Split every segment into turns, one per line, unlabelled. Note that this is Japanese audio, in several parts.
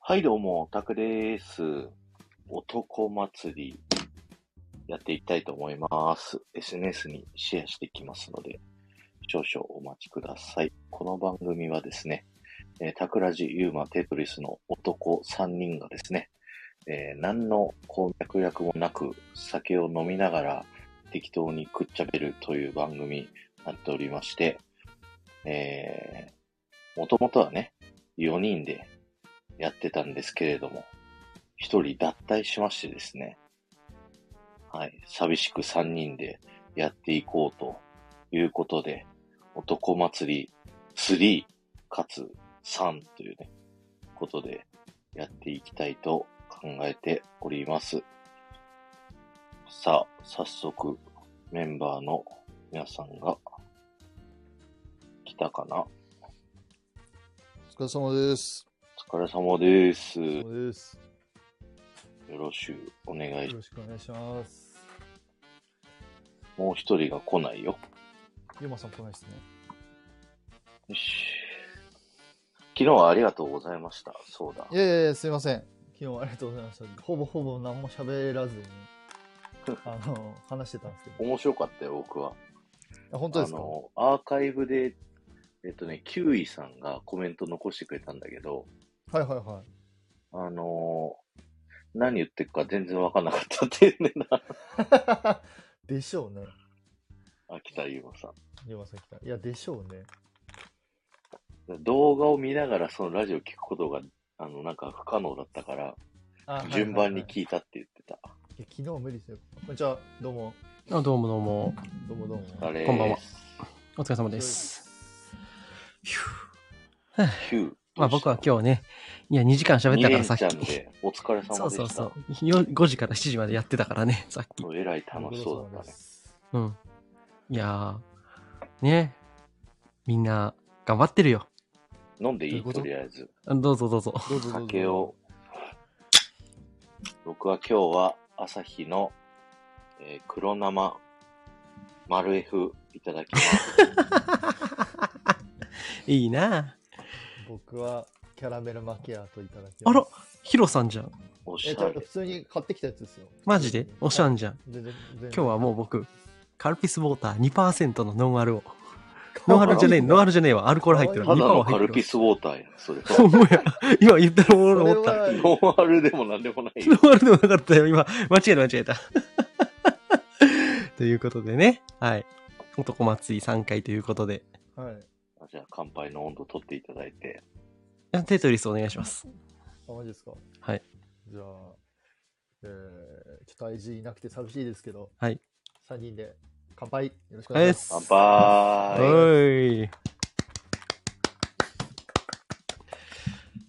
はい、どうも、オタクです。男祭り、やっていきたいと思います。SNS にシェアしていきますので、少々お待ちください。この番組はですね、えータクラジユーマテトリスの男3人がですね、えー何のこう脈略もなく酒を飲みながら適当にくっちゃべるという番組になっておりまして、えー、もともとはね、4人でやってたんですけれども、一人脱退しましてですね、はい、寂しく3人でやっていこうということで、男祭り3かつ3というね、ことでやっていきたいと考えております。さあ、早速メンバーの皆さんが来たかな
お疲れ様です。
お疲れ様です。
お疲れ
よ
様です。
ろしくお願いします
よろしくお願いします。
もう一人が来ないよ。
ゆうまさん来ないですね。
よし。昨日はありがとうございました。そうだ
い。やいやいや、すいません。昨日はありがとうございました。ほぼほぼ何も喋ら ずに、あの、話してたんですけど。
面白かったよ、僕は。
あ本当です
あ
か
の、アーカイブで、えっとね、キウイさんがコメント残してくれたんだけど、
はいはいは
あの何言ってるか全然わかんなかったっていうね んな。
い。 でしょうね。
秋田優馬さ
ゆうまさん来た。いや、でしょうね。
ん。動画を見ながらそのラジオ聞くことが、あの、なんか不可能だったから、
あ
順番に
い
聞いたって言ってた。
や昨日無理ですよ。こんにちは。どうも。
あどうもどうも。
どうもどうも。
あれ
こんばんはお疲れ様です。
キュウ。
まあ僕は今
日、
日ね、いや、2時間喋
2
ったから
連
さっ
チ
き。
ャンでお疲れ様でした。
そうそうそう。よ5時から7時までやってたからね、さっき。
えらい楽しそうだったね。
うん。いやー、ね。みんな、頑張ってるよ。
飲んでい
どうい
いう
こと
とりあえず。
あどうぞどうぞ。
どうぞどうぞ。
酒を。僕は今日は朝日の、えー黒生丸 F いただき ます。
いいな
僕はキャラメルマキアートいただき
あ
ます。
らヒロさんじゃん。
おし
え、ち
ゃ
ょっと
れ
普。通に買ってきたやつですよ。
マジでおしゃんじゃん。
全然全然
今日はもう僕、カルピスウォーター2%のノンアルを。ノンアル じゃねえ、ノンアルじゃねえわ。アルコール入ってる。
ただの
2%
カルピスウォーターや、それは。
入ってる。ほんまや。今言ったら俺思った。
それ は
ノンアルでもなんでもないよ。
ノンアルでもなかったよ。今、間違えた間違えた。 ということでね、はい。男祭り3回ということで、
はい。
じゃあ乾杯の温度取っていただいて。
テトリスお願いします。
あ、マジですか
はい。
じゃあ、えー、ちょっと愛人いなくて寂しいですけど、
はい。
3人で乾杯よろしくお願い
で
しますす。
乾
は
杯
い。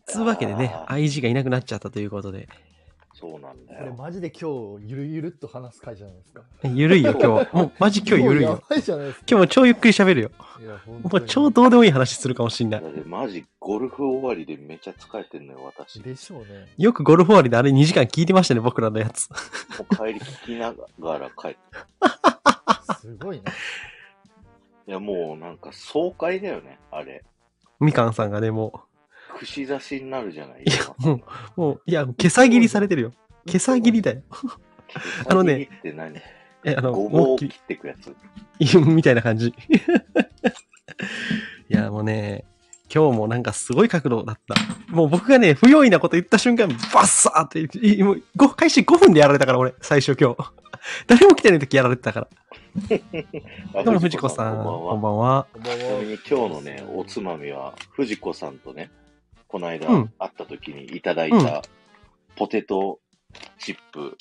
つうわけでね、
あー
愛人がいなくなっちゃったということで、
そうなんだ
これ
よ。
マジで今日ゆるゆるっと話す回じゃないですか。
ゆるいよ、今日。もう、マジ今日ゆるい
もうや
よ。
ばいじゃないですか。
今日もう超ゆっくり喋るよ。
いや、本
も
当
う
に
超どうでもいい話するかもしんな
だ
い。
ってマジゴルフ終わりでめっちゃ疲れてんのよ、私。も
でしょうね。
よくゴルフ終わりであれ2時間聞いてましたね、僕らのやつ。
う帰り聞きながら帰って。
すごいね。
いや、もうなんか爽快だよね、あれ。
みかんさんがね、も
串刺しになるじゃない
いやもう、もう、いや、毛さ切りされてるよ。毛さ切りだよ。あのね
手先って何
え、あの、
ごぼう
も
を
う
切っ
き
てくやつ。
みたいな感 じ。いや、もうね、今日もなんかすごい角度だった。もう僕がね、不用意なこと言った瞬間、バッサーって言ってい、もう、ご開始5分でやられたから、俺、最初今日。 誰も来てない時やられてたから。
あ
でも藤子さん、
こ
こ
ん
ん
ばんは。
こ
ばんは。
んばん
ちなみに今日のね、おつ
ま。
まみは、藤子さんとね、この間
う
会
ん
った時にいただいうた、ポテトチップ、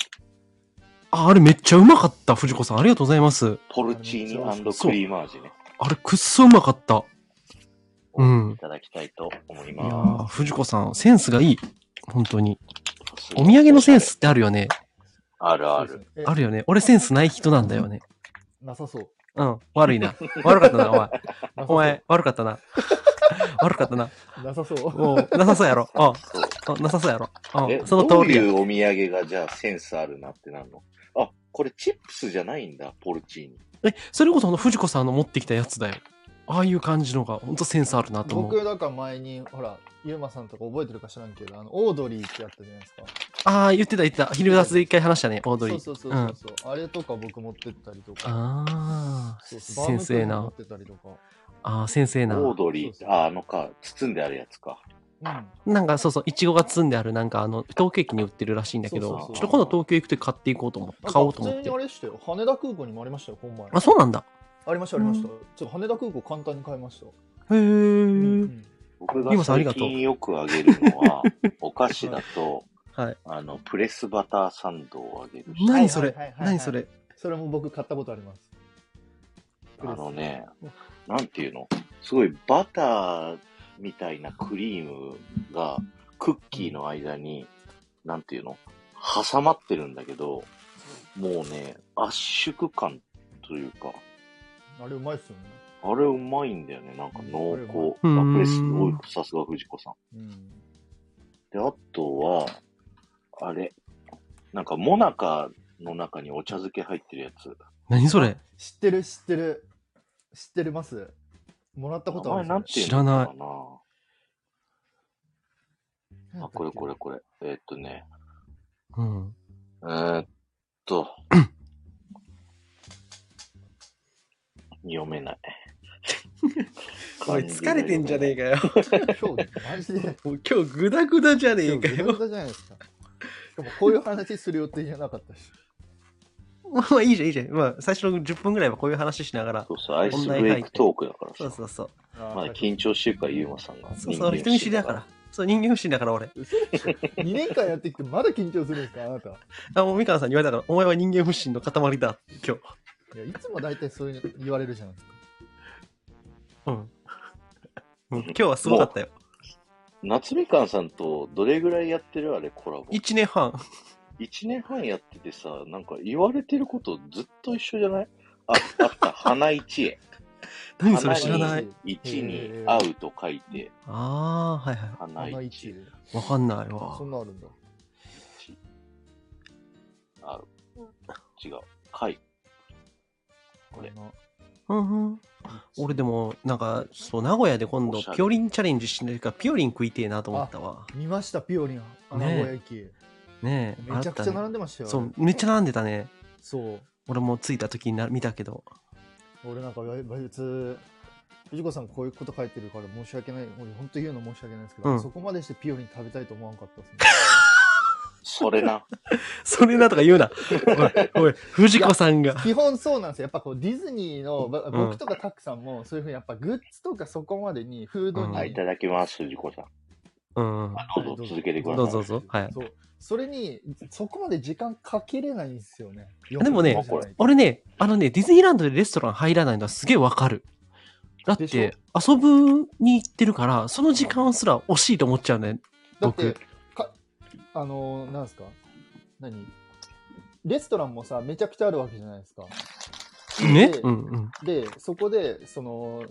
あ、あれめっちゃうまかった、藤子さん。ありがとうございます。
ポルチーニクリーマージね、
あれ、くっそうまかった。うん
いただきたいと思い
いや
ま
ー、藤子さん、センスがいい。本当に。
す。
お土産のセンスってあるよね。
あるあ
そうで
る。
すねえ
あるよね。俺センスない人なんだよね。
なさそう。
うん、悪いな。悪かったな、お前。
なさそう
お前、悪かったな。悪かったな。
なさそう。
おうなさそうやろ。あ
そう
あなさそうやろ。あ
え
その
どう
通り
い
や。
うお土産がじゃあセンスあるなってなるのあ、これチップスじゃないんだ、ポルチーニ。
え、それこそあの、藤子さんの持ってきたやつだよ。ああいう感じのが、ほんとセンスあるなと思う。
僕だから前にほらゆうまさんとか覚えてるか知らんけどあのオードリーってやったじゃないですか
ああ、言ってた言ってた。昼脱で一回話したね、オードリー。
そうそうそうそう、うあれとか僕持ってったりとか
ああ、
そうそうバーム
先
クーヘ
生
ン持
な
っ。てたりとか
ああ、先生な。
オードリーって、あ、あのか、包んであるやつか。
うん
なんかそうそう、いちごが積んである、なんかあの、東京駅に売ってるらしいんだけど、
そうそうそう
ちょっと今度東京行くとき買っていこうと思って、買おうと思
普
っ
通
て
にあ。れしてよ羽田空港にもありましたよ今前
あ、そうなんだ。
ありましたありました、ちょっと羽田空港簡単に買いました、
へえ。
うん
僕
リ
が
モさんあり
最
がとう
近よくあげるの は、お菓子だと、
はい。
あの、プレスバターサンドをあげるし。
何それ、
はいはいはいはい
何それ
それも僕買ったことあります
あのね、なんていうのすごいバターみたいなクリームがクッキーの間に、なんていうの挟まってるんだけど、もうね、圧縮感というか、
あれうまいっすよね
あれうまいんだよね。なんか濃厚。
うん
まあ
うん
プレス、おい、さすが藤子さん。
うん
で、あとは、あれ、なんかモナカの中にお茶漬け入ってるやつ。
何それ
知ってる知ってる知ってますもらったことある
名前なん
そ
ていうの
知らない
かな
れ
あ、これこれこれ。えーっとね、
うん。
えーっと、読めない。
おい、疲れてんじゃねえ
か。
かよ。
今日マジで
もう 今日グダグダじゃねえ
今
か
日グダ
よ。
グダじゃないですかしかもこういう話する予定じゃなかったし
まあいいじゃん、いいじゃん。まあ最初の10分ぐらいはこういう話しながら。
そうそう、アイスブレイクトークだから
そう
さ。
そうそう。
まだ緊張してるから、ゆうまさんが。
そうそう、人見知りだから。。そう、人間不信だから俺。
2年間やってきてまだ緊張するんですかあなた
あ、もうみかんさんに言われたから、お前は人間不信の塊だ、今日。
いやいつも大体そういうの言われるじゃないですか
うん。うん今日はすごかったよ。
夏みかんさんとどれぐらいやってるあれ、コラボ。
1年半。
1年半やっててさ、なんか言われてることずっと一緒じゃないあ、あった。花一 へ。
何それ知らな
花
い。
一に会うと書いて、
ああ、はいは
あ
花
の位
一
置。
い。わかんないわ
そ。んなあるんだ
あ、違う。会。
これの
うんうん、俺でも、なんか、そう、名古屋で今
お
度
しゃ、れ
ピオリンチャレンジしてるから、ピオリン食いてえなと思ったわ。
見ましたピオリン穴
ねえ
子駅、
ねえ、
めちゃくちゃ並んで
で
ましたよ
そう、めっちゃ並んでたね。
そう
俺も着いた時にな見たけど。
俺なんか別藤子さんこういうこと書いてるから申し訳ない俺本当言うの申し訳ないですけど、
うん
そこまでしてピオリン食べたいと思わんかったですね
それな。
それなとか言うな。おい、おい、藤子さん が。
基本そうなんですよやっぱこうディズニーのば
ん
僕とかタクさんもそういうふうにやっぱグッズとかそこまでにフードに、
うん
あいただきます、藤子さん。
うん。
あどうぞ続けてください。
どうぞどうぞはい
そうそれにそこまで時間かけれないんですよね
でもね
よく考えて
俺ね、あのね、ディズニーランドでレストラン入らないのはすげえわかる。だっ、
でして
遊ぶに行ってるから、その時間すら惜しいと思っちゃうね。
だって
僕
かあのーなんですか何レストランもさめちゃくちゃあるわけじゃないですか
ね
で
うんうん。
でそこでその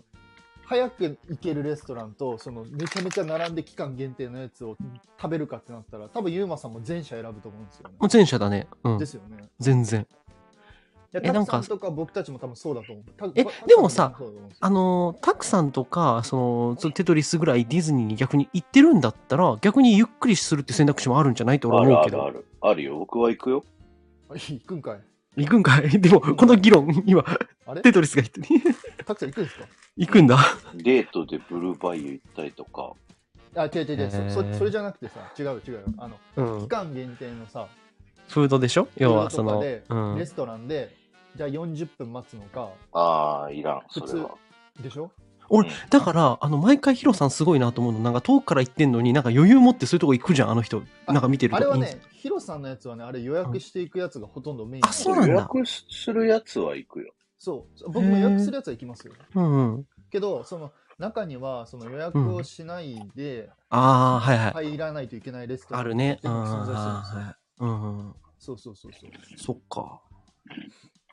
早く行けるレストランとそのめちゃめちゃ並んで期間限定のやつを食べるかってなったら多分ユーマさんも全社選ぶと思うんですよね
もう前者だね。うん
で。すよね
全然。
いや
え
タ
な
ク
んか
さんとか僕たちも多分そうだと思うた
え
タク
でもさ
多分そうだと思うんですよ
あのー、タクさんとか、その、そのテトリスぐらいディズニーに逆に行ってるんだったら、逆にゆっくりするって選択肢もあるんじゃないと俺は
ある
思う
あ
け
るあ
ど。
る。あるよ。僕は行くよ。
あ行くんかい
行くんかい でも、この議論、今、
あれ
テトリスが言 って、
タクさん行くんですか
行くんだ。
デートでブルーバイユ行ったりとか。
あ違う違う違う、そ
へー
そそれじゃなくてさ違う違うあの
う
期
ん。
間限定のさ
フードでしょ要は、その、
フードとか
う
でレ
ん。
ストランでじゃあ40分待つのか
ああ、いらん、それは。
でしょ
俺
うん、
だから、あの、毎回ヒロさんすごいなと思うの。なんか遠くから行ってんのに、なんか余裕持ってそういうとこ行くじゃん、あの人。
あ
なんか見てると。
あれは
イン
ねヒロさんのやつはねあれ予約していくやつがほとんどメイン
あそうなんだ
予約するやつは行くよ。
そう僕も予約するやつは行きますよ
スうんうん。
けどその中にはその予約をしないで
ああ、はいはい。
入らないといけないレストラン
あるね。
って
う。
いうんのが存在するんですよ
はいうんうん。
そうそうそうそう
そっか。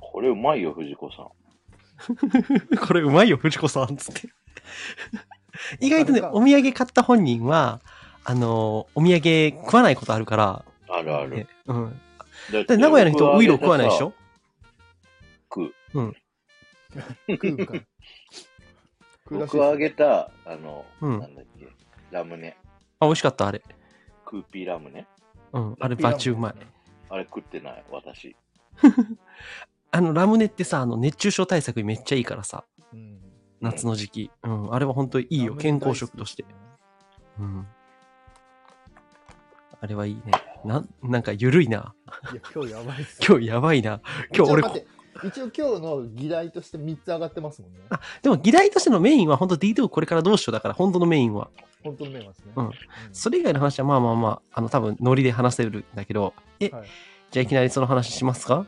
これうまいよ、藤子さん。
これうまいよ、藤子さん、つって。 意外とね、
わかるか
お土産買った本人は、あのー、お土産食わないことあるから、
あるある
ね。うん。
だっ
で名古屋の人、ウイロ食わないでしょ
僕はあげたさ食う
食うから食うらしい
僕
です
はあげた、あの、
うん
なんだっけ、ラムネ、
あ、美味しかった、あれ。
クーピーラムネ。
うん、あれバチうまい。
あれ食ってない、私。
あの、ラムネってさ、あの、熱中症対策にめっちゃいいからさ、
うん
夏の時期。うん、あれは本当にいいよ、健康食として。。うん。あれはいいね。なん、なんか緩いな。
いや、今日やばいっす。
今日やばいな。今日俺
ちょっ、
こ
待
と
って一応今日の議題として3つ上がってますもんね。
でも議題としてのメインは本当 D2 これからどうしようだから、本当のメインは。
本当のメンバーですね。
うんそれ以外の話はまあまあまあ、あの、多分ノリで話せるんだけど、え、
はい
じゃあいきなりその話しますか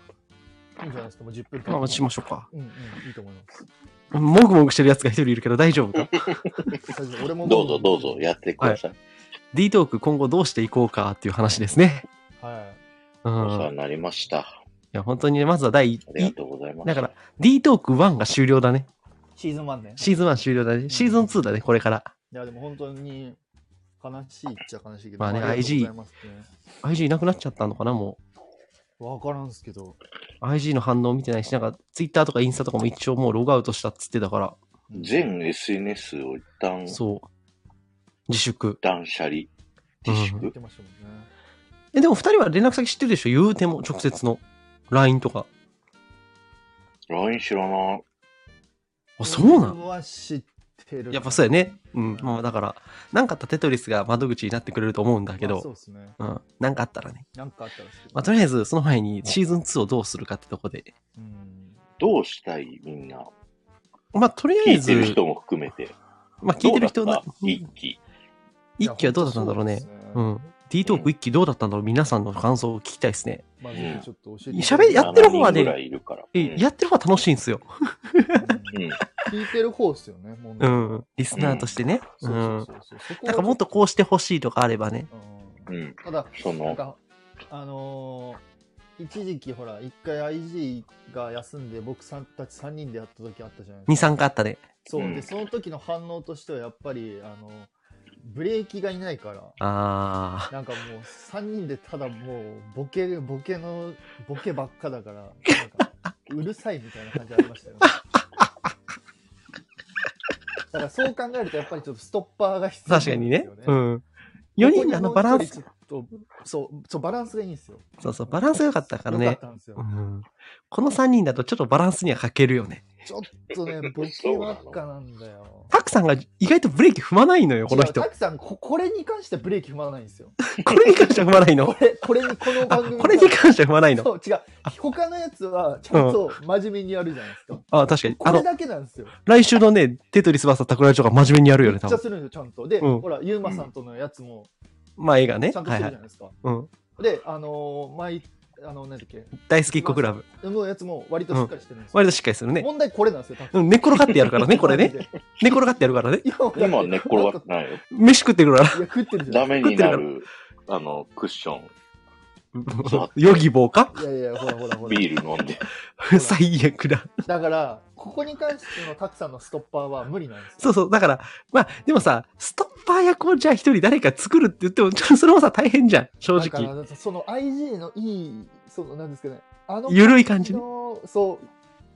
いいんじゃないですか、もう10分
まあまあしましょうか。
うんうん、いいと思 います。
もぐもぐしてるやつが一人いるけど大丈夫 か
大丈夫俺も
どうぞどうぞ、やってください。
?D トーク今後どうしていこうかっていう話ですね。
は
う
お
ん。
世話
い
になりました。あ
や、本当にね、まずは第
りが
1、
とうございます。
だから、D トーク1が終了だね。
い。シーズン1ね。
シーズン1終了だね。シーズン2だね、これから。
いや、でも本当に悲しいっちゃ悲しいけど、
まあ
り
ね
がとうございますね
IG いなくなっちゃったのかな、も
わからんすけど。
う。IG の反応見てないし、なんか Twitter とかインスタとかも一応もうログアウトしたっつってたから、
全 SNS を一旦
そう。自粛。
断捨離、自粛、
言ってましたもんね。
え、でも二人は連絡先知ってるでしょ言うても、直接の。LINE とか。
LINE 知らない。
あ、そうな
俺
の
は知ってる。
やっぱそうやね。うん。まあだから、なんかあったらテトリスが窓口になってくれると思うんだけ
まあそう
ど、
ですね。
うん。なんかあったらね。
なんかあったらですけど
まあとりあえず、その前にシーズン2をどうするかってとこで。
うん
どうしたいみんな。
まあとりあ
聞
え
いてる
ず、
人も含めて。
まあ聞いてる人
どうだ
な
った、一気。
一期はどうだったんだろ
い
う
や
ね。
本当
う
そ
ん。D トーク一期どうだったんだろう皆さんの感想を聞きたいですね。
うですね。まあ、ぜひちょっと教えて
うん喋りやってる方はね
7人ぐらいいるから。
え
うん
やってる方が楽しいんですよ。
うん
うん
聞いてる方ですよね、もう
う
ね
ん。リスナーとしてね。う
そ
ん
う。そうそうそう。
なんかもっとこうしてほしいとかあればね。
う。
うん。
ただ、
そ
なん
の、
か、あのー一時期ほら、一回 IG が休んで、僕さんたち3人でやった時あったじゃない
2、
ですか。
3回あったね。
そう、
うん
で、その時の反応としては、やっぱり、あのブレーキがいないから、
あ
なんかもう3人でただもうボケボケのボケばっかだからなんかうるさいみたいな感じありましたよね。だからそう考えるとやっぱりちょっとストッパーが必
ー。
要なん
確かに
ですよ。
ねうん。4人であのバランス
こ、こにもう一人ちょっとそうそうバランスがいいんですよ。
そうそう、バランスが良かったか
よ
ら
か
ね
っ。たんですよ。
うんこの3人だとちょっとバランスには欠けるよね。
ちょっとねボケばっかなんだよ。
タクさんが意外とブレーキ踏まないのよ、この人
違う。滝さんここれに関してブレーキ踏まないんですよ。
これに関しては踏まないの
こ。れこれにこの
あ
番組
これに関しては踏まないの。
そう違う他のやつはちゃんと真面目にやるじゃないですか。
あ、確かに。
こ
あ
れ
の、
だけなんですよ。
来週のね、テトリスバーサータクラジオが真面目にやるよ
め
ね、
っち
多
ゃ
分。
するんですよ、ちゃんと。で、
うん
ほら、ユーマさんとのやつも、
まあ、映画ね。
ちゃんとし
は
て
い
るじゃな
はい。
いですか。
うん。
で、あのー、毎、あの、なんだっけ、
大好きっ子クラブ。
のやつも割としっかりしてるんですよ。
割としっかりするね。
問題これなんですよ、多分
うん寝っ転がってやるか らね、これね。。寝転がってやるからね。
今、
今寝っ転が
っ
ってないよ。
飯食ってく るから。
いや、食ってるじゃ
ダ
ん。
メになる、あの、クッション、
ヨギボーか
いやいや、ほらほらほら。
ビール飲んで。
ら
最悪だ。
だから、ここに関してのたくさんのストッパーは無理なんですよ。
そうそう。だから、まあ、でもさ、ストッパー役をじゃあ一人誰か作るって言っても、ちょっとそれもさ、大変じゃん。正
だか
直。
ら、その IG のいい、その、なんですかね、あの、
緩い感じね
のそう、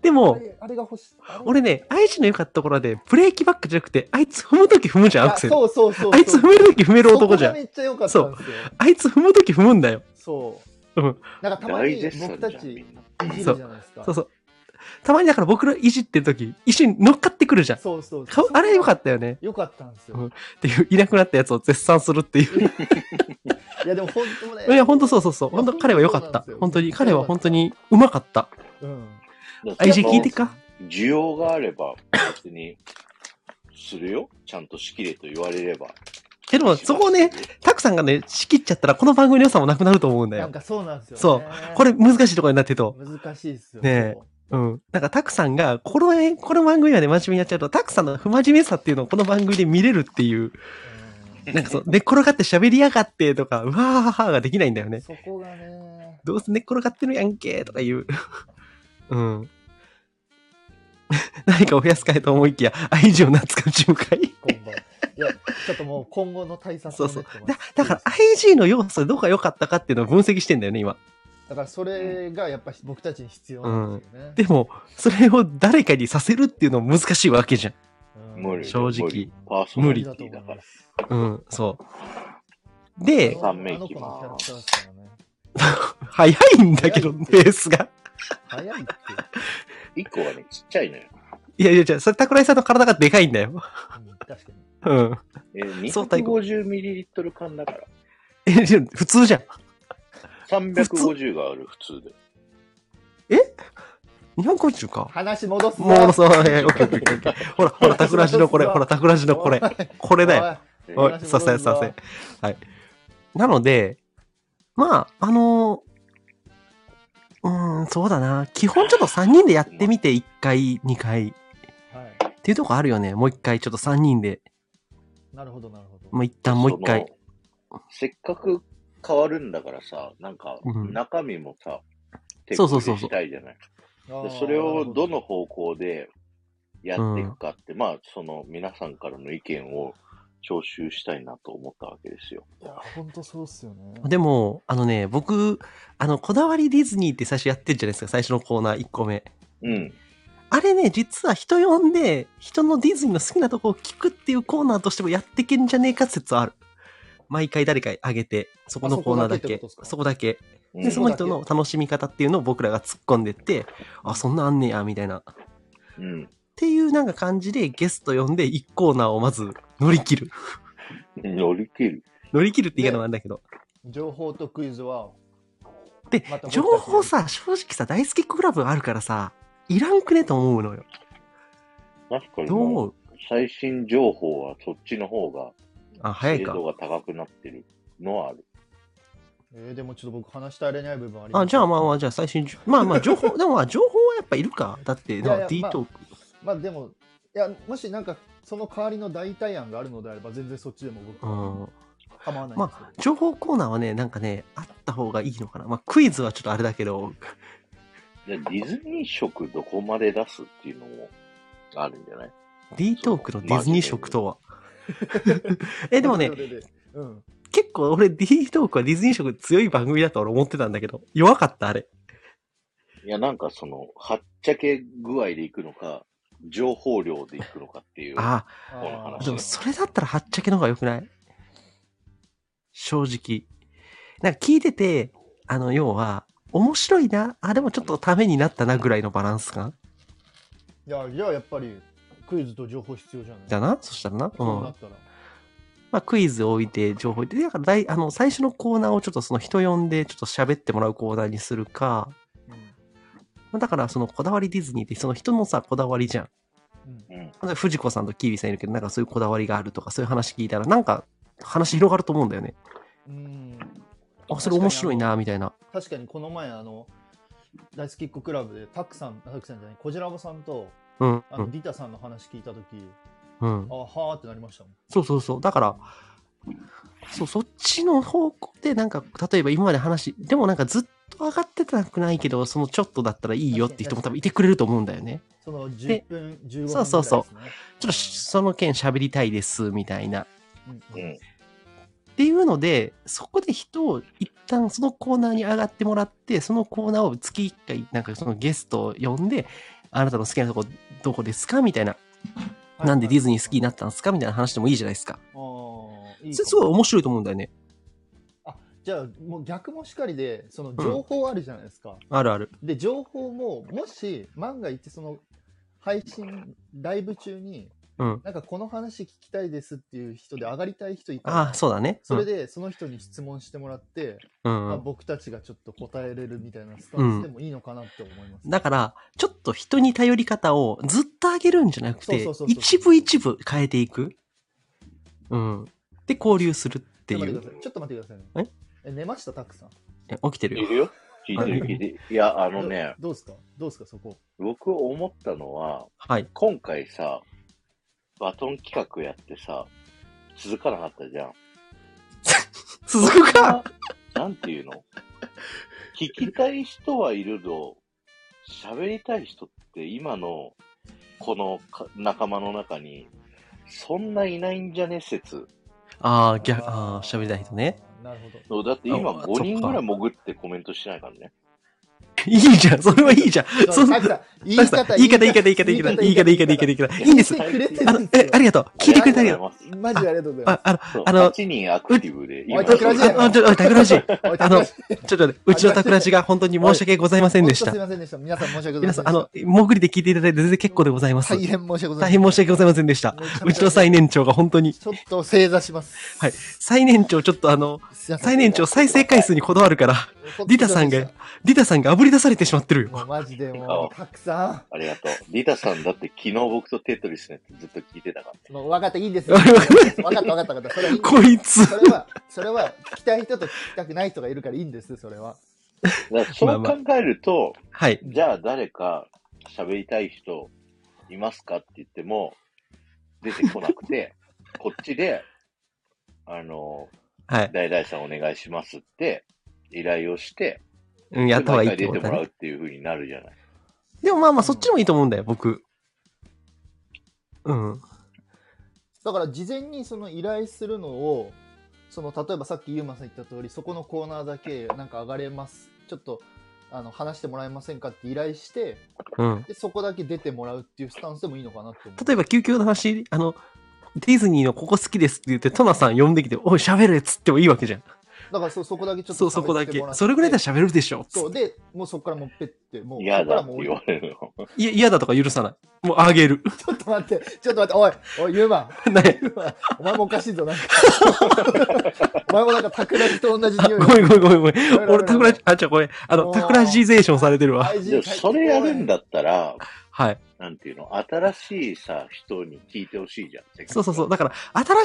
で
あ
も、
れあれが欲しい。あれ
俺ね、愛知の良かったところで、ブレーキバックじゃなくて、あいつ踏むとき踏むじゃん、アクセル。
そうそうそうそう。
あいつ踏めるとき踏める男じゃ
そこがめ
ん。
っちゃ良かったんですよ。
あいつ踏むとき踏むんだよ。
そう。
うん
なんかたま
大
に
絶賛
僕た
じゃん、
ち
み
い
んな。
じるじゃないですか。
そうそう。たまにだから僕らいじってるとき、一緒に乗っかってくるじゃん。
そうそう
かあれ良か
っ
ったよね。
た。よかったんです
う
よ
ん。っていう、いなくなったやつを絶賛するってい
い
う。
やでも本当ね。
いや、ほんとそうそうそう。ほんと彼は良かっ
いや
た
ほんとそうなんですよ。
本当に。彼は本当にうまかった。
うん。
愛知
その
聞いてっか。
需要があれば、別に、するよ。ちゃんとしきれと言われれば。
でも、そこをね、タクさんがね、仕切っちゃったら、この番組の良さもなくなると思うんだ
なん
よ。
かそうなんですよ、ね。
そう。これ難しいところになってると。
難しいですよ。
ねえうん。なんか、タクさんが、このね、この番組まで真面目にやっちゃうと、タクさんの不真面目さっていうのをこの番組で見れるっていう、
そう
なんかそう、寝っ転がって喋りやがってとか、うわーはーはーができないんだよ
うん
ね。
そこがね。
どうせ寝っ転がってるやんけーとか言う。うん。 何かを増やすかいと思いきや、愛情を懐かしむかい。
今晩。いやちょっともう今後の対策
そ
を
う
練って
そう
ます。
だだから IG の要素でどこが良かったかっていうのを分析してんだよね、今。
だからそれがやっぱり僕たちに必要なんですよね。
でも、それを誰かにさせるっていうのも難しいわけじゃん。
うん
無理。
正直
無理。パーソナリティだから。
うん、そう。
え
で、
三名いき
あの子のキャラ
ま
ク
す
ターですからね。
早いんだけど、
早い
ペ
って
ースが。
早いって。
一個はね、ちっちゃいのよ。
いやいや、じゃあ、それ、桜井さんの体がでかいんだよ。
うん確かに。
うん。
えー、
そう太鼓
250ml 缶だから。
え、いや普通じゃん。
350がある、普通で。
日本語中か。
話戻すぞ。
もう、そう、え、オッケーオッケーオッケーオッケー。ほら、ほら、タクラジのこれ、ほら、タクラジのこれ。これだよ。
え
お
お
ー
い
い、させさせ。はい。なので、まあ、あのーうーん、そうだな。基本ちょっと3人でやってみて、1回、2回。っ
はい。
ていうとこあるよね。もう1回、ちょっと3人で。
なるほど、なるほど。
もう一旦もう1回。
その。せっかく変わるんだからさ、なんか
うん
中身もさ、手
そう
こ
そう
入
そ
れ
うそう
したいじゃない。
あ
で
ー
それをど、
なる
の方向でやっていくかって、まあ、その皆さんからの意見を徴収したいなと思ったわけですよ。
ほどいや、本当そうっすよね。
でも、あのね、僕、あの、こだわりディズニーって最初やってるじゃないですか。最初のコーナー1個目。
うん。
あれね、実は人呼んで、人のディズニーの好きなとこを聞くっていうコーナーとしてもやってけんじゃねえか説はある。毎回誰かあげて、そこのコーナーだ
あそこだけってこ
け
とです、か
そこだけ。
うん
で、その人の楽しみ方っていうのを僕らが突っ込んでって、あ、そんなあんねや、みたいな。っ
うん。
ていうなんか感じでゲスト呼んで1コーナーをまず乗り切る。
乗り切る。
乗り切るって言い方なんだけど。
情報とクイズは、
で
また、僕たち
情報さ、正直さ、大好きクラブあるからさ、いらんくねと思うのよ。
確かに
どう思
もう、
う
最新情報はそっちの方が、
あ、早い
精
か
度。が高くなってるのはある。
えー、でもちょっと僕話し足りない部分あります
あ、じゃあまあまあ、じゃあ最新情、 まあまあ、情報、でもまあ、情報はやっぱいるか。だって、
いやいや
な D
まあ
トーク。
まあでも、いや、もしなんか、その代わりの代替案があるのであれば、全然そっちでも僕
う
は
ん。
構わないんですけど。
情報コーナーはね、なんかね、あった方がいいのかな。まあ、クイズはちょっとあれだけど、
でディズニー色どこまで出すっていうのもあるんじゃない
D トークのディズニー色とは。 え、でもね
そ、れで、うん。
結構俺 D トークはディズニー色強い番組だと俺思ってたんだけど、弱かった、あれ。
いや、なんかその、はっちゃけ具合でいくのか、情報量でいくのかっていう。
あ
あ
あ、
ー
でもそれだったらはっちゃけの方が良くない正直。なんか聞いてて、あの、要は、面白いな、あ、でもちょっとためになったなぐらいのバランス感
いや、じゃあやっぱり、クイズと情報必要じゃない
だなそしたらな。う
そうなんっ。たら。
まあ、クイズ置いて、情報置いて。だからだい、あの、最初のコーナーをちょっとその人呼んで、ちょっと喋ってもらうコーナーにするか、まあだからそのこだわりディズニーってその人のさ、こだわりじゃん。
うんうん
うん。
藤子さんとキービーさんいるけど、なんかそういうこだわりがあるとか、そういう話聞いたら、なんか話広がると思うんだよね。
うん
あ、それ面白いな、みたいな。
確かにこの前あの大好きっ子クラブでタクさんあタクさんじゃないこじらぼさんと
うん。
あ
う
の、
ん。
ディタさんの話聞いた時
うん
あ。はーってなりましたもん
そうそうそう。だから、そう、そっちの方向で、なんか、例えば今まで話、でもなんかずっと上がってたくないけど、そのちょっとだったらいいよって人も多分いてくれると思うんだよね。
その10分15分ぐらいです、ね、
そうそうそうちょっとその件喋りたいです、みたいな。
うん
う
うん
ん。
っていうので、そこで人を一旦そのコーナーに上がってもらって、そのコーナーを月1回、なんかそのゲストを呼んで、あなたの好きなとこどこですかみたいな。なんでディズニー好きになったんですかみたいな話でもいいじゃないですか。
あーいい
そ
か
れすごい
も
面白いと思うんだよね。
じゃあもう逆もしかりでその情報あるじゃないですか、
あるある。
で情報ももし万が一その配信ライブ中に
うん。
なんかこの話聞きたいですっていう人で上がりたい人いたら
ああ、そうだね。
それでその人に質問してもらって、
うん、
ま
う
あ、
ん。
僕たちがちょっと答えれるみたいなスタンスでもいいのかなって思います。
だから、ちょっと人に頼り方をずっと上げるんじゃなくて
そうそうそう、そう
一部一部変えていく。うん。で、交流するってい
ちょっと待ってくだ。
う
さいちょっと待ってくださいね。え寝ましたたくさん。
え起きて
い
るよ。
るよ。聞いてる聞いてる。いや、あのね、
どどうですかどうですかそこ。
僕思ったのは、
はい。
今回さ、バトン企画やってさ、続かなかったじゃん。
続くか
なんていうの聞きたい人はいるぞ。喋りたい人って今のこのか仲間の中にそんないないんじゃね説。
ああ、逆、ああ、喋りたい人ね。。
なるほど。
そうだって今
あ
5人
そ
ぐ
っから
い潜ってコメントしてないからね。
いいじゃん、それはいいじゃん。 そん
タ
な
クさん言い
言い方、
方、
言い方、言い方、言い方、言い方、言い方、言い方、言い方、言い方。いいんです。
聞いてくれて
あ
るん
の、
です
え
よ、。
ありがとう。聞いてくれてありがとう。
ありがとうござい
マジでありがとうござい
あ
ま
あの、
ます。
あ
あ
の
の、8人アクティブで、
おい
今、
タクラジや
あ、あちょ、おいタクラジ、ちょっ
す。おい
あのと待って、うちのタクラジが本当に申し訳ございませんでし
本当すい
た。
ませんでした。皆さん申し訳ございま
皆
せ
さ
ん
ん、あの、潜りで聞いていただいて全然結構でございます。
大変申し訳ござ
大
い
変
ま
申し訳ございませんでした。
せん。
うちの最年長が本当に、
ちょっと正座します。
はい。最年長、ちょっとあの、
すいません
最年長再生回数にこだわるから、リタさんが。リタさんが炙り出されてしまってる
もう
よ。
マジでもう、たくさ
ありがとう。リタさんだって昨日僕とテトリスのやつずっと聞いて たから。
ん。もう分かった、いいですよ。
わか
分
る
か
わ
っ
か
た、分
る
かった、分かった。それはいい
こいつ。
それは、それは、聞きたい人と聞きたくない人がいるからいいんです、それは。
だからそう考えると、
はい。
じゃあ誰か喋りたい人いますかって言っても、出てこなく て、こっちで、あの、
はい。
大々さんお願いしますって依頼をして、
うん、やった方がいい
で
って
毎
こ
回出て
とだ
もらう
ね。
っていう風になるじゃない。
でもまあまあ、そっちもいいと思うんだよ、僕。うん。
だから、事前にその依頼するのを、その、例えばさっきユーマさん言った通り、そこのコーナーだけ、なんか上がれます。ちょっと、あの、話してもらえませんかって依頼して、
うん。
で、そこだけ出てもらうっていうスタンスでもいいのかなって思う。
例えば、救急の話、あの、ディズニーのここ好きですって言って、トナさん呼んできて、おい、喋れっつってもいいわけじゃん。
だからそ、そこだけちょっと
そう、そこだ
喋って
け
もら。って
それぐらいだったら喋るでしょ。つっ
そうで、もうそこからもうペッて、もう、
嫌だ
そ
って
こからもう
言われるの。
ていや、嫌だとか許さない。もう、あげる。
ちょっと待って、ちょっと待って、おい、おい、ユーマ
ね
ン、 ユーマンお前もおかしいぞ、なんか。 お前もなんか、桜木と同じ
あ、
匂い
ご。めんごめんごめんご
ごめ
めん。
んごめん
俺、タクラジ、あ、ちょ、これ、あ
お
の、
ー
タクラジゼーションされてるわ。
でもそれやるんだったら、
はい。
なんていうの、新しいさ、人に聞いてほしいじゃん。
そうそうそう。だから、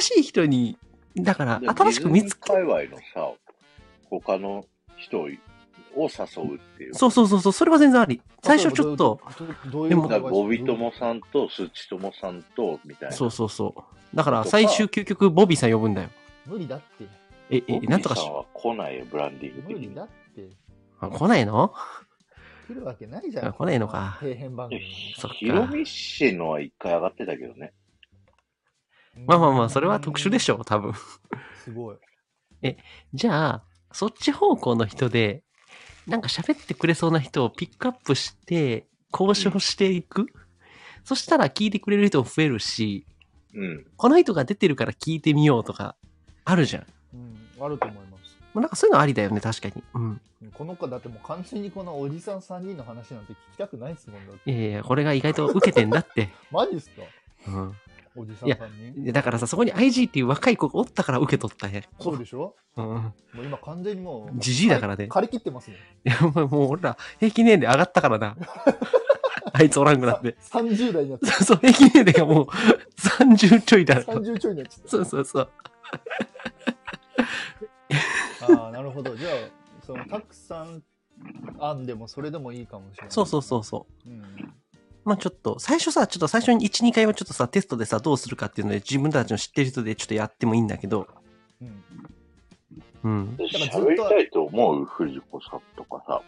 新しい人に、だから、
で
新しく見つけ
ディ、ズニー界隈のさ、他の人を誘うっていう。
そうそうそうそう、それは全然あり。最初ちょっと、、
どうい
で
う
も
だからボビトモさんとスチトモさんと、みたいな。
そうそうそう。だから、最終究極、ボビーさん呼ぶんだよ。
無理だって。
え、え、
ボビー
なんとか
さ
し
ん、は来ないよ、ブランディング的
無理
に。
だって。
あ来ないの
来るわけないじゃ
あ
ん。
来ないのか
底辺番組
そっか
ヒロミ氏のは一回上がってたけどね。
に。
まあまあまあ、それは特殊でし
ょ。
ょう、多分。
すごい。
じゃあ、そっち方向の人で、なんか喋ってくれそうな人をピックアップして、交渉していく、そしたら聞いてくれる人も増えるし、
うん。
この人が出てるから聞いてみようとか、あるじゃん。
うん、あると思います。
まあなんかそういうのありだよね、確かに。うん。
この子だってもう完全にこのおじさん3人の話なんて聞きたくないですもんだって。
いやいや、これが意外と受けてんだって。
マジっすか
うん
おじさん3人。
いや。だからさ、そこに IG っていう若い子がおったから受け取ったね。
そうでしょ
うん。
もう今完全にもう。
じじいだからね
借り切ってますね。
いや、お前もう俺ら、平均年齢上がったから な。あいつおらんくなって。
30代になっちゃ
そうそう、平均年齢が もう30ちょいだ
った。30ちょいになっちゃっ
そうそうそう。
た。ああ、なるほど。じゃあ、その、たくさん案でもそれでもいいかもしれない。
そうそうそうそう。
う。うん。
まあちょっと、最初さ、ちょっと最初に1、2回はちょっとさ、テストでさ、どうするかっていうので、自分たちの知ってる人でちょっとやってもいいんだけど、
うん。
うん。
からずっと
喋りたいと思う藤子さんとかさ。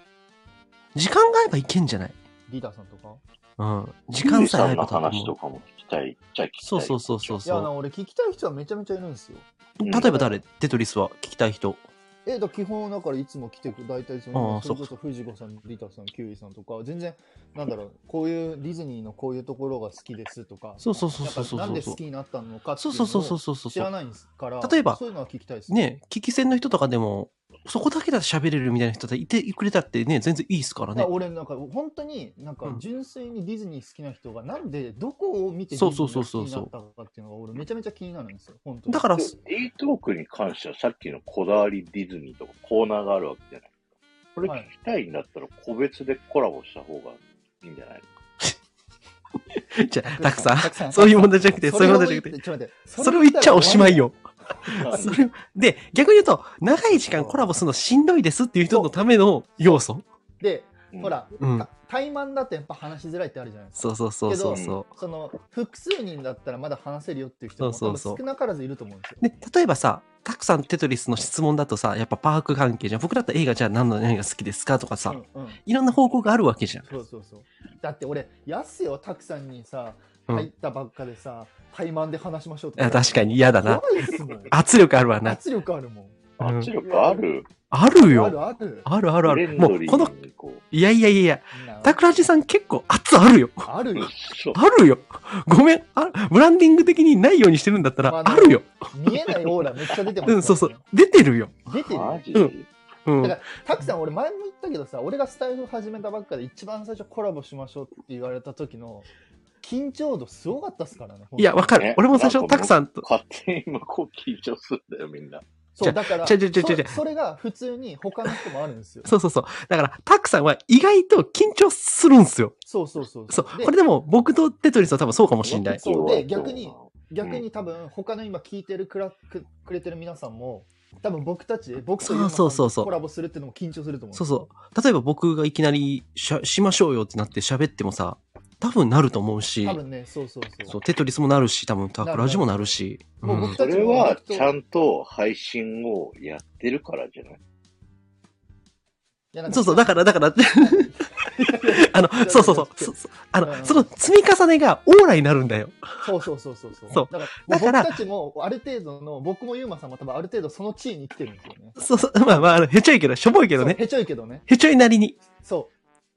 時間があればいけんじゃない
リーダーさんとか
うん。時間さえあ
ヒ
れ
ロ
ば
ミさんの
多
話と
分。
かも聞きたい。じゃあ聞きたい。
そうそうそうそう
いや、
そ
な
う。
俺聞きたい人はめちゃめちゃいるんですよ。
うん
例えば誰テトリスは聞きたい人。
え、だから基本だからいつも来てく、大体その
あ、ー
それこそ藤子さん、リタさん、キュウイさんとか、全然、なんだろう、こういう、ディズニーのこういうところが好きですとか、
そうそうそう
なん
そう
か
そう
なんで
そ
好
う
き。になったのかって
そ
いうう
そうそうそ
の
う
を
そうそう。
知らないんですから、
例えば
そういうのは聞きたいです。
ね、聞き戦の人とかでも、そこだけだと喋れるみたいな人っていてくれたってね、全然いいですか
だ
ら
か
ね
ら。俺なんか本当になんか
うん
純粋にディズニー好きな人がなんでどこを見てディ
そう
ズ
そ
ニ
う
ー
そ
が好きになっ
うそう
たのかっていうのが俺めちゃめちゃ気になるんですよ本当に
だから、
で D トークに関してはさっきのこだわりディズニーとかコーナーがあるわけじゃない。これ聞きたいんだったら個別でコラボした方がいいんじゃない
じゃあ、たくさ
たくさ
ん、
ん
そういう問題じゃなくて、そういう問題じゃなくて、
ちょっと待って
それを言っちゃおしまいよ。
ら
それで、逆に言うと、長い時間コラボするのしんどいですっていう人のための要素。
で
うん
ほら、
うん
た怠慢だとやっぱ話しづらいってあるじゃないですか
そうそうそうそうそ
その複数人だったらまだ話せるよっていう人も
そうそうそう
多分少なからずいると思うんですよ
う。で、例えばさ、たくさんテトリスの質問だとさ、やっぱパーク関係じゃん。僕だったら映画じゃあ何の何が好きですかとかさ、
うんうん
いろんな方向があるわけじゃん。
そうそうそうだって俺やっすよたくさんにさ
うん
入ったばっかでさ、怠慢で話しましょうと
あ確かに嫌だな。
怖いっすもん
圧力あるわな。
圧力あるもん
うん
圧力ある
ある
あ
よ。
るある
あるあるあ
フレ
る。
ン
も
ド
う、
リ
この
ーにこう。
いやいやいやいや、タクラジさん結構圧あるよ。
あるよ。
そう。
あるよ。ごめん。あブランディング的にないようにしてるんだったら、
まあね
あるよ。
見えないオーラめっちゃ出てます、
うん、そうそう。。出てるよ。
出てるよ
マ。ジ、
うんうん
だ。から、たくさん、俺前も言ったけどさ、俺がスタイフ始めたばっかで一番最初コラボしましょうって言われた時の緊張度すごかったっすからね。
いや、わかる
ね。
俺も最
な
初、
んか
たくさんと。
勝手に今こう緊張するんだよ、みんな。
そう、だから、
ちゃちゃちゃちゃちゃ
そそれが普通に他の人もあるん ですよ。
そうそうそう。だから、たくさんは意外と緊張するんすよ。
そうそうそう。
そう。
で
これでも、僕とテトリスは多分そうかもしんない。
そうで
今日は
逆に逆に多分他の今聞いてるくらくくれてる皆さんも多分僕たち僕とユーマさ
そうそうん
と
そうそう
コラボするっていうのも緊張すると思う
そうそう。例えば僕がいきなりしゃ、しましょうよってなって喋ってもさ、多分なると思うし
多、分ねそうそうそう
そう、テトリスもなるし、多分タクラジもなるし。
なる
うん
もう僕た
そ
ち
れはちゃんと配信をやってるからじゃない
いやなん
そうそう、だから、だから、 あの、そうそうそうそ、そあ
うんう
の、
ん
その積み重ねがオーラになるんだよ。
そうそうそうそうそう
そう
だから
だから
僕たちもある程度の僕もユーマさんも多分ある程度その地位に来てるんですよね
そうそう、まあまああの、へちょいけど、しょぼいけどね
そう。へちょいけどね
へちょいなりに、
そ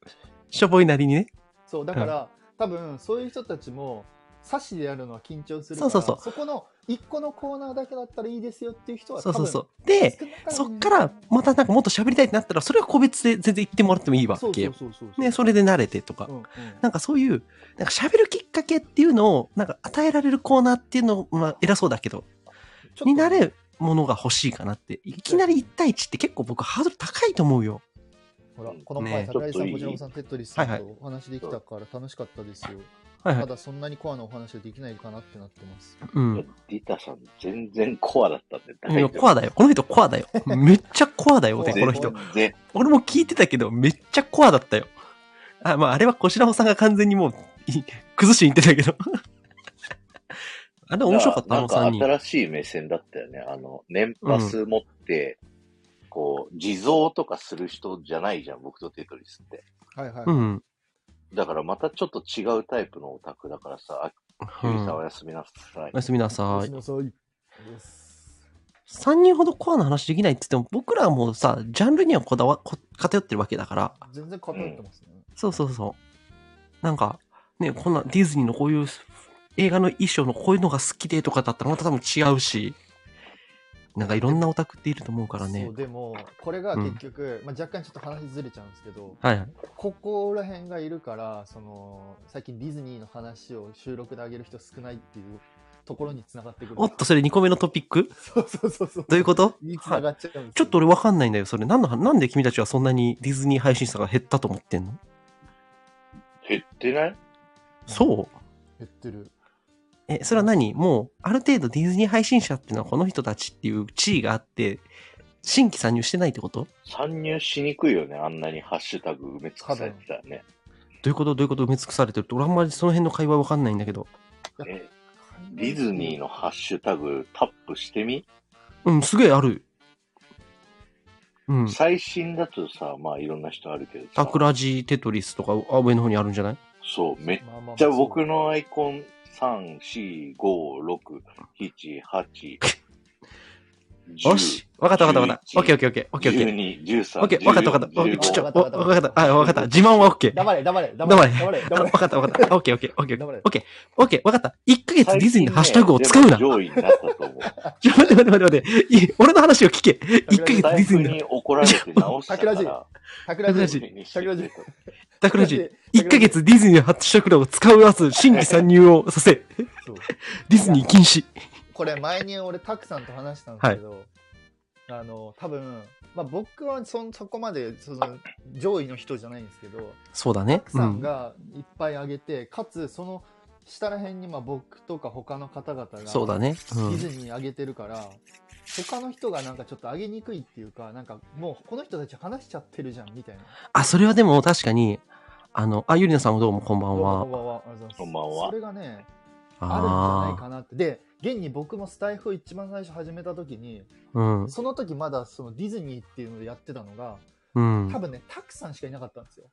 う
しょぼいなりにね。
そうだから、多分そういう人たちもサしでやるのは緊張するか
そ
ら
うそうそう
この一個のコーナーだけだったらいいですよっていう人は
そ
多
うそう
分
そう。で、
少ならずい
そ
る
っから、またなんかもっと喋りたいってなったら、それは個別で全然言ってもらってもいいわ
そう
け
そう
よ。
そうそう
ね、それで慣れてとか
う。んうん
なんかそういう、なんか喋るきっかけっていうのを、なんか与えられるコーナーっていうのを、まあ偉そうだけど、
ちょっと
になるものが欲しいかなって。いきなり1対1って結構僕ハードル高いと思うよ。
ほら、この前、
ね
桜井
ち
さ
ょっと
ん、
いい
小次郎さん、テトリスさん
はい
と
は
お話できたから楽しかったですよ。
はいは
た
い。
だ、そんなにコアなお話はできないかなってなってます。
うん。
ディタさん全然コアだったんで
いやコアだよ。この人コアだよ。めっちゃコアだよ、ね、この人。
全然
俺も聞いてたけど、めっちゃコアだったよ。あ、まあ、あれは小白さんが完全にもう、い崩しに行ってたけど。あれ面白かった、あ
なん
の
か
3人。
新しい目線だったよね。あの、年パス持って、こう、地蔵とかする人じゃないじゃん、僕とテトリスって。
はいはい。
うん。
だからまたちょっと違うタイプのオタクだからさ、あ
う
ゆりさん
ん
おやすみなさい。
おやすみなさ
私
い。
もそうです。
3人ほどコアな話できないって言っても、僕らはもうさ、ジャンルにはこだわ、こ偏ってるわけだから。
全然偏ってますね。
そうそうそう。なんか、ね、こんなディズニーのこういう映画の衣装のこういうのが好きでとかだったらまた多分違うし、なんかいろんなオタクっていると思うからね
そう、。でも、これが結局、まあ若干ちょっと話ずれちゃうんですけど、
はいはい。
ここら辺がいるから、その、最近ディズニーの話を収録で上げる人少ないっていうところに繋がってくる。
おっと、それ2個目のトピック
そうそうそうそう。
どういうこと
に繋がっちゃうんですよ
ちょっと俺わかんないんだよ、それ。なんの話なんで君たちはそんなにディズニー配信者が減ったと思ってんの
減ってない
そう
減ってる。
え、それは何もう、ある程度ディズニー配信者っていうのはこの人たちっていう地位があって、新規参入してないってことど
参入しにくいよね、あんなにハッシュタグ埋め尽くされてたらね。
ういうことどういうこと埋め尽くされてるって、俺あんまりその辺の会話わかんないんだけど。
多分
ねディズニーのハッシュタグタップしてみ、
うん、すげえある。うん。
最新だとさ、まあいろんな人あるけど
タ
さ、
クラジテトリスとか、あ上の方にあるんじゃない
そう、めっ
まあまあ
じゃあ僕のアイコン3、4、5、6、7、8、10
よし。わかったわかったわかっ
11
た。オッケーオッケーオッケー。オッケーオッケ
12、
ー。
13、
オッケー、わかったわかった。オッケ
14
ーちょちょ、
わ
わ
か
か
っわ
ったた。
かった
あわかった。自慢はオッケー。
黙れ、黙れ、
黙れ
黙れ、
あ
黙
わ
れ。
かったわかった。オッケーオッケーオッケー。
黙れ
オッケー。オッケー、わかった。1ヶ月ディズニーのハッシュタグを使うな。
最近ねでも上位になったと思う。
ちょ、待って待って待って待って。い俺の話を聞け。1ヶ 月デ
財
ィ
布
ズニーの
に怒られて直したから。
桜地桜
桜
地
地
桜地
タ クラジ。1ヶ月ディズニーのハッシュタグを使うやつ、新規参入をさせ。
そう
ディズニー禁止。
これ前に俺タクさんと話したんですけど、あの多分、まあ、僕はそんそこまでその上位の人じゃないんですけど
そうだ
タ
ね
ク。
う
さん
ん。
がいっぱい上げて、かつその下ら辺にまあ僕とか他の方々が
そうだね。う
ディ
ん。
ズニー上げてるから、他の人がなんかちょっと上げにくいっていうかなんかもうこの人たち話しちゃってるじゃんみたいな。
あ、それはでも確かに、あの、あ、ゆりなさんもどうもこんばん
こ
は
ん。ばんは。ありがとうございます
こんばんは
それがね、あるんじゃない
あ
かなって。で、現に僕もスタイフを一番最初始めた時に、
あ。うん。
その時まだそのディズニーっていうのでやってたのが、
うん
多。分ね、たくさんしかいなかったんですよ。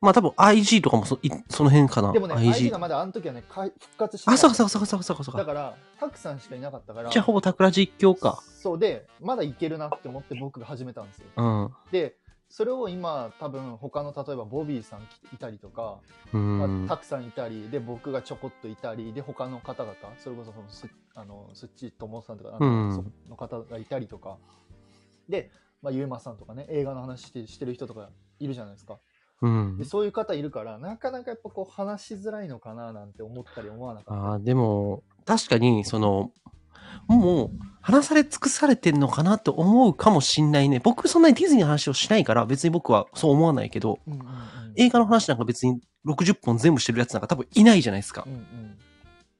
まあ多分 IG とかもそいその辺かな。
でもね、IG が
IG。
まだあの時はね、かい復活してな
あ、
か
そ
っ
う
た
かそうかそうかそうかそうかそう
だか
か。
ら、たくさんしかいなかったから、
じゃあほぼタクラ実況か。
そうで、まだいけるなって思って僕が始めたんですよ。
うん。
で、それを今多分他の例えばボビーさんいたりとか、
う
ま
ん
あ、たくさんいたりで僕がちょこっといたりで他の方々それこそそのすあのすっちともさんとかあの,、
うん
その方がいたりとかで、まあ、ゆうまさんとかね映画の話してしてる人とかいるじゃないですか
うん
でそういう方いるからなかなかやっぱこう話しづらいのかななんて思ったり思わなかっ
あーでも確かにそのもう話され尽くされてんのかなと思うかもしんないね僕そんなにディズニーの話をしないから別に僕はそう思わないけど
た、うんうんうん
映画の話なんか別に60本全部してるやつなんか多分いないじゃないですか
うんうん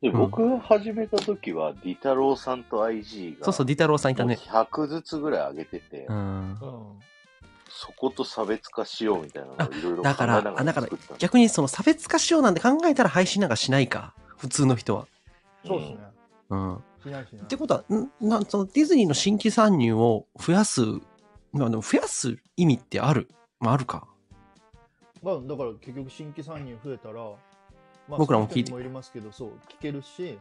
で、
うん
僕が始めた時は、ディタロウさんと IG が、
そうそうディタロウさんいたね
もう100ずつぐらい上げてて、
うん
うん
そこと差別化しようみたいなのをいろいろ考
だ
え
か
な
ら
が
あ
ら
だから
作ったんです
逆にその差別化しようなんて考えたら配信なんかしないか普通の人は
そうですね、
うん
しないしない
ってことは、んなんそのディズニーの新規参入を増やす、まあ、でも増やす意味ってある、まあ、あるか。
まあ、だから結局新規参入増えたら、まあ、
僕らも聞いて
その人にもいりますけどそう聞けるし、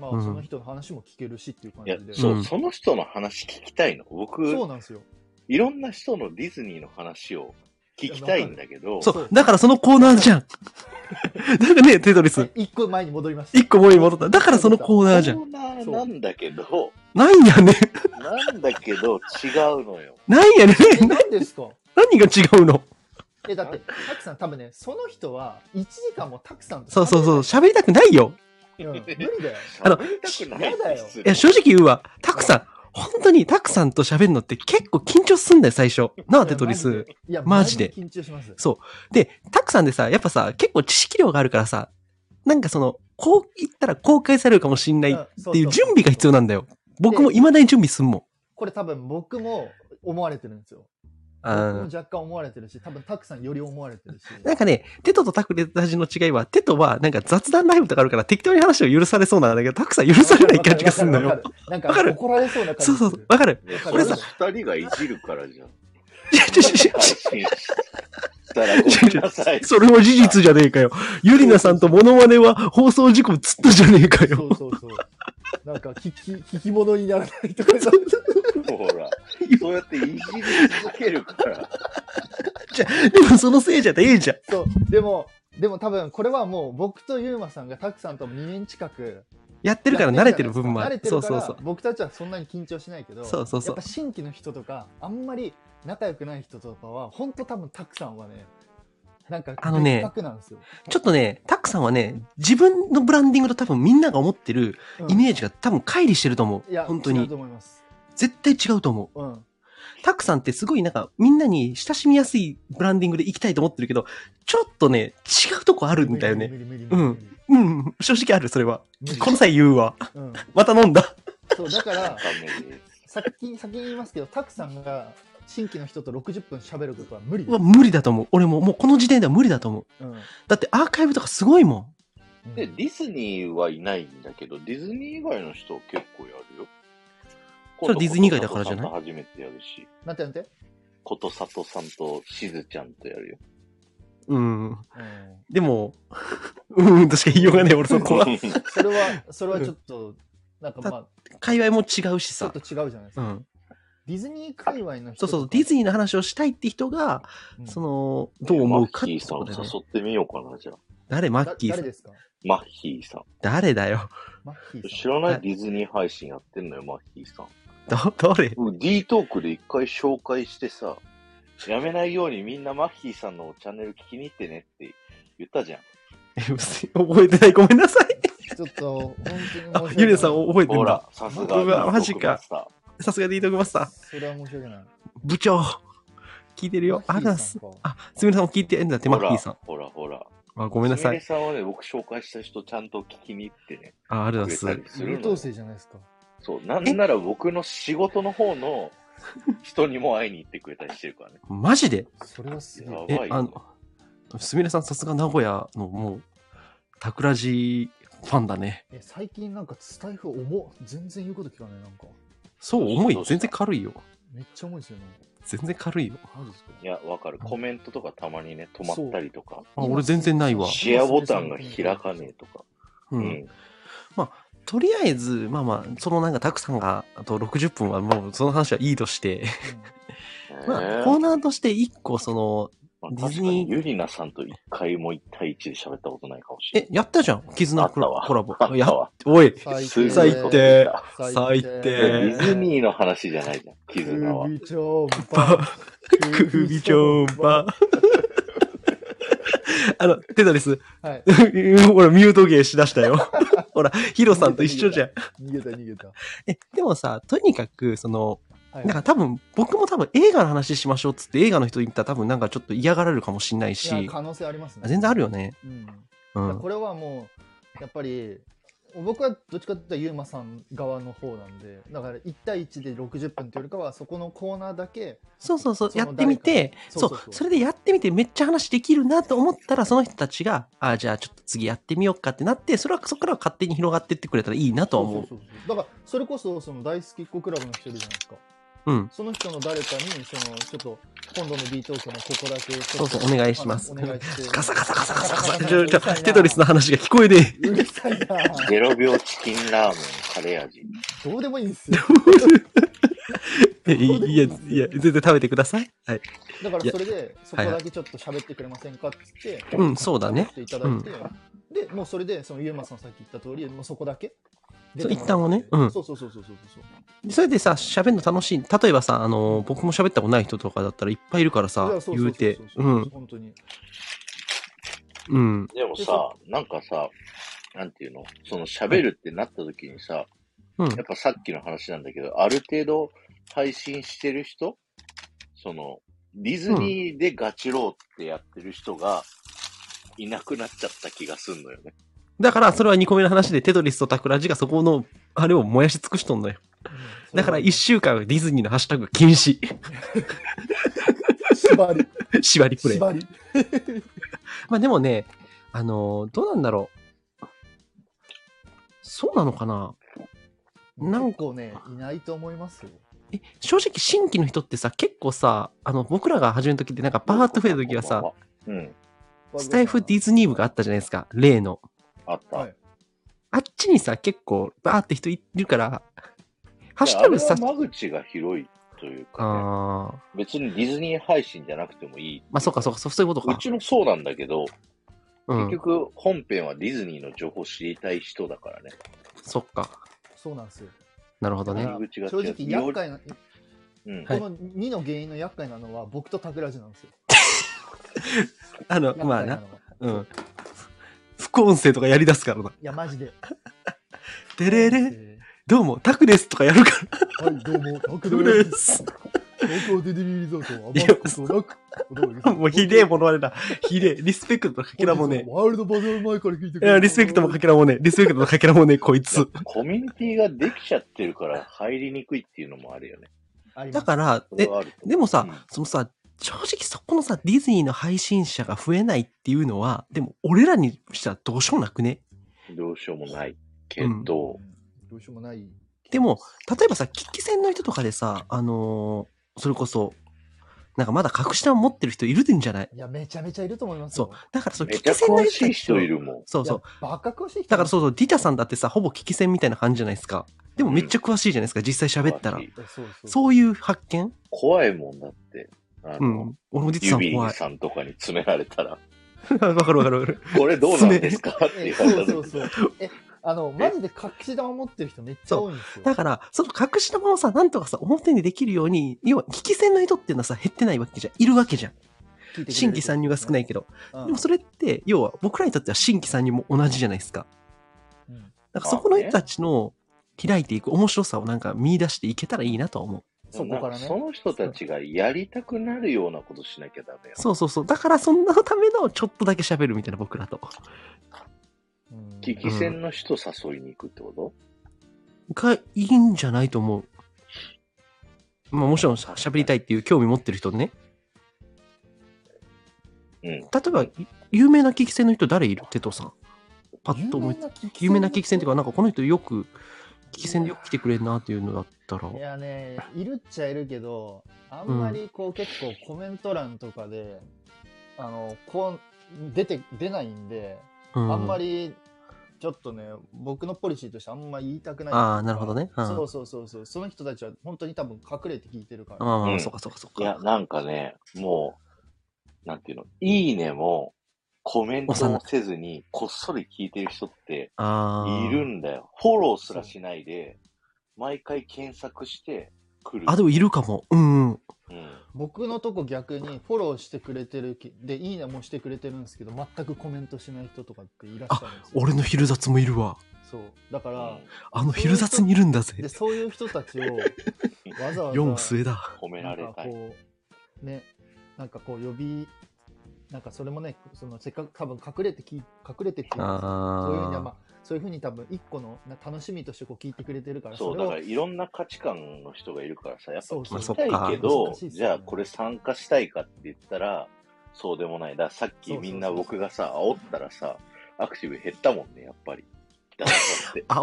まあ、
うん
その人の話も聞けるしっていう感
いや
じで、
そう、
うん
その人の話聞きたいの。僕、
そうなんですよ
いろんな人のディズニーの話を聞きたいんだけど、
そ
そう
う、だからそのコーナーじゃん。 だからね、テトリス。
一個前に戻りました
一個前に戻った。だからそのコーナーじゃん。
コーナーなんだけど、
ないんやね。
なんだけど違うのよ。
ないやね。
え何ですか
何が違うの
えだってたくさん多分ねその人は1時間もたくさんと
そうそうそう。喋りたくない
う
よ。
ん無理だよ
あの
喋りたくな
やだ
い
よ
失
いや、
礼
正直言うわ。たくさん、本当にたくさんと喋るのって結構緊張すんだよ、最初。なあ、テトリス。
いや
マジで
緊張します
そうで、たくさんでさ、やっぱさ、結構知識量があるからさ、なんかその、こう言ったら公開されるかもしんないっていう準備が必要なんだよ。僕も未だに準備すんもん。
これ多分僕も思われてるんですよ僕も
あー
若干思われてるし多分たくさんより思われて るし
なんかね、テトとタクレタジの違いは、テトはなんか雑談ライブとかあるから適当に話を許されそうなんだけど、タクさん許されない感じがすんの
わか
よ。
るわかる
わか
なん
る
か怒られそうな感じ
そうそ
す
うそ
る
う、わかる。
ね
こ
これ
れ
さ
さ、
二人がいじるからじゃん。
いやいやいやいや
配信したらごめんなさい。
それも事実じゃねえかよ。ユリナさんとモノマネは放送事故ずっとじゃねえか
そ
よ。
うそうそう。なんか聞き、聞き物にならないとかさ。
ほら、そうやっていじり続けるから。
でもそのせいじゃねえじゃん。
そう。でも、でも多分これはもう僕とユーマさんがたくさんとも2年近くや
やっ
って
てるから慣れてる部分もあ
じゃない
る
で。す
そ
か
う
慣れてる
そう
か
そ
ら
う。
僕たちはそんなに緊張しないけど、
そうそうそう
やっぱ新規の人とか、あんまり仲良くない人とかは、ほんと多分たくさんはね、なんか
あのね
別格なんですよ。
ちょっとね、タックさんはね、自分のブランディングと多分みんなが思ってるイメージが多分乖離してると思。
いうや、
本当
違うと
に。
思います。
絶対違うと思う。
うん。
タックさんってすごいなんかみんなに親しみやすいブランディングで行きたいと思ってるけど、ちょっとね、違うとこあるんだよね。
無理無理無
う
理無理無
ん。うん、正直ある、それは。
理無理。
この際言うわ。
うん。
また飲んだ。
そう、だから、
ダメです。
先 先に言いますけど、タクさんが新規の人と60分喋ることは無理
う
で
わ
す。
無理だと思う。俺ももうこの時点では無理だと思
う
う。
ん
だってアーカイブとかすごいもん。
で、ディズニーはいないんだけど、ディズニー以外の人結構やるよ。
それはディズニー以外だからじゃない
今度琴里さんと初めてやるし、
なんてなんて、
ことさとさんとしずちゃんとやるよ。
うん。
うん、
でも、 うんとしか言いようがねえ、俺そ こは。
それは、それはちょっと、なんかまあ、
界隈も違うし
ちょっ
さ
と。違うじゃないですか。
うん。
ディズニー界隈の人
そうそう、ディズ
ニ
ニーの話をしたいって人が、
ー
その、どう思う
マッ
かって
ヒーさ
と
んを
こだよね。
誘ってみようかな、じゃあ。
誰、マ
だ
ッキーさ
誰
ん
で。すか
マッヒーさん。
誰だよ。
マッキー
知
さん。
らな
はい
ディズニー配信やってんのよ、マッヒーさん。
ど、誰
うん D トークで一回紹介してさ、やめないようにみんなマッヒーさんのチャンネル聞きに行ってねって言ったじゃん。
え 覚えてない。ごめんなさい。
ちょっと、本当に申し
あ
訳、ない。
ゆりなさん覚えて
ほ
ん
ら
だ。、
さすが
うわマジ
D トークマスター。
さすがディートグマスター。
それは申し訳ない。
部長。聞いてるよ。
マ
あ
ッキー
ら
さ
す
ん。か
あ、すみれさんも聞いてるんだって、マ
ほ
ッキーさ
ら
ん。、
ほら、ほら。
あごめんなさ
すみれ
い。
さんはね、僕紹介した人ちゃんと聞きに行ってね、
あ、ありが
く
とう
れたり
ございます
優
る
等
の。
生じゃないですか。
そう、なんなら僕の仕事の方の人にも会いに行ってくれたりしてるからね。
す。マジで
それはすげえ。
やば
え
い、
あ
よ。
の、すみれさんさすが名古屋のもう、タクラジファンだね。
え最近なんかスタイフ重っ全然言うこと聞かない。なんか、
そう、重い。全然軽いよ。
めっちゃ重いですよね。
全然軽いよ。
マジですか
いや、わかる。コメントとかたまにね、止まったりとか、
あ俺全然ないわ
シェアボタンが開かねえとか。
う。
うんん。
とりあえず、まあまあ、そのなんか、たくさんが、あと60分はもう、その話はいいとして、
え。
ま
ね
あ、
え
コーナーとして一個、その、
まあ
ディ
確
ズ
か
ニー
にユリナさんと一回も一対一で喋ったことないかもしれ
え
ない、。
やったじゃん。絆コラ
あったわ
コラボ
あっ。た
やっ
わ
おい、
すごい
最
こと
低
言った
最
最
デ
低
ィズニーの話じゃないじゃん、絆は。
首ちょん
ば
ぱ。
首ちょんば。 あの、テトリス、
はい。
ほら、ミュート芸しだしたよ。 ほら、ヒロさんと一緒じゃん。
逃げた逃げた。
え、でもさ、とにかく、その、
は
ないんか多分、僕も多分映画の話しましょうっつって映画の人に言ったら多分なんかちょっと嫌がられるかもしんないし、
いや可能性ありますね。
あ全然ある
よ。
よね。
うん。だ
う
から
ん。
これはもう、やっぱり、僕はどっちかって言ったらユーマさん側の方なんで、だから1対1で60分というよりかは、そこのコーナーだけ、
そうそうそう、
その
やってみ
誰
て、
か
そ
そうそう
う
そ、う
それでやってみてめっちゃ話できるなと思ったら、その人たちが、ああ、じゃあちょっと次やってみようかってなって、それはそこから勝手に広がってってくれたらいいなとは思
そ
う。
うそうそうそうだから、それこそ、その大好きっ子クラブの人いるじゃないですか。
うん。
その人の誰かに、その、ちょっと、今度の B トークのここだけ、
そうそう、お願いします
あのお願いして。
ガサガサガサガサガサ。
ガ
ち
う
ょ、ちょ、
るさいな
テトリスの話が聞こえね
うるさいな
0秒チキンラーメンカレー味。
どうでもいいんですよ。
え。いや、いや、いや全然食べてください。はい。
だからそれで、そこ
はい
だ
は
けちょっと喋ってくれませんかっつって、
うん、そうだ
喋
ね
っ。ていただいて、で、もうそれで、そのゆうまさんさっき言った通り、もうそこだけ。
そう一旦はねうん
そうそうそうそうそうそう。
それでさ、喋るの楽しい。例えばさ、あのー、僕も喋ったことない人とかだったらいっぱいいるから
い
さ
や、そうそう
言うて
そう。そうそ
ん、
本当 に。
うん、
でもさ、なんかさ、なんていうのその喋るってなった時にさ、
うん
やっ。ぱさっきの話なんだけど、ある程度配信してる人その、ディズニーでガチローってやってる人が、いなくなっちゃった気がすんのよね。
だから、それは2個目の話で、テトリスとタクラジがそこの、あれを燃やし尽くしとんのよ。だから、1
一
週間はディズニーのハッシュタグ禁止。
縛り。
縛りプレイ。
縛り。
まあでもね、あのーどうなんだろう。そうなのかななん
結構ね、いないと思いますよ。
え、正直新規の人ってさ、結構さ、あの、僕らが始める時ってなんかバーッと増えた時はさ、、
うん、
スタイフディズニー部があったじゃないですか、例の。
あった。
はい
あっちにさ、結構、バーって人いるから、ハッシュタグ
あ
さ
れ、は間口が広いという
あ
か、ね、
ー
別にディズニー配信じゃなくてもいい。
まあそうかそうか、そうそういうこと
う
か。
ちもそうなんだけど、
う
結
ん、
局本編はディズニーの情報を知りたい人だからね。
そっか。
そうなんですよ。
なるほどね
入。り口が違う
正直、厄介な、
うん。
はい
この2の原因の厄介なのは僕とタクラジなんですよ。
あの、
厄
まあ
介な
な。
のは。
うん。副音声とかやり出すからな。
いや、マジで。
てれれ、どうも、タクですとかやるから。
はい、どうも、タ
タ
ク
ク
で。
ですす。
東京ディズニーリゾートを余すことなく。
もうひでえ
ん。
ものあれだ。ひでえ。リスペクトのかけらもね。
ワールドバザール前から聞いて
いや、リスペクトもかけらもね。リスペクトのかけらもね、こいつ。
コミュニティができちゃってるから入りにくいっていうのもあるよね。
け
だから、
それ
え、
はあると思う
でもさ
うん、
そのさ、正直そこのさ、ディズニーの配信者が増えないっていうのは、でも俺らにしたらどうしようもなくね。
どうしようもないけど、
どうしようもない。
でも、例えばさ、喫気戦の人とかでさ、あのーそれこそ、なんかまだ隠し玉持ってる人いるんじゃない
いや、めちゃめちゃいると思います
そう
よ。。
だから、そう、
め
危
ちゃ
機戦の
詳
人
したい
ちと
人いるもん。
そうそう
い。や。バカ詳しい人
だからそうそう、ディタさんだってさ、ほぼ危機戦みたいな感じじゃないですか。でもめっちゃ詳しいじゃないですか、実際喋ったら
詳し。い
いやそうそう。
そういう発見
怖いもんだって。あ
う
の、
ん。俺もディタ
ユ
さん
ビー
怖い。
さんとかに詰められたら、
わかるわかるわかる。
これどうなんですかって
え
言
そ
わ
う
れた
そう
時
そう。え、あの、マジで隠し玉持ってる人めっちゃ多いんですよ。
だから、その隠し玉をさ、なんとかさ、表にできるように、要は、危機戦の人っていうのはさ、減ってないわけじゃん。いるわけじゃん。
聞いてくれる
新規参入が少ないけど。
うん
でもそれって、要は、僕らにとっては新規参入も同じじゃないですか。
うん
なんかそこの人たちの開いていく面白さをなんか見出していけたらいいなとは思う。
そこからね。
その人たちがやりたくなるようなことしなきゃダメよ。
そうそうそう。だからそんなのためのちょっとだけ喋るみたいな僕らと。
うん
危機戦の人誘いに行くってこと、
がいいんじゃないと思う。まあもちろんさ、喋りたいっていう興味持ってる人ね。
うん
例えば、い有名な聞き戦の人誰いるテトさん。パッと思いつ有名な聞き戦っていうか、なんかこの人よく、聞き戦でよく来てくれるなっていうのだったら。
いやね、いるっちゃいるけど、あんまりこう結構コメント欄とかで、あの、こう、出て、出ないんで、
う
あんまりちょっとね、僕のポリシーとしてあんま言いたくない。
ああなるほどねうん
そうそうそうそう。その人たちは本当に多分隠れて聞いてるから。
まあまあま
う
あ、
ん
そうかそうかそう
いや、
か。
なんかね、もう、なんていうの、いいねも、コメントもせずに、こっそり聞いてる人って
ああ。
いるんだよ。フォローすらしないで、毎回検索してくる。
あ、でもいるかも。うんう
う
ん。
ん。
僕のとこ逆にフォローしてくれてるき、で、いいねもしてくれてるんですけど、全くコメントしない人とかっていらっしゃるんですよ。
俺の昼雑もいるわ。
そう。だか
う
ら
ん、
あの昼雑にいるんだぜ
で、。そういう人た ちを、わざわざ、
世も末だ。
褒めら
なん
れ
か
たい。
こう、ね、なんかこう呼び、なんかそれもね、そのせっかく多分隠れてき、隠れてっていうか
ああ。
そういうふうに、まあ、そういうふうに多分一個のな楽しみとしてこう聞いてくれてるから、
そう、
れ
だ
を
からいろんな価値観の人がいるからさ、やっぱ
そうそう
聞きたいけ
ま
ど
あそっか難しいっ、すよ
じ
ね
ゃあこれ参加したいかって言ったら、そうでもない。だからさっ
そう
き
そうそう
みんな僕がさ、煽ったらさ、アクティブ減ったもんね、やっぱり。だからだ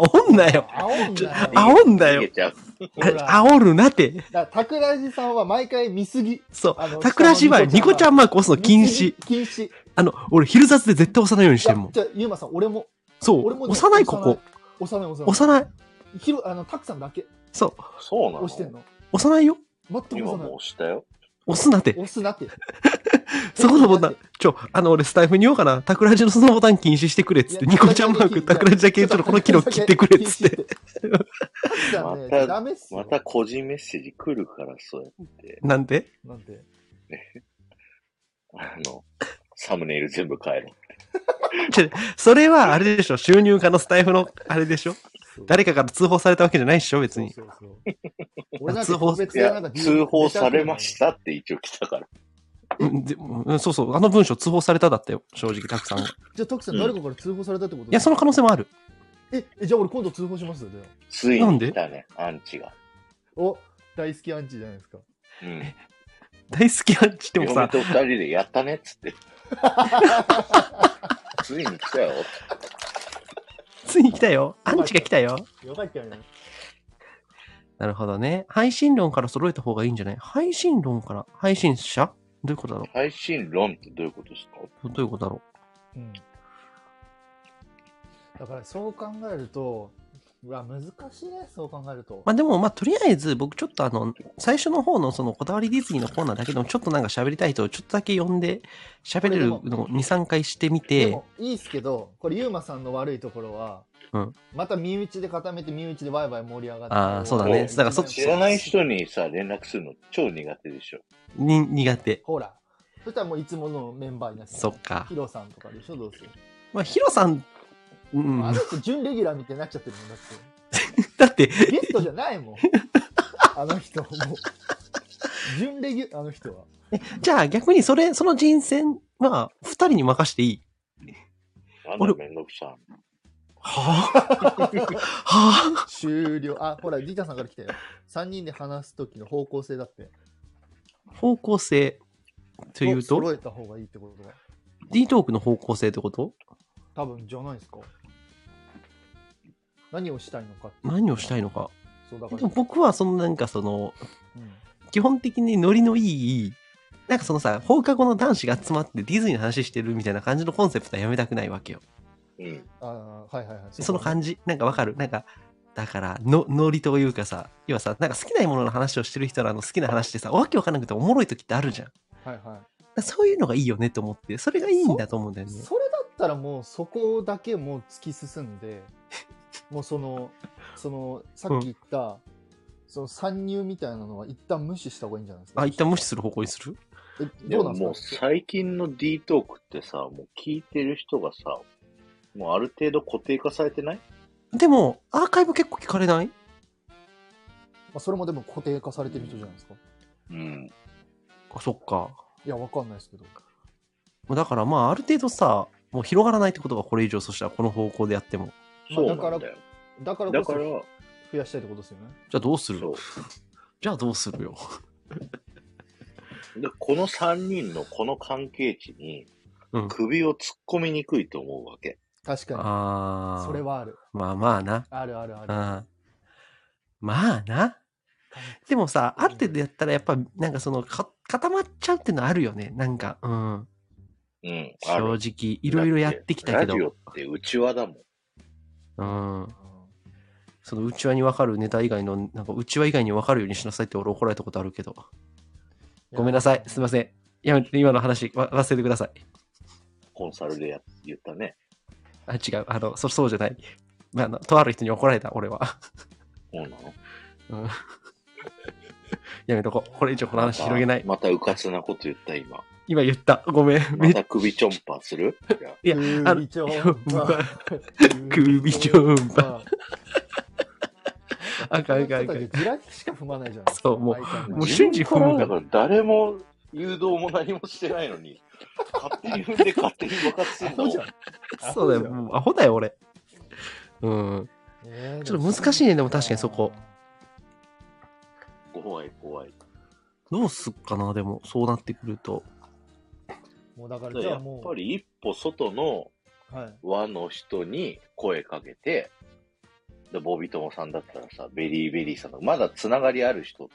って。
煽んなよ。
煽ん
ちょ
なよ。
あ 煽んだよ
逃げちゃう
ほら
煽るなって。
だから、桜井さんは毎回見すぎ。
そう
あの。
桜島はニコちゃんマーク押すの禁
見すぎ
止。
禁止。
あの、俺昼雑で絶対押さないようにして
じゃ
るもん。
じゃあゆうまさん、俺も、
そ
俺も
う。
ね
押さないここ。。
押さない、押さない。
押さない。
い。ひろ、あの、たくさんだけ
そう。
そうなの
押してんの。
押さないよ。
全く
今
押さ
も
な
う
い。
押したよ。
押すなって。
押すなって。
そこのボタ
だっ
ン
て。、
ちょ、あの、俺スタイフに言おうかな。桜島のそのボタン禁止してくれっつって、
いや
ニコちゃんマーク、桜島だけちょっとこのキロ切ってくれっ つって。。
たくさん
ま
ね、
た
ダメっすよ。
また個人メッセージ来るから、そうやって。
なんで
なんで。
あの、サムネイル全部変えろ。
それはあれでしょ収入家のスタイフのあれでしょ誰かから通報されたわけじゃないでしょ別に。
そうそうそう。俺なん
通
か
報
個別
い
でなん
や
か、
通報されましたって一応来たから。
うんでうんそうそう。あの文章通報されただったよ。正直、たくさんが。い
じゃあ、徳さん、誰かから通報されたってことい
や、その可能性もある。
え、えじゃあ俺今度通報しますよ。じゃあ
つい
な
に
んで
来たね、アンチが。
お、大好きアンチじゃないですか。
うん。
大好きアンチでも
嫁
さ、
と二人でやったねっつって。ついに来たよ。
ついに来たよ。アンチが来たよ。
よかったよね。
なるほどね。配信論から揃えた方がいいんじゃない配信論から配信者どういうことだろ
配信論ってどういうことですか
うどういうことだろ
うん。だから、そう考えると、うわ、難しいね、そう考えると
うま。あでも、まあとりあえず僕ちょっとあの、最初の方のそのこだわりディズニーのコーナーだけでもちょっとなんか喋りたい人をちょっとだけ呼んで喋れるのを2、3回してみ
で
て、
も、いいっすけど、これ、ゆうまさんの悪いところは、
うん
また身内で固めて、身内でワイワイ盛り上がって。
あーそうだ
ね
終
だ
わ
から
る
そ
知らない人にさ、連絡するの超苦手でしょ。
に、苦手。
ほら。そしたらもういつものメンバーになって
そっか
ヒロさんとかでしょ、どうせ。
まあ、ヒロさん、うん
あ、の人、準レギュラーみたいになっちゃってるもんだっ
だって、
て。ゲストじゃないもん。あの人、もう。準レギュ、あの人は。
じゃあ逆にそれ、その人選は二人に任していい
なんだめんどくさ。
はぁ、 は
終了。あ、ほら、リータさんから来たよ。3人で話す時の方向性だって。
ぁ方向性という
を揃
と、
えた方がいいってことだ。
D トークの方向性ってこと
多分、じゃないですか。何をしたいのかって。
何をしたいのか。
そうだか
で
ら。
も僕はそのなんかその、
うん
基本的にノリのいい、なんかそのさ、放課後の男子が集まってディズニーの話してるみたいな感じのコンセプトはやめたくないわけよ。
うん。
あーはいはいはい。
その
じ。
感じ、なんかわかるなんか、だからの、ノリというかさ、要はさ、なんか好きなものの話をしてる人のあの好きな話ってさ、わけわからなくておもろい時ってあるじゃん。だか
はいは
らそういうのがいいよねと思って、それがいいんだと思うんだ
い。
よね。
それだったらもうそこだけもう突き進ん で、もうその、その、さっき言った、その参入みたいなのは一旦無視した方がいいんじゃないですか。
あ、一旦無視する方向にする
え
で
どうな
も
ん
もう
ですか
最近の D トークってさ、もう聞いてる人がさ、もうある程度固定化されてない
でも、アーカイブ結構聞かれない
まあ、それもでも固定化されてる人じゃないですか。
うん。
あ、そっか。
いや、わかんないですけど。
もうだからまあ、ある程度さ、もう広がらないってことがこれ以上、そしたらこの方向でやっても。
そうなん
まあだか
だ
ら
よ。
だから
だ
こそ
から、
増やしたいってことですよね。
じゃあどうする
そう。
じゃあどうするよ。
で、この3人のこの関係値に
うん。
首を突っ込みにくいと思うわけ。
確か
あ
に。
ー。
それ。はある。
まあまあな。
あるあるあ
う
る。
ん。まあな。でもさ、ある程度やったら、やっぱ、なんかそのか、固まっちゃうっていうのはあるよね。なんか、うん。
うん。ある
正直、いろいろやってきたけど
ラジ。オって内輪だもん。
うん。その、うちわにわかるネタ以外の、なんか、うちわ以外にわかるようにしなさいって俺怒られたことあるけど。ごめんなさい。すいません。やめて、今の話、わ忘れてください。
コンサルでや言ったね。
あ、違う。あの、そ、そうじゃない。まああの、とある人に怒られた、俺は。
そうなの
うん。やめとこう。これ以上この話広げない。
またまたうかつなこと言った、今。
今言った。ごめん。
ま
めっちゃ
た首ちょんぱするじゃあ
いやあの
首ちょ んぱ。
首ちょんぱ。あかんあかんあかん
地雷しか踏まないじゃん。
そうもう
相変わ
も
ら
う
ず
瞬時踏
だ
むから
から誰も誘導も何もしてないのに、勝手に踏んで勝手に爆発す
ア
る
ホ
の
じ。ゃん。
そうだよ。もうアホだよ、俺。うん。
えー
ちょっと難しいねでも確かにそこ。
怖い怖い。
どうすっかな、でも、そうなってくると。
もうだから、じゃ
や
あ
っ
も
ぱり一歩外の
う、はい。
輪の人に声かけて、でボビトモさんだったらさ、ベリーベリーさんの、まだつながりある人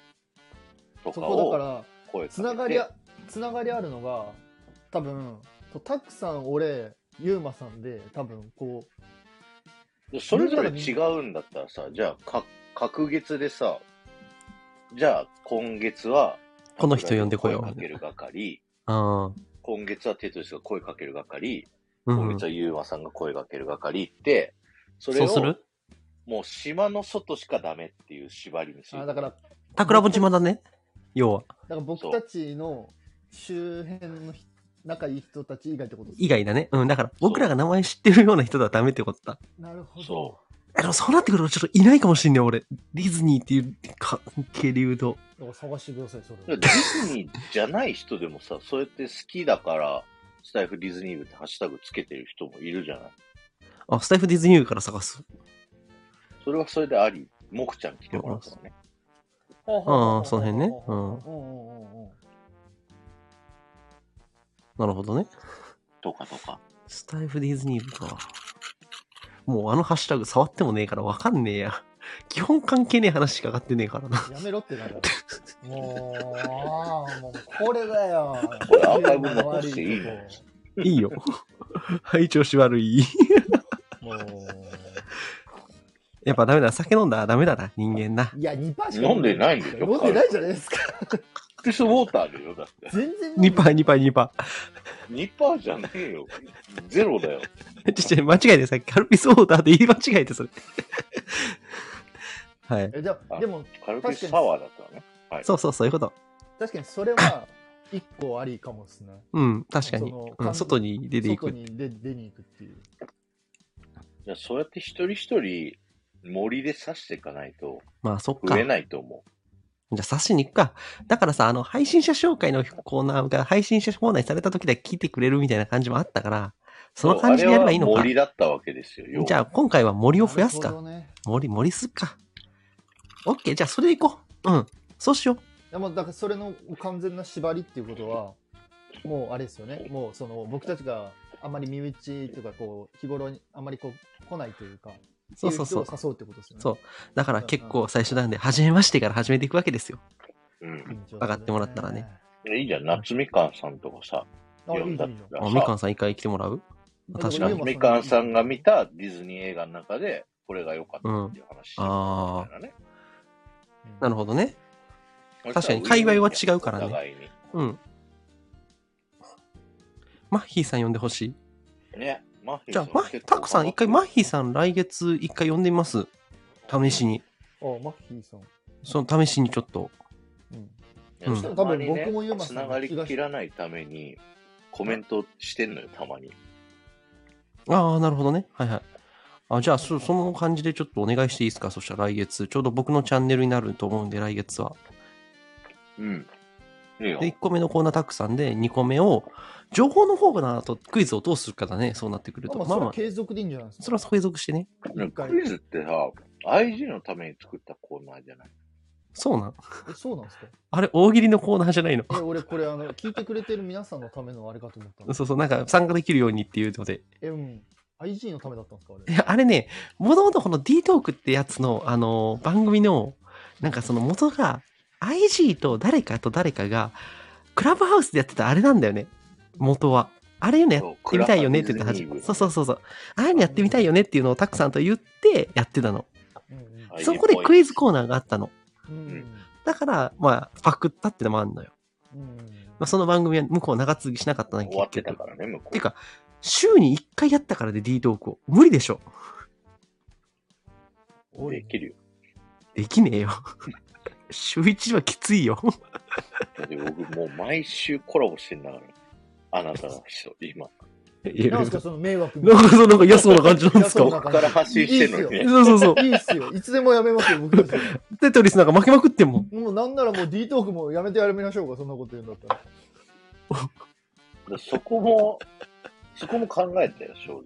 と
そ
か
こだ
を
から、
声
つ
か
なが
け
り
て
あ、つながりあるのが、多分、タックさん、俺、ユーマさんで、多分、こう、
で、それぞれ違うんだったらさ、じゃあ、か隔月でさ、じゃあ今月は、
この人呼んでこよう
声かける係、
ああ。
今月はテトリスが声かける係、
う
こ
ん
いつ。はユーマさんが声かける係って、それ
そうす
を
る
もう島の外しかダメっていう縛りにする。
あだから、だか
桜本島だね。要は。
ら僕たちの周辺の人仲いい人たち以外ってことです
以外だね。うん。だから、僕らが名前知ってるような人だはダメってことだ。
なるほど。
そ
あの、そうなってくると、ちょっといないかもしんね俺。ディズニーっていう関係で言うと。
だから探してください、それ
デ
を。
ィズニーじゃない人でもさ、そうやって好きだから、スタイフディズニー部ってハッシュタグつけてる人もいるじゃない。
あ、スタイフディズニー部から探す。
それはそれであり、モクちゃん来てもらうからね。
ああその辺ねうん
うんうんうんうん。
なるほどね。
とかとか。
スタイフディズニー部か。もうあのハッシュタグ触ってもねえからわかんねえや。基本関係ねえ話しか上がってねえか らな。
やめろってなる。もう、ああ、もうこれだよ。
これアーカイブ残していいの
いいよ。 はい、調子悪い。
も
やっぱダメだ。酒飲んだらダメだな。人間な。
う、いや、2%しか
飲んでないんでしょ
飲んでないじゃないですか。
クリスウォーターだよ、だって。
全然
2パー、2パー、2パ
2%じゃねえよ。ゼロだよ。
ー。ちょ、ちょ、間違えてさっきカルピスウォーターで言い間違えてそれ。 はい。
えじゃあでも、
カルピスサワーだったらね。
そうそう、そういうこと。
確かにそれは1個ありかもですね。
うん、確かに。
その
うん、外に出てい
外
く。
に出出に行くっていう。
じゃあそうやって一人一人森で刺していかないと
まあ、そっか。
増え
じゃ
ないと思う。
あ、刺しに行くか。だからさ、あの、配信者紹介のコーナーが配信者コーナーにされた時だけ聞いてくれるみたいな感じもあったから、その感じでやればいいの
そうあれは森だっ
か。
たわけですよ。要は
じゃあ、今回は森を増やす
なる
か。
ほどね。
森、森すっか。オッケー、じゃあ、それでいこう。うん。そうしよう。
でもだからそれの完全な縛りっていうことは、もうあれですよね。もうその僕たちがあまり身内というかこう日頃にあまりこう来ないというか、
そうそうそう
い人を誘うってことですよね。
そう。だから結構最初なんで、初めましてから始めていくわけですよ。
うん。
緊張するね。
上がってもらったらね
いいじゃん。夏みかんさんとかさ、
あ。いい
呼ん
じゃ
だ
んいい
った
じゃん
あ、
ら
みかん
さ、
さん一回来てもらう確か
夏
に。
みかんさんが見たディズニー映画の中で、これが良かったっていう話してるみたいなね。
なるほどね。
うん
確かに界隈は違うからね
お互いに。
うん。マッヒーさん呼んでほしい。
ね。マッヒー
じ
さ
ゃ
ん
あ、マッヒー、タクさん一回、マッヒーさん来月一回呼んでみます。試しに。
あ、マッキーさん。
その試しにちょっと。
うん。
いや
うん
たまにね
多分僕もユーマさ
つ
ん
な
の
が
気がし
り切らないために、コメントしてんのよ、たまに。
ああ、なるほどね。はいはい。あじゃあそ、その感じでちょっとお願いしていいですかそしたら来月。ちょうど僕のチャンネルになると思うんで、来月は。
うん。いいよ
で、。1個目のコーナータックさんで、2個目を、情報の方がなとクイズをどうするかだね。そうなってくる
あ
と。
まあ、
ま
そ
あ
れ
ま
は
あ、
継続でいいんじゃないですか。
それは継続してね。
ね
回
クイズってさ、IG のために作ったコーナーじゃない。
そうなん。
えそうなんですか
あれ、大喜利のコーナーじゃないの。
え、俺これあの、聞いてくれてる皆さんのためのあれかと思ったの。
そうそう、なんか参加できるようにっていうので。
え、うん。IG のためだったんですかあ
い
れ。
や、あれね、もともとこの D トークってやつの、あのー番組の、なんかその元が、IG と誰かと誰かが、クラブハウスでやってたあれなんだよね。元は。あれいうのやってみたいよねって言っ
そ
て
う
始
クラファンディズニー部
めそうそうそうそう。ああいうのやってみたいよねっていうのをたくさんと言ってやってたの。
うん
はい
そこでクイズコーナーがあったの。
うん
だから、まあ、パクったってのもあんのよ。
うん
まあ、その番組は向こう長続きしなかったな、
終わって
結
た
局
からね、向こう。
てか週に1回やったからで D トークを。無理でしょ。
俺
できるよ。
できねえよ。 週1はきついよ。
だって僕もう毎週コラボしてんだから。あなたの人、今。
い
な
やなんん
す
か
か、その迷惑みたいな。
そうなんか嫌そうな感じなんです
そうな
か
僕
ん
から発信してんのに
い
ね。
そうそうそう。
いいっすよ。いつでもやめますよ、僕たちは
テトリスなんか負けまくってんもん。
もうなんならもう D トークもやめてやめましょうか、そんなこと言うんだったら。
だからそこ も、そこも考えたよ、正直。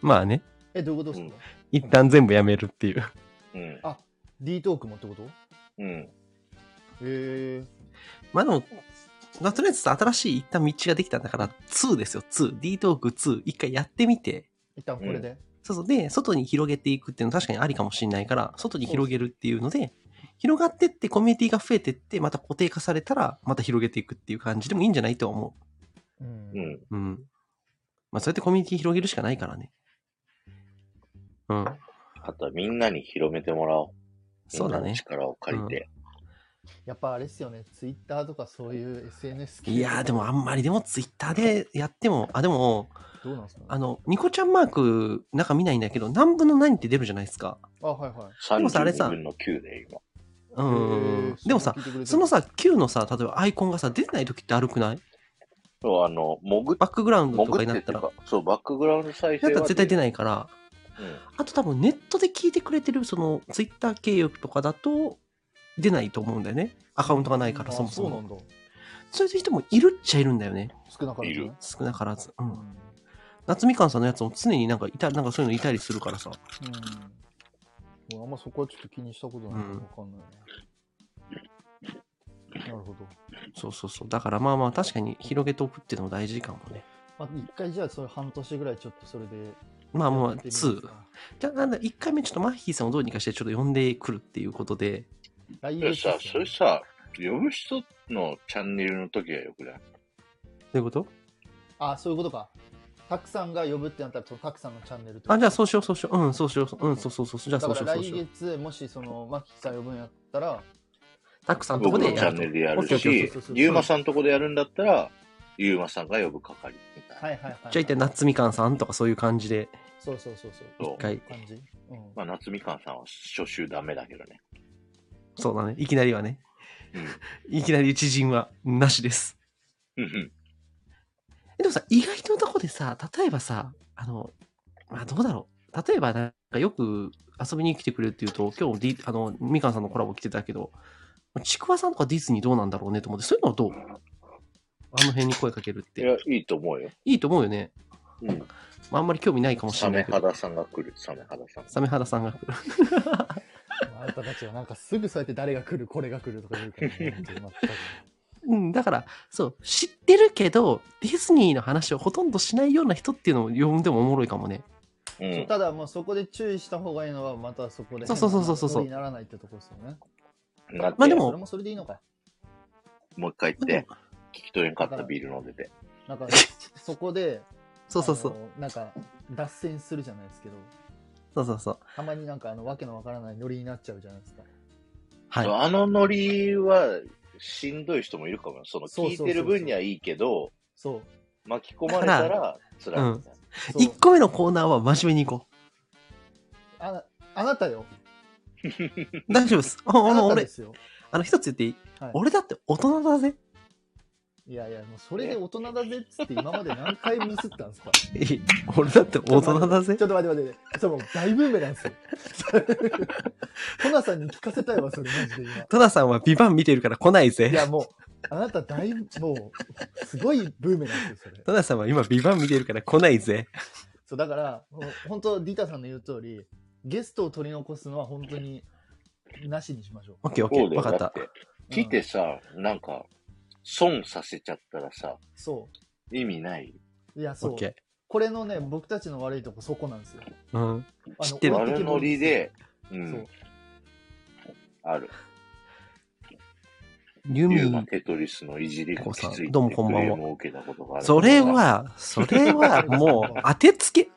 まあね。
え、どういうことですか、
一旦全部やめるっていう。
うん。
あ、D トークもってこと
うん。
へえ。
まあでも、まあ、とりあえず新しい一旦道ができたんだから、2ですよ、2。D トーク2。一回やってみて。
一旦これで。
そうそう。で、外に広げていくっていうのは確かにありかもしれないから、外に広げるっていうので、広がってってコミュニティが増えてって、また固定化されたら、また広げていくっていう感じでもいいんじゃないとは思
う。
うんん。
う。うん。まあそうやってコミュニティ広げるしかないからね。うん。
あとはみんなに広めてもらおう。
そうだ
みんなの
ね。
力を借りて。
やっぱあれっすよね、ツイッターとかそういう SNS 系
いやーでもあんまりでもツイッターでやっても、あ、でも、
どうなんすか
あの、ニコちゃんマーク中見ないんだけど、何分の何って出るじゃないですか。
あ、はいはい。
でもさあれさ
32分の9で今。
うんうんうん。
へー
でもさ、、その、さ、Q のさ、例えばアイコンがさ、出てない時って悪くない
そう、あの、潜っ
バックグラウンドと
潜
か
っ
にな
て
ってたら
か。、そう、バックグラウンド再生
だったら絶対出
い。
ないから、
うん
あと多分ネットで聞いてくれてる、そのツイッター経由とかだと出ないと思うんだよね。アカウントがないから、
あ
そもそ
そう
も。
なんだ。
そういう人もいるっちゃいるんだよね。
少なからずね
いる
少なからず。う
うん
ん。夏みかんさんのやつも常になんかいた、なんかそういうのいたりするからさ。
うんもうあんまそこはちょっと気にしたことないからわかんないな。なるほど。
そうそうそう。だからまあまあ確かに広げておくっていうのも大事かもね。
まあ、一回じゃあ、それ半年ぐらいちょっとそれで。
まあまあ、
やってみます
2
か。。
じゃあ、なんだ、1回目ちょっとマッヒーさんをどうにかしてちょっと呼んでくるっていうことで。
来
それ
月
さ、それ
です
さ、呼ぶ人のチャンネルの時はよくない
どういうこと
あ、そういうことか。たくさんが呼ぶってなったら、そのたくさんのチャンネルとか
あ、じゃあそうしようそうしよう。うん、そうしよう。うん、そうそうそう。じゃあ
だ
そう
か
しよ
ら
うそう
来
しよう。
月、もしその、マキさん呼ぶんやったら、
たくさんとこ
僕の
で
チ
やる
ャ
と
ンネルでや
オ
る
ッケーオッケーオッ
し
ケー、
ゆうまさんとこでやるんだったら、ゆうまさんが呼ぶ係みたいな。
はいはいはい。
じゃあ一体夏みかんさんとかそういう感じで
そうそうそうそう。
そう
一回
感じ。うん。
まあ、夏みかんさんは初週ダメだけどね。
そうだねいきなりはねいきなり知人はなしです
うん。うん
えでもさ意外とのとこでさ例えばさあのまあどうだろう例えばなんかよく遊びに来てくれるっていうと今日、D、あのみかんさんのコラボ来てたけどちくわさんとかディズニーどうなんだろうねと思ってそういうのはどうあの辺に声かけるっ
い
て
や、いいと思うよ。
いいと思うよね、
うん。
まあ、あんまり興味ないかもし
サ
れな
メ
いけど
肌さんが来る、サメ肌さん。
サメ肌さんが来る
あなたたちはなんかすぐそうやって誰が来る、これが来るとか言うから ね。本当に
うん、だから、そう、知ってるけど、ディズニーの話をほとんどしないような人っていうのを呼んでもおもろいかもね。
う。
全くそうんただ、もうそこで注意した方がいいのは、またそこで。
そうそうそうそう
変なこ
そう
とにならないってとこですよね。
なって、
まあでも
それもそれでいいのか。
もう一回行って、聞き取れんかったビール飲んでて。
なんか、そこで、
そうそうそう。
あの。なんか、脱線するじゃないですけど、
そうそうそう。
たまになんか、あの、わけのわからないノリになっちゃうじゃないですか。
はい。
そうあのノリは、しんどい人もいるかもよ。その、
そう
聞
そう
い
そうそ
て
う
る分にはいいけど、
そう。
巻き込まれたら辛いみたいな。
そう
1個目のコーナーは真面目に行こ
ああなたよ。
う。大丈夫です。ああ
あ
の、
なたで
俺、
すよ。
あの、一つ言っていい、
はい
俺だって大人だぜ。
いやいや、もうそれで大人だぜっつって今まで何回ミスったんですか
いい俺だって 大人だぜ
ち。ょっと待って待って待って。それもう大ブーメランですよ。トナさんに聞かせたいわ、それマジで今。
トナさんはビバン見てるから来ない
い
ぜ。
やもう、あなた大、もう、すごいブーメランですよ、それ。
トナさんは今ビバン見てるから来ないぜ。
そう、だから、もう本当ディタさんの言う通り、ゲストを取り残すのは本当に、なしにしましょう。
オッケーオッケ
そう
ー。
だ
わ
よ。
か
だ
った
っ。て、来てさ、なんか、損させちゃったらさ、
そ
意味ない。
う。いや、
オ
そ
ッ
う。
ケ
これのね、僕たちの悪いとこ、そこなんですよ。
ー。うん。
あ
知ってる
あのノリで、う。
そうん
ある。
ユ
ユ
ミ
ーマテトリスのいじりがきついって
どうもこんば
ク
んは
レームを受けたことがある。
それ、は、それはもう当てつけ。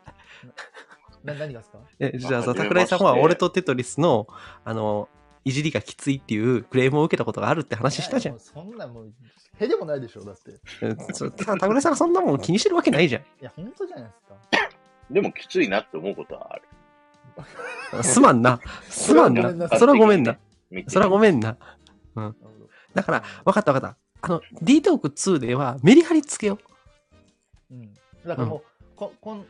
な何がですか
えじゃあ
まあ
さ、桜井さんは
初めまして
俺とテトリスの、あの、いじりがきついっていうクレームを受けたことがあるって話したじゃん
い。やもうそんなもう、へでもないでしょ、だって。い
うんそた桜井さんがそんなもん気にしてるわけないじゃ
や、本当じゃないですか。
でもきついなって思うことはある。
ん。すまんな。すまん
ごめんな
な。
さい
それはごめんな。
見て
それはごめんな。
なるほど
だから、わかったわかった。あの、D トーク2ではメリハリつけよ
うん、だからもう、ここん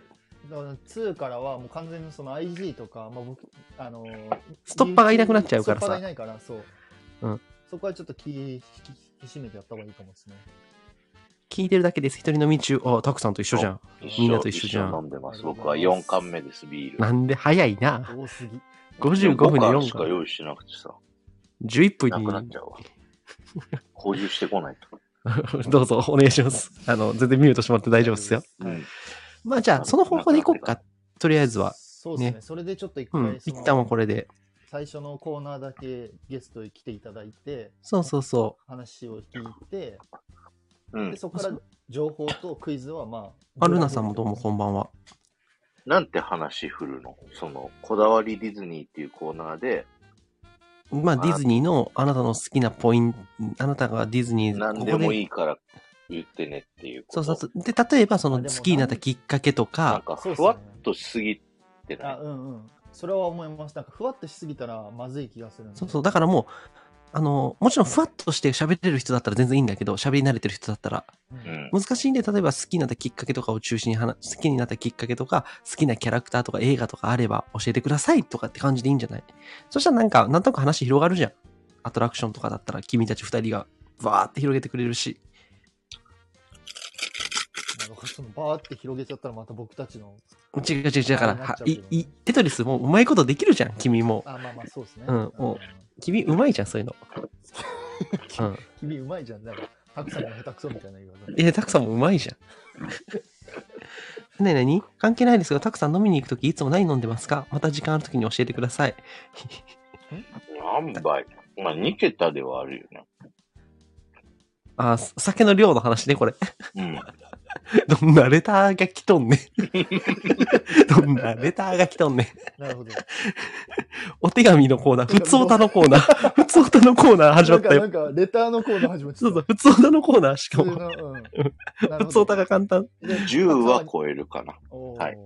だから2からはもう完全にその IG とか、まあ、僕あのー
う。ストッパーがいなくなっちゃうから
ストッパーがい
さ。
ないからそう、
うん
そこはちょっと気引き引き締めてやった方がいいかもですね
聞いてるだけです。一人飲み中。あ、たくさんと一緒じゃん。
一緒
みんなと一緒じゃん
飲んでます。僕は4缶目です、ビール。
なんで早いな。
多すぎ
55分で
五缶し
4
か
が。
用意してなくてさ、
11分
なくなっ
に
ちゃうわ。補充してこないと。
どうぞお願いします。あの、全然ミュートしてもらって大丈夫ですよ。
う
はい
ん。
まあじゃあ、その方向でいこうか。とりあえずは。
そうですね
ね
それでちょっと一
う
回、
ん。
その
一旦はこれで。
最初のコーナーだけゲストに来ていただいて
そうそうそ
話を聞いて
うん
で。そこから情報とクイズはま
う。
あ
あ、ルナさんもどうもこんばんは。
なんて話振るのその、こだわりディズニーっていうコーナーで、
まあ、ディズニーのあなたの好きなポイント、あなたがディズニー、
何でも
い。
いいから言ってねっていうこ
そ
と。
うそうそう。で、例えばそ
あ
の
で
好
も
きになったきっかけと
なん
か、
か、
そうっす
ふ
ね
わっとしすぎてない
あうんうんそれは思いますなんかふわっとしすぎたらまずい気がするんで
そうそう。だからもう、あの、もちろんふわっとして喋れる人だったら全然いいんだけど、喋り慣れてる人だったら。
うん
うん。
難しいんで、例えば好きになったきっかけとかを中心に話、好きになったきっかけとか、好きなキャラクターとか映画とかあれば教えてくださいとかって感じでいいんじゃないそしたらなんか、なんとなく話広がるじゃん。アトラクションとかだったら君たち二人がバーって広げてくれるし。
なんかそのバーって広げちゃったらまた僕たちの
違う違う違う。だから、
あなっ
は
ちゃうけ
い
どね、
い、テトリスもうまいことできるじゃん、君も。
あまあまあそうですね。
うんお君うまいじゃん、そういうの。うん。
君うまいじゃん。なんかたくさんが下手くそみたいな言い方。
いや、たくさんもうまいじゃん。ねえ何関係ないですが、たくさん飲みに行くときいつも何飲んでますかまた時間あるときに教えてください。
何杯まあ、2桁ではあるよ
あ、酒の量の話ね、これ。
ね。
どんなレターが来とん ねん。どんなレターが来とんねん。
なるほど。
お手紙のコーナー、普通歌のコーナー、普通歌のコーナー始まった
な
よ。
んかなんかレターのコーナー始まっち
そ
ゃ
う
っ
そう
た。、
普通歌のコーナー、しか
普通
も。
のうん。なるほ
普通
ど
歌が簡単。
うん。10は超えるかな。
おー
はい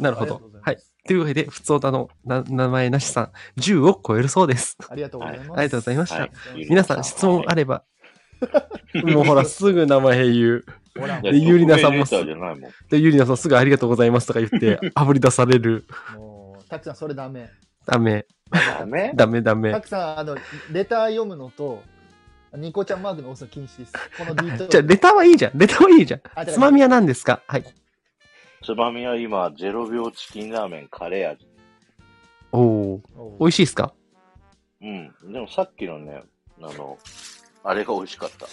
なる
あり
ほど
がとうございます
というわけで、普通歌のな名前なしさん、10を超えるそうです。
ありがとうございます。
はいありがとうございました
はい
皆さん、質問あれば。もうほら、すぐ名前言う。
ほら
いや
でゆりなさんも
匿名レターじゃないもん。
で、ゆりなさん、すぐありがとうございますとか 言って、あぶり出される。
もうたくさんそれダメ。
ダメ、
ダメ
ダメ、ダメ
た。くさんあのレター読むのとニコちゃんマークの押すの禁止です。この D
じゃあ、レターはいいじゃん。レターはいいじゃん。
あ
つまみ
や
は何ですかはい。
つばみは今、0秒チキンラーメンカレー味。
おお美味しいですか
うん。でもさっきのね、あの、あれが美味しかった。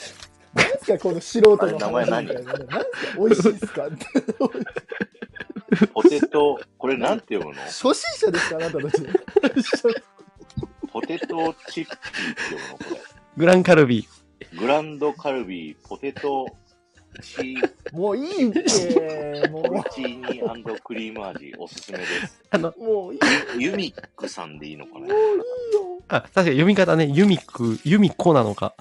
何ですかこの素人の
あれ名前何
話みたいな何ですか美味しいですかって
ポテト、これなんて読むの
初心者ですかあなたたち。
ポテトチップって読むのこ
グランカルビー。
れ。グランドカルビー、ポテトチ
もういいって、
ポル
も
チーニクリーム味、おすすめです。
あの、
う、もういい、
ユミックさんでいいのかな
もういいよ。
あ、確かに読み方ね、ユミク、ユミコなのか。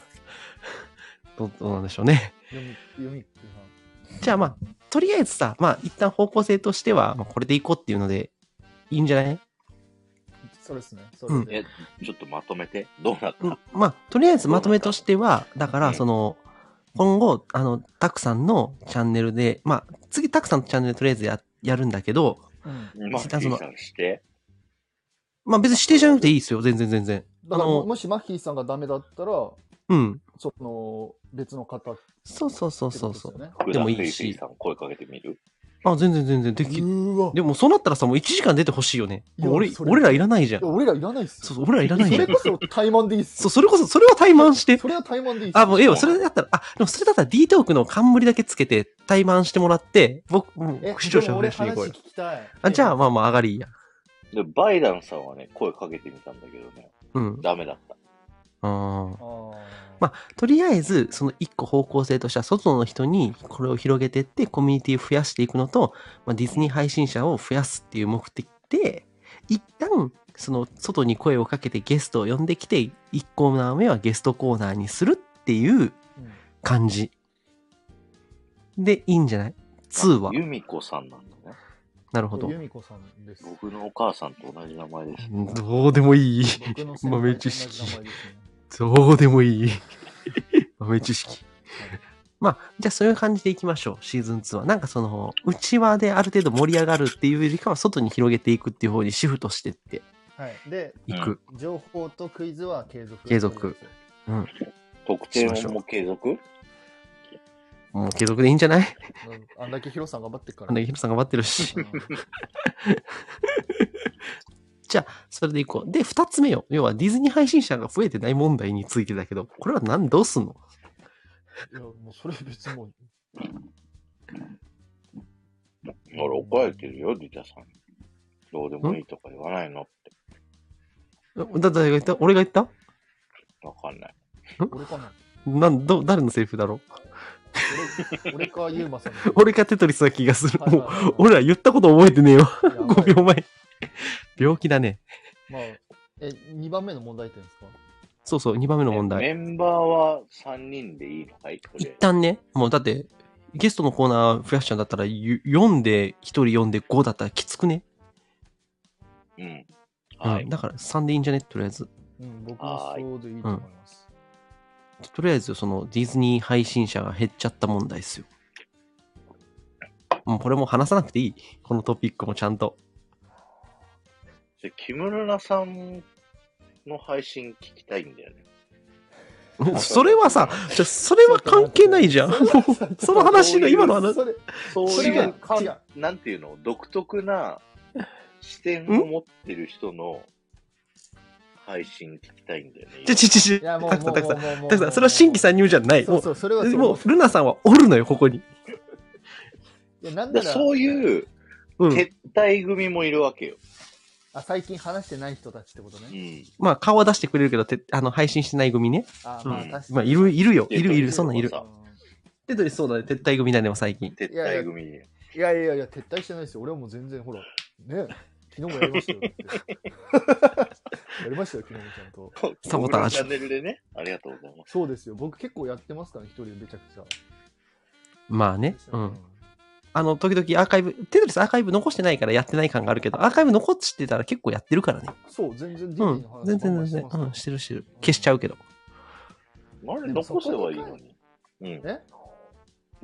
どうどうなんでしょうね。
読み、読みっていうのは
じゃあまあ、とりあえずさ、まあ一旦方向性としては、まあ、これでいこうっていうので、いいんじゃない、
それですね、それで。
え、ちょっとまとめて。どうなった、
うん、まあ、とりあえずまとめとしては、だか
う
ら、
ん
その、今後、あの、たくさんのチャンネルで、まあ、次、たくさんのチャンネルでとりあえずややるんだけど、
うん
マッキーさんして。
まあ別に指定じゃなくていいですよ、全然全然。
だから
あの
もしマッヒーさんがダメだったら、
うん。
その別の方って
そうそうそう
こと
そう
です
そ
よ
う。
ね。
福
で
田
も
フ
い
イフ
いし
イさん声かけてみる
あ、全然全然でき
うわ。
でもそうなったらさ、もう1時間出てほしいよね。
いや
俺、
それ
俺らいらないじゃん
いや。俺らいらないっすよ
そうそう、俺らいらないじ
そ
ゃ
れ
ん。
こそ怠慢でいいっす
そう、
よ。
それこそ、それは怠慢して。
それは怠慢でいいっすよ。
あ、もうええわ、それだったら、あ、でもそれだったら D トークの冠だけつけて、怠慢してもらって、僕、も
え
う、視聴
で
者
も
増
俺
やしてい
話
こう
聞
よ。
きたい。
あじゃあ、まあまあ、上がりいいや。
で、バイダンさんはね、声かけてみたんだけどね、
うん。
ダメだった。
あー
あー。
まあ、とりあえず、その一個方向性としては、外の人にこれを広げていって、コミュニティを増やしていくのと、まあ、ディズニー配信者を増やすっていう目的で、一旦、その外に声をかけてゲストを呼んできて、一コーナー目はゲストコーナーにするっていう
うん
感じ。で、いいんじゃない ?2 は
あ。由美子さんなんだね。
なるほど
由。美子さんです。
僕のお母さんと同じ名前です。
どうでもいい。
僕の先輩と同
豆
じ
知識
名前。ですね
どうでもいい。豆知識。まあ、じゃあそういう感じでいきましょう、シーズン2は。なんかその、内輪である程度盛り上がるっていうよりかは、外に広げていくっていう方にシフトしてって
はい。で、
いく。
情報とクイズは継続。
継続。
特定音も継続
もう継続でいいんじゃない
うんあんだけヒロさん頑張ってっか
あ
ら。
んだけヒロさん頑張ってるし。それでいこう。で、二つ目よ。要はディズニー配信者が増えてない問題についてだけど、これは何、どうすんの
うんいや、もうそれ別にもう。
俺怒られてるよ、リタさん。どうでもいいとか言わないのって。
だ、誰が言った俺が言った
わかんない。
俺かな
なん、ど、誰のセリフだろう
俺俺かユーマさんの。
俺かテトリスな気がする。もう、
う
俺ら言ったこと覚えてねえよ。5
5
秒前。病気だね。
まあ、え、2番目の問題点ですか
そうそう、2番目の問題。
メンバーは3人でいいのかいとり
一
あえ
旦ね、もうだって、ゲストのコーナー増やしちゃうんだったら、ゆ4で、1人4で5だったらきつくね。
ず。うん。は
う
い
ん。だから3でいいんじゃねとりあえず。
うん、僕もそうでいいと思います。
とりあえず、そのディズニー配信者が減っちゃった問題ですよ。もうこれも話さなくていい。このトピックもちゃんと。
で木村さんの配信聞きたいんだよね。
それはさ、じゃそれは関係ないじゃん。もうその話が今の話。
それ
そう
そ
い
れ
う
は
か
違う。
なんていうの、独特な視点を持ってる人の配信聞きたいんだよね。
ちょちょちょ
い
ち
や、
ょ、
もう、
たくさ
もう
んたくさん。
もうもう
たくさん、それは新規参入じゃない。
そ
も
うそう、それは
う、
そう
もう、ルナさんはおるのよ、ここに。
いやなん
だか
な
ら
ら、
そういう
うん。
撤退組もいるわけよ。
あ、最近話してない人たちってこと
う
ね。
ん。
まあ、顔は出してくれるけど、てあの、配信してない組ね。
あ、
うん
まあ、確かに。
まあ、いる、いるよ。
いる
いる、いる、
いる
そんなんいる
そ。う
テトリスそうだね、撤退組だね、もう最近。
撤退組。
いやいやいや、撤退してないですよ。俺はもう全然、ほら、ね、昨日もやりました よ。だってやりましたよ、昨日もちゃんと。
サボター
僕の
ジ
チャンネルでね、ありがとうございます。
そうですよ。僕結構やってますから、一人でめちゃくちゃ。
まあね。うん。あの、時々アーカイブ、テトリスアーカイブ残してないからやってない感があるけど、アーカイブ残してたら結構やってるからね。
そう、全然ディズ
う
ニー
ん
の。話
全然全
して
然
ま。す
うん、してるしてる。消しちゃうけど。
あれ、残せばいいのに。うん。
え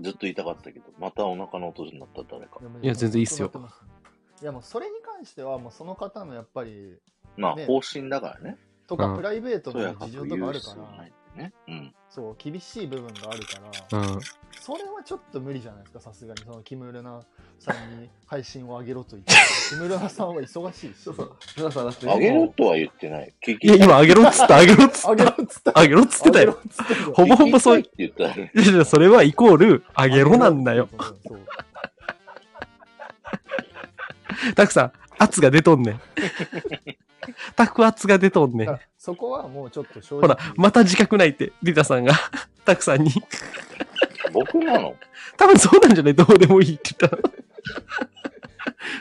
ずっと言いたかったけど、またお腹の音になった誰か。
いや全然いいっすよ。
もうずとなってますいや、もうそれに関しては、もうその方のやっぱり、
まあ、
ね
方針だからね。
と
う
か
ん
プライベート
とや
の
か
事
く
情と
言
かあ
う
る
必
か
要な
ら
いん、だよね。うん。
そう、厳しい部分があるから、
うん。
それはちょっと無理じゃないですか、さすがに。その、木村さんに配信を上げろと言って、木村さんは忙しい し。
ルナさんだって
あげろとは言ってない。聞
い
き
や、
たい
今あげろっつった、あげろっつ
上
っ
げろ
た。
っつった。
あげろっつってたよ。
上げろっつってた
ほぼほぼそう
聞きたいって言ったらね
いやいや、それはイコール、あげろなんだよ。。
そう
たくさん、圧が出と んねん。たく圧が出とん
だ
ね
か
ん
ら。そこはもうちょっと正
ほ
直。
ら、また自覚ないって、リタさんが、たくさんに。
僕なの
多分そうなんじゃないどうでもいいって言ったら。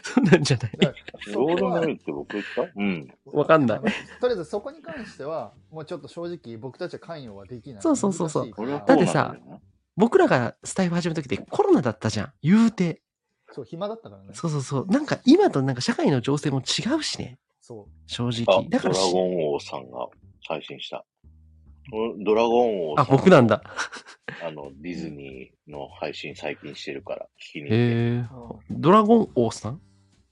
そうなんじゃない
どうでもいいって僕言ったうん。
わかんない
あの。とりあえずそこに関しては、もうちょっと正直僕たちは関与はできない。
そうそうそうそう
難しいか
こ
ら
れは
だってさ
そうなんだよな、
僕らがスタイフ始めた時ってコロナだったじゃん。言うて。
そう、暇だったからね。
そうそうそう。なんか今となんか社会の情勢も違うしね。
そ
正
あ
直。、だか
ドラ
らし
ゴン王さんが配信した。おドラゴン王さ
あ、
ん、
僕なんだ。
あの、ディズニーの配信最近してるから、聞きに行って、
え
う。うん
ー。ドラゴン王さん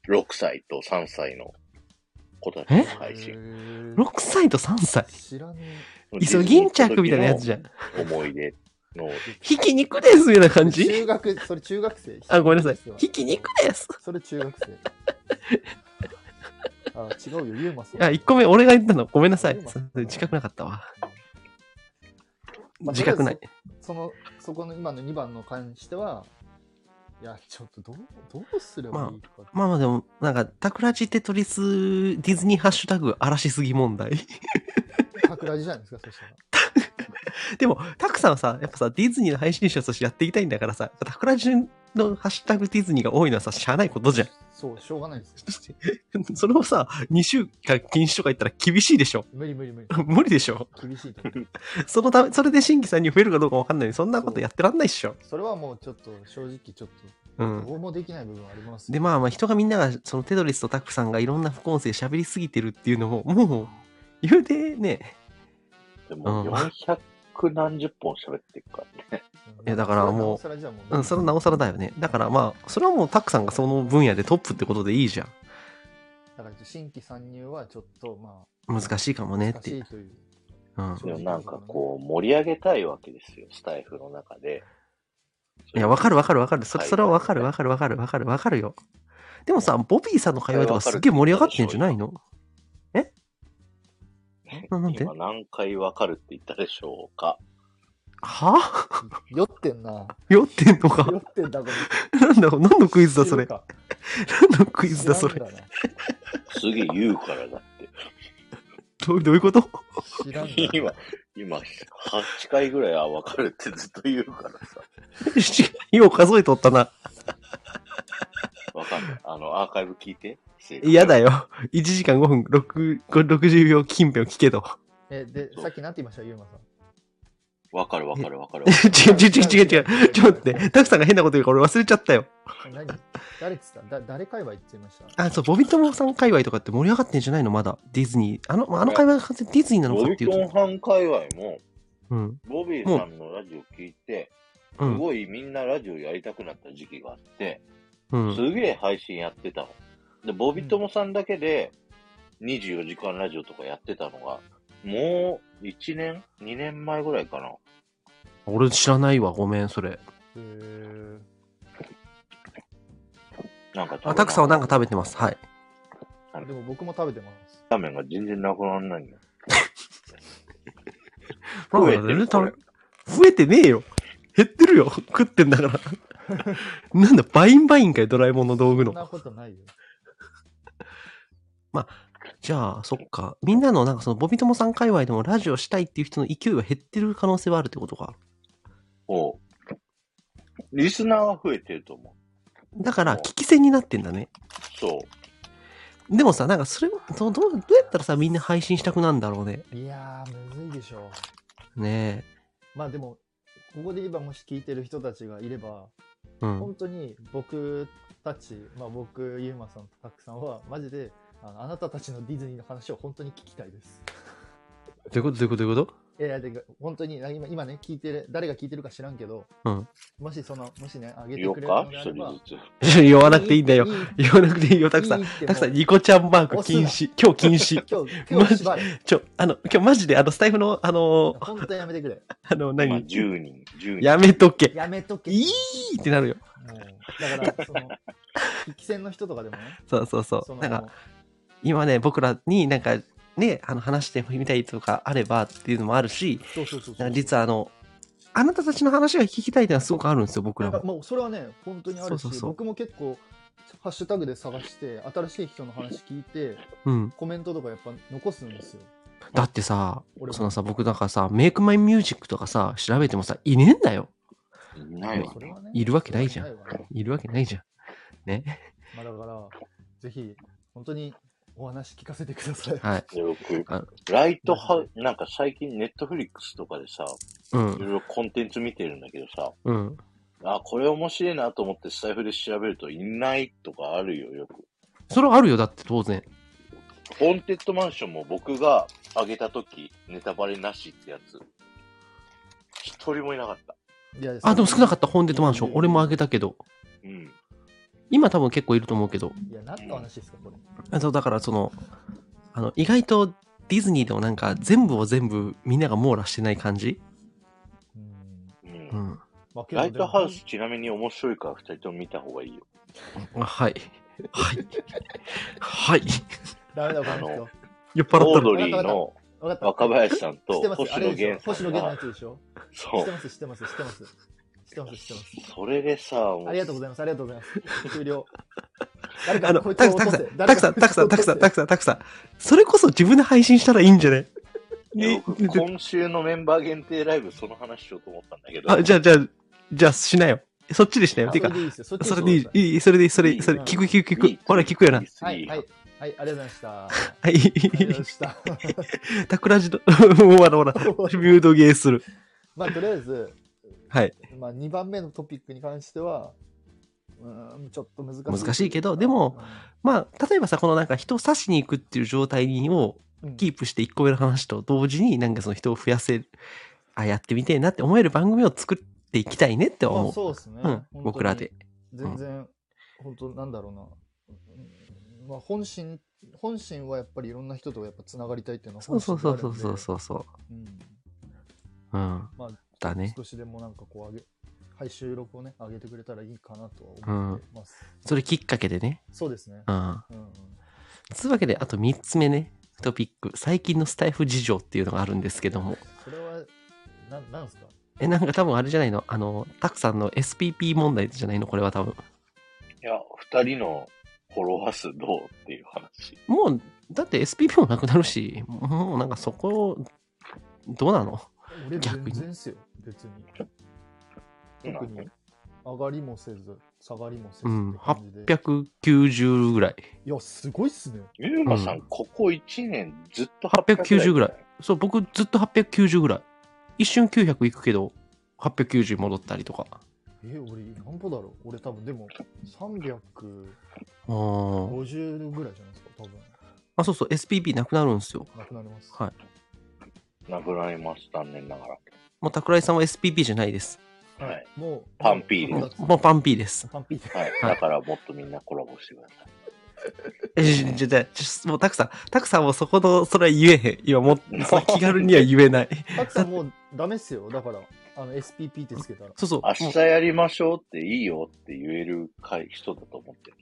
6歳と3歳の子たちの配信。
へー
?6 歳と3歳。
知らね
いっそ銀着みたいなやつじ
ゃ
ゃん。
ん。思い出の、
ひき肉ですみたいな感
え。
じ
中学、それ中学生。
あ、ごめんなさい。ひき肉です
それ中学 生。あ、違うよ、ユーマさん。
あ、1個目、俺が言ったの。ごめんなさい
ユー。マ
そ
さん
自覚なかったわ。
まあ
自覚ない。
その、そこの今の2番の関しては、いや、ちょっとどう、どうすればいいか。
まあまあでも、なんか、タクラジテトリスディズニーハッシュタグ荒らしすぎ問題。
桜地じゃないですか、そしたら。
でも、たくさんはさ、やっぱさ、ディズニーの配信者としてやっていきたいんだからさ、タクラジュンのハッシュタグディズニーが多いのはさ、しゃあないことじゃん。
そう、しょうがないです。
それをさ、2週間禁止とか言ったら厳しいでしょ。
無理無理無理。
無理でしょ。
厳しいと。
そのため、それで新規さんに増えるかどうかわかんないのにそんなことやってらんないっしょ。
それはもうちょっと正直ちょっ
う
と
ん。
どうもできない部分はありますよ。
でまあまあ人がみんながそのテトリスとタクさんがいろんな副音声喋りすぎてるっていうのももう言うてね
でも、
うん
400何十本喋ってるからね。
うん
いやだからもう
それはなおさらじゃあもう
うんそれはなおさらだよねだからまあそれはもうタクさんがその分野でトップってことでいいじゃん
だから新規参入はちょっとま
難しいかも
あ
ね
難
って
し
いう
いという。
うん
でもなんかこう、盛り上げたいわけですよ、スタイフの中で。
いやわかるわかるわかるそれ
はい
それはわかるわかるわかるわかるわかるよでもさボビーさんの会話とかすっげえ盛り上がってんじゃないのえななんで
今何回わかるって言ったでしょうか。
は
酔ってんな。
酔ってんのか
酔ってんだこれ。
なんだ何のクイズだそれ
知らんだ
何のクイズだそれ
な
すげえ言うから だって。
どうどういうこと
知らんだ
今、今、8回ぐらいはわかるってずっと言うからさ。
よう数えとったな。
わかんない。あの、アーカイブ聞いて。
嫌だ
よ。
よ。1時間5分、6 60秒近辺を 聞けと。
え、で、さっきなんて言いました、ゆうまさん。
わかるわかるわかる。
違う違う違う違う違う。ちょっと待って、タクさんが変なこと言うから俺忘れちゃったよ。
何誰っつっただ誰界隈言ってました
あ、そう、ボビットモさん界隈とかって盛り上がってんじゃないのまだ。ディズニー。あの、まああの界隈が完全にディズニーなの
ボ
か
ビ
ってい
トン
うと。
ファン界隈も、
うん。
ボビーさんのラジオ聞いて、
う
す
ん。
ごいみんなラジオやりたくなった時期があって、
うん。
すげえ配信やってたの。で、ボビトモさんだけで24時間ラジオとかやってたのが、もう1年 ?2 年前ぐらいかな。
俺知らないわ。ごめん、それ。
へー
なんか
あ、タクさんはなんか食べてます。はい。
でも僕も食べてます。
ラーメンが全然なくならないんだよ。
増
増
え
え
て
て
る
る
増えてねえよ。減ってるよ。 食ってんだから。なんだ、バインバインかよ、ドラえもんの道具
そ
の
ん。なことないよ。
じゃあ、そっか。みんなの、なんかその、ボビトモさん界隈でもラジオしたいっていう人の勢いは減ってる可能性はあるってことか。
おうリスナーは増えてると思う。
だから、聞き戦になってんだね。
そう。
でもさ、なんかそれを、どどうどうやったらさ、みんな配信したくなんだろうね。
いやー、むずいでしょ
ね
う。まあでも、ここで言えば、もし聞いてる人たちがいれば、
え。うん。
本当に僕たち、まあ僕、ゆうまさんとたくさんは、マジで、あのあなたたちのディズニーの話を本当に聞きたいです。
どういうことどういうことどういうこと
いやいや、で本当に、な今今ね、聞いてる、誰が聞いてるか知らんけど、
うん
もしその、もしね、あげて
言お
く
う
れるの
か
であ
一
れ
人
ば
ず、つ。
言わなくていいんだよ。言わなくていいよ、たくさん。た
た
くさん、ニコちゃんマーク禁止。今日禁止。
今日、今日縛れ。
ちょ、あの、今日マジで、あの、スタイフの、あの、
本当にやめてくれ。
あの、
今
何
10人、10人。
やめとけ。
やめとけ。
いいってなるよ。
もうだから、その、引き戦の人とかでもね、
そうそうそ。
そうの
なんか、今ね僕らになんかねあの話してみたいとかあればっていうのもあるし
そうそうそうそ
な
う。
んか実
は。
はあのあなたたちの話が聞きたいっていうのはすごくあるんですよ僕
な
ら
んか
も。
もうそれはね、本当にあるし、
そうそうそう
僕も結構、ハッシュタグで探して、新しい人の話聞いて、
うん、
コメントとかやっぱ残すんですよ。
だってさ
俺も
そのさ僕なんかさ「メイクマイミュージック」とかさ調べてもさいねえんだよ
いないわ
そ。れはね
いるわけないじゃん
それはわね
いるわけないじゃん。ね。
まあだから、ぜひ、本当にお話聞かせてください。
はい。
よく
あ
ライトハウなんか最近ネットフリックスとかでさ、
う
いろ
ん。
いろコンテンツ見てるんだけどさ、
うん。
あ、これ面白いなと思ってスタイフで調べるといないとかあるよ、よく。
それはあるよ、だって当然。
ホーンテッドマンションも僕が上げたとき、ネタバレなしってやつ、一人もいなかった。
いや
あ、でも少なかった、ホーンデッドマンション。俺もあげたけど。
うん。
今多分結構いると思うけど。
いや、何の話ですか、これ。
あそうだからそのあの意外とディズニーでもなんか全部を全部みんなが網羅してない感じ、
うん。
うん。
うん、
まあけど
ライ
で
ト
も
ハウスちなみに面白いから二人とも見た方がいいよ。
あはいはいはい
ダメだ、この人。
酔
オ
っ払った
ー
の
ドリーの
わかった
若。林さん
知っ
と
てます。あ
星
れ
野
で
源
しょ星
さ
野
ん
源のや
が、
つでしょ知
そ
って
う。
ます、知ってます、知ってます。知ってます、知って ます。
それでさ、も
ありがとうございます、ありがとうございます。終了。誰
あ
か
の
こいつ
た
を
くさ
落と
んた
せ。
くさんたくさんたくさんたくさんたくさんたくさんそれこそ自分で配信したらいいんじゃねね
僕今週のメンバー限定ライブ、その話しようと思ったんだけど。
あ、じゃあ、じゃあ、じゃあ、しないよ。そっちでしないよ。
そ
て
れ
か
で、いいですよ。そっち
それでいい、いい、それでいい、それ、それ、聞く、聞く、聞く。ほら、聞くよな。
はい、はいい、はい、ありがとうございま した。あ
は
りがとうござい
い
ま。した。
タクラジの、 もうほらほら、ミュートゲーする。
まあ、とりあえず、
はい。
まあ、2番目のトピックに関しては、うーん、ちょっと難しい。
難しいけどでも、まあ、例えばさ、このなんか人を刺しに行くっていう状態を
うん、
キープして1個目の話と同時に、なんかその人を増やせる、あ、やってみてえなって思える番組を作っていきたいねって
ま
思
あ、
う。
そうですね。
う
本
ん、
当に
僕らで。。
全然、本当なんだろうな。うんまあ、本心、本心はやっぱりいろんな人とやっぱつながりたいっていうのは
そう
本
そ
心
う
である
そう
で
んそうそうそうそう。
うん
うん。
まあ、
だね。
少しでもなんかこう上げ、はい、収録をね、上げてくれたらいいかなとは思ってます。
それきっかけでね。
そうですね。
うん。
うんうん、
つうわけで、あと3つ目ね、トピック。最近のスタイフ事情っていうのがあるんですけども。
それは、ななんですか
え、なんか多分あれじゃないのあの、たくさんの SPP 問題じゃないのこれは多分。
や、二人のフォロワー数どうっていう話。
もう、だって SPP もなくなるし、もうなんかそこ、どうなの
俺
逆
全
に
然っすよ、別に。特に上がりもせず、下がりもせず
う
っ
ん、
て感じで。
890ぐらい。
いや、すごいっすね。
ゆうまさん、
うん
ここ1年ずっと
890ぐらい。そう、僕ずっと890ぐらい。一瞬900いくけど、890戻ったりとか。
え、俺、なんぼだろう俺多分、でも、350
あー
ぐらいじゃないですか、多分。
あ、そうそう、SPP なくなるんですよ。
なくなります。
はい。
なくなりました、残念ながら。
もう桜井さんは SPP じゃないです。
はい
もう、
パンピーね
もう
も
剥
う
奪
もうパンピーです。
パンピーで。
はい。だからもっとみんなコラボしてください。
えじゃ、じゃ、じゃ、ちょもうたくさん、たくさんもそこの、それは言えへん。今もう、それ気軽には言えない。
たくさんもう、ダメっすよ。だから、あの、SPP ってつけたら。
そうそう。
明
もう
日やりましょうっていいよって言える会人だと思ってる。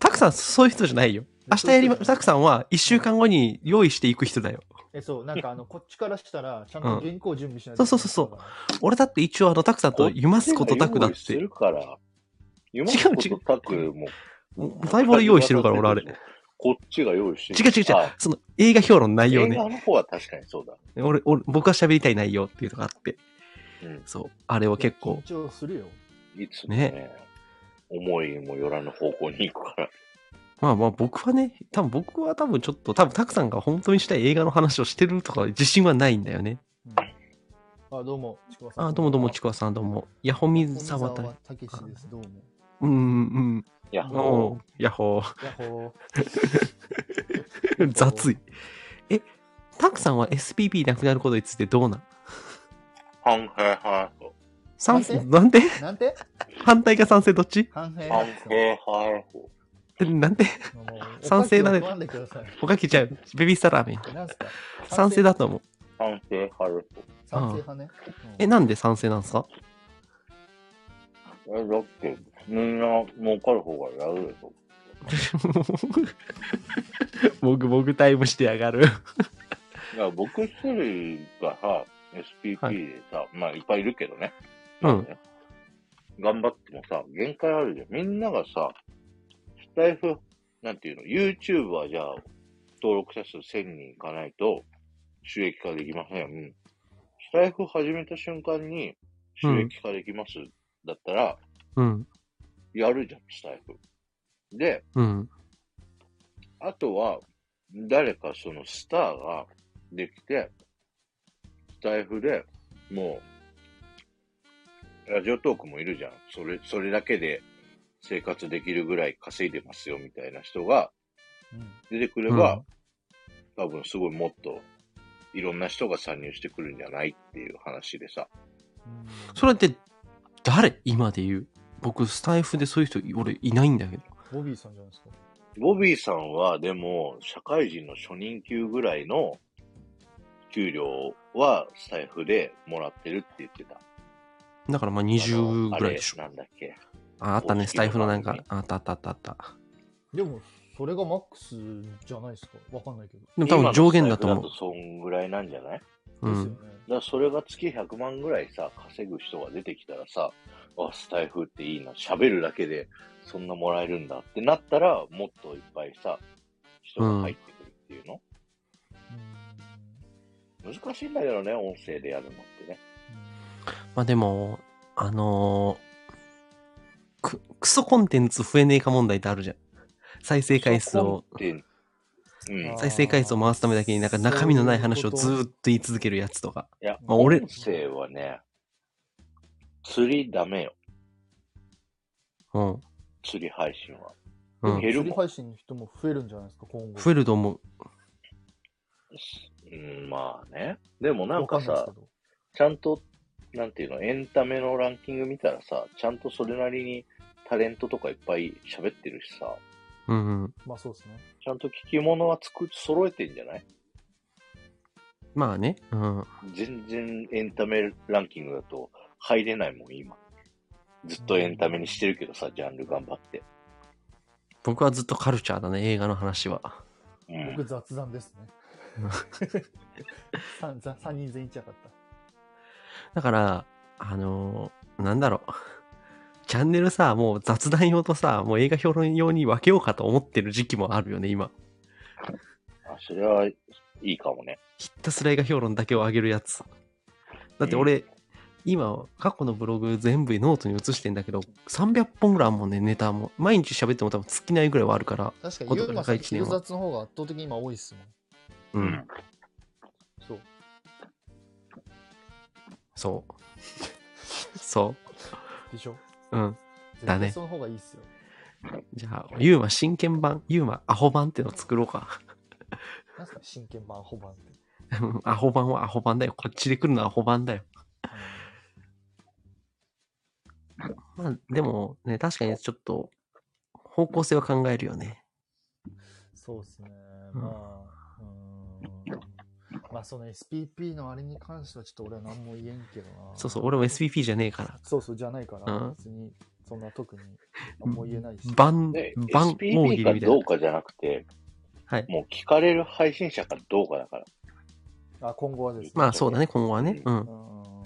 たくさんそういう人じゃないよ。 明日やりま、たくさんは1週間後に用意していく人だよ。
え、そう、なんかあの、こっちからしたら、ちゃんと原稿を準備しない
うんそうそうそう
う。
俺だって一応あの、たくさんとゆますことたくだっ
用意す
て、
るから。ゆま
違う
すことたくも。
だいぶ俺用意してるから、俺あれ。違う。
こっちが用意して
違う違う。
あ
その映画評論の内容
映
ね。
画の方は確かにそうだ。
俺、俺、僕が喋りたい内容っていうのがあって。
うん。
そう。あれは結構
緊。張するよ。
いつもね、思いもよらぬ方向に行くから。
まあまあ僕はね、多分僕は多分ちょっと、多分たくさんが本当にしたい映画の話をしてるとか自信はないんだよね。
うんあ、どうも、ちくわさん。
あ、どうもどうも、ちくわさんどうも。ヤホミ
こんばんは
ズ沢田。
たけしです。どうも。
うんうん
いや、
うん。
も
おうヤホー。
やっほー。
雑い。え、たくさんは SPP なくなることについてどうなん
う、半平半歩。
賛
賛成
なんで
なんて
反対か賛成どっち
反省
半平半歩。
えなんで賛成だね
なんでください。
おかきちゃん、ベビースターラーメン。
なんすか
賛成。だと思う。
半平半歩。
賛成派ね。
え、なんで賛成なんですか
え、だって、みんな儲かる方がやるでしょ。
もぐもぐタイムしてやがる。
いや、僕一人がさ、SPP でさ、まあいっぱいいるけどね。
うん。
頑張ってもさ、限界あるじゃん。みんながさ、スタイフ、なんていうの、YouTube はじゃあ、登録者数1000人いかないと収益化できません。うんスタイフ始めた瞬間に収益化できます、だったら、
うん。
やるじゃん、スタイフ。で、
うん。
あとは、誰かそのスターができて、スタイフでもう、ラジオトークもいるじゃん。それ、それだけで生活できるぐらい稼いでますよみたいな人が出てくれば、多分すごいもっといろんな人が参入してくるんじゃないっていう話でさ。
それって、誰今で言う。僕、スタイフでそういう人、俺、いないんだけど。
ボビーさんじゃないですか。
ボビーさんはでも、社会人の初任給ぐらいの給料はスタイフでもらってるって言ってた。
だからまあ20ぐらいでしょ
あ。れなんだっけ。
ああったね、スタイフのなんか
公式、
あったあったあったあった。
でも、それがマックスじゃないですか。わかんないけど。
でも多分上限だと思
今のスタイルだとそんぐらいなんじゃないだか
う。
で
う
すよ
ん。
ね。
らそれが月100万ぐらいさ、稼ぐ人が出てきたらさ、あ、スタイフっていいな、喋るだけでそんなもらえるんだってなったら、もっといっぱいさ、人が入ってくるっていうの、
うん
難しいんだけどね、音声でやるのってね。
まあでも、あのーく、クソコンテンツ増えねえか問題ってあるじゃん。再生回数を、
で、うん。い
あー
再生回数を回すためだけになんか中身のない話をずーっと言い続けるやつとか。
や、
まあ俺
音声はね、釣りダメよ。
うん。
釣り配信は。
うん。
減る
釣り
もん。
配信の人も増えるんじゃないですか、今後。
増えると思う。
うん、まあね。でもなん
わか
か
んないです
さ
け、ど
ちゃんと、なんていうの、エンタメのランキング見たらさ、ちゃんとそれなりにタレントとかいっぱい喋ってるしさ、
うんうん。
まあそうですね。
ちゃんと聞き物は作、揃えてんじゃない
まあね。うん。
全然エンタメランキングだと入れないもん、今。ずっとエンタメにしてるけどさ、ジャンル頑張って。
僕はずっとカルチャーだね、映画の話は。
うん
僕、雑談です ね。3, 三人全員ちゃかった。
だから、あのーなんだろう。チャンネルさ、もう雑談用とさ、もう映画評論用に分けようかと思ってる時期もあるよね、今。
あ、それはいいかもね。
ひたすら映画評論だけを上げるやつ。だって俺、今、過去のブログ全部ノートに移してんだけど、300本ぐらいあんもんね、ネタも。毎日喋っても多分尽きないぐらいはあるから。
確か
こ
に、
と
ユーマさん、
高い知念
昼
は
雑の方が圧倒的に今多いっすもん。
うん。
そう。
そう。 そ
でしょ
う。うん。だ
絶
ね
対その方がいいっすよ。
じゃあ、ユーマ真剣版、ユーマアホ版ってのを作ろうか。
なんすか、真剣版、ほばんって。
うんアホ版はアホ版だよ。こっちで来るのはアホ版だよ。
あ
まあ、でもね、確かにちょっと、方向性は考えるよね。
のそうですね。
うん
まあ、うーん。まあ、その SPP のあれに関しては、ちょっと俺は何も言えんけどな。
そうそう、俺も SPP じゃねえから。
そうそう、じゃないか
う
ら、
ん
別に、そんな特に、何も言えないし。
番
で、、
番、大喜
SPP
利
か
みた
ど
いう
かじゃなくて、
はい
もう聞かれる配信者かどうかだから。
あ、今後はですね。
な。まあそうだね、今後はね。う。
うんんうん。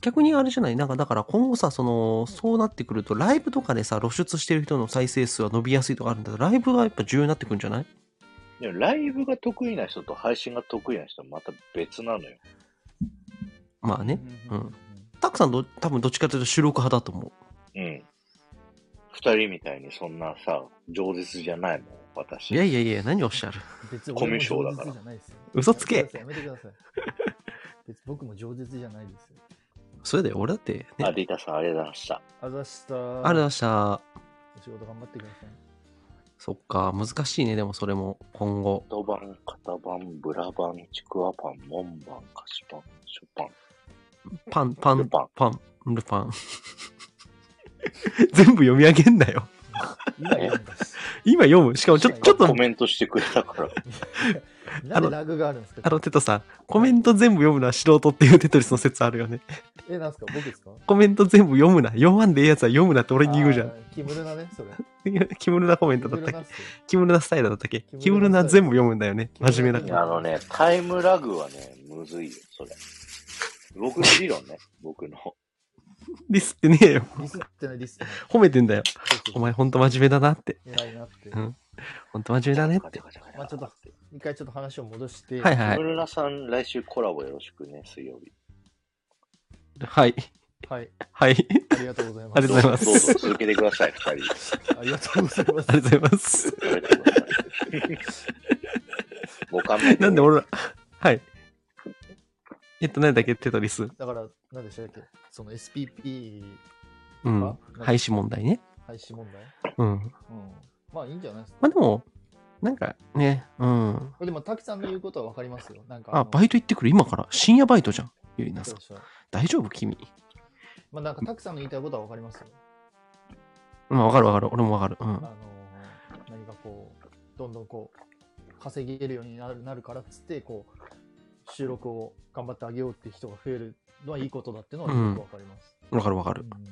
逆にあれじゃないなんかだから今後さ、その、そうなってくると、ライブとかでさ、露出してる人の再生数は伸びやすいとかあるんだけど、ライブがやっぱ重要になってくるんじゃない
でもライブが得意な人と配信が得意な人はまた別なのよ。
まあね。
うん
うんたくさんど、多分どっちかというと収録派だと思う。
うん。二人みたいにそんなさ、饒舌じゃないもん、私。
いやいやいや、何をおっしゃる。
別に
コミュ
俺も
障だから
饒舌じゃないですよ
嘘つけ
やめてくださ い。やめてください別に僕も饒舌じゃないですよ。
それだよ、俺だって、ね。あ
あ、
り
リタさんありがとうございました。
あざした。
がとうございました。
お仕事頑張ってください。
そっか、難しいね、でもそれも、今後。
音版、型版、ブラ版、ちくわパン、門番、菓子パン、ショパン。
パン、パン
ル、パン
パン、ルパン。 全部読み上げんだよ。
今読んだし。
今読む。しかもちょ
確
ちょっ
か
と
コ、メントしてくれたから。
なんでラグがあるんです
あ
か
の、テトさん、コメント全部読むのは素人っていうテトリスの説あるよね。
え、なんですか僕ですか
コメント全部読むな。読まんでええやつは読むなって俺に言うじゃ
あ
ん。
ーキムルナね、それ。
キムルナコメン
キ
ト
ム
だっ
ル
たっ
ナ
け
っすよ
キムルナスタイルだったっけキ
キ
ム
ム
ル
ル
ナ
ナ
全部読むんだよね。
キムルナ
真面目だ から。
あのね、タイムラグはね、むずいよ、それ。僕の理論ね、僕の。
ディスってねえよ。
ディスってない、ディスってない。
褒めてんだよ。
そうそう
お前ほんと真面目だなって。
偉いなって。
うんほんと真面目だねって。
まあちょっと、一回ちょっと話を戻して、
はいは
ム
い。
ルナさん、来週コラボよろしくね、水曜日。
はい。
はい。
はい。
ありがとうございます。
ありがとうございます
どうぞ続けてください、二人。
ありがとうございます
あ。りがとうございます。
やめてください。ご勘弁
なんで俺ら、はい。えっと、何だっけテトリス。
だから、何でしたっけその SPP
うん。廃止問題ね。
廃止問題
うん。
うん。まあいいんじゃないですか。
まあでも、なんかね、うん。
でも、滝さんの言うことはわかりますよ。なんかの、
あ、バイト行ってくる、今から。深夜バイトじゃん。ゆりなさ
そうんで。しょ
大丈夫君。
まあなんか、滝さんの言いたいことはわかりますよ。
まあ、わかるわかる。俺もわかる。う
あ
ん。
のー、何かこう、どんどんこう、稼げるようになるなるからっつって、こう、収録を頑張ってあげようって人が増えるのはいいことだってのはよくわかります。
わかるわかる。
うん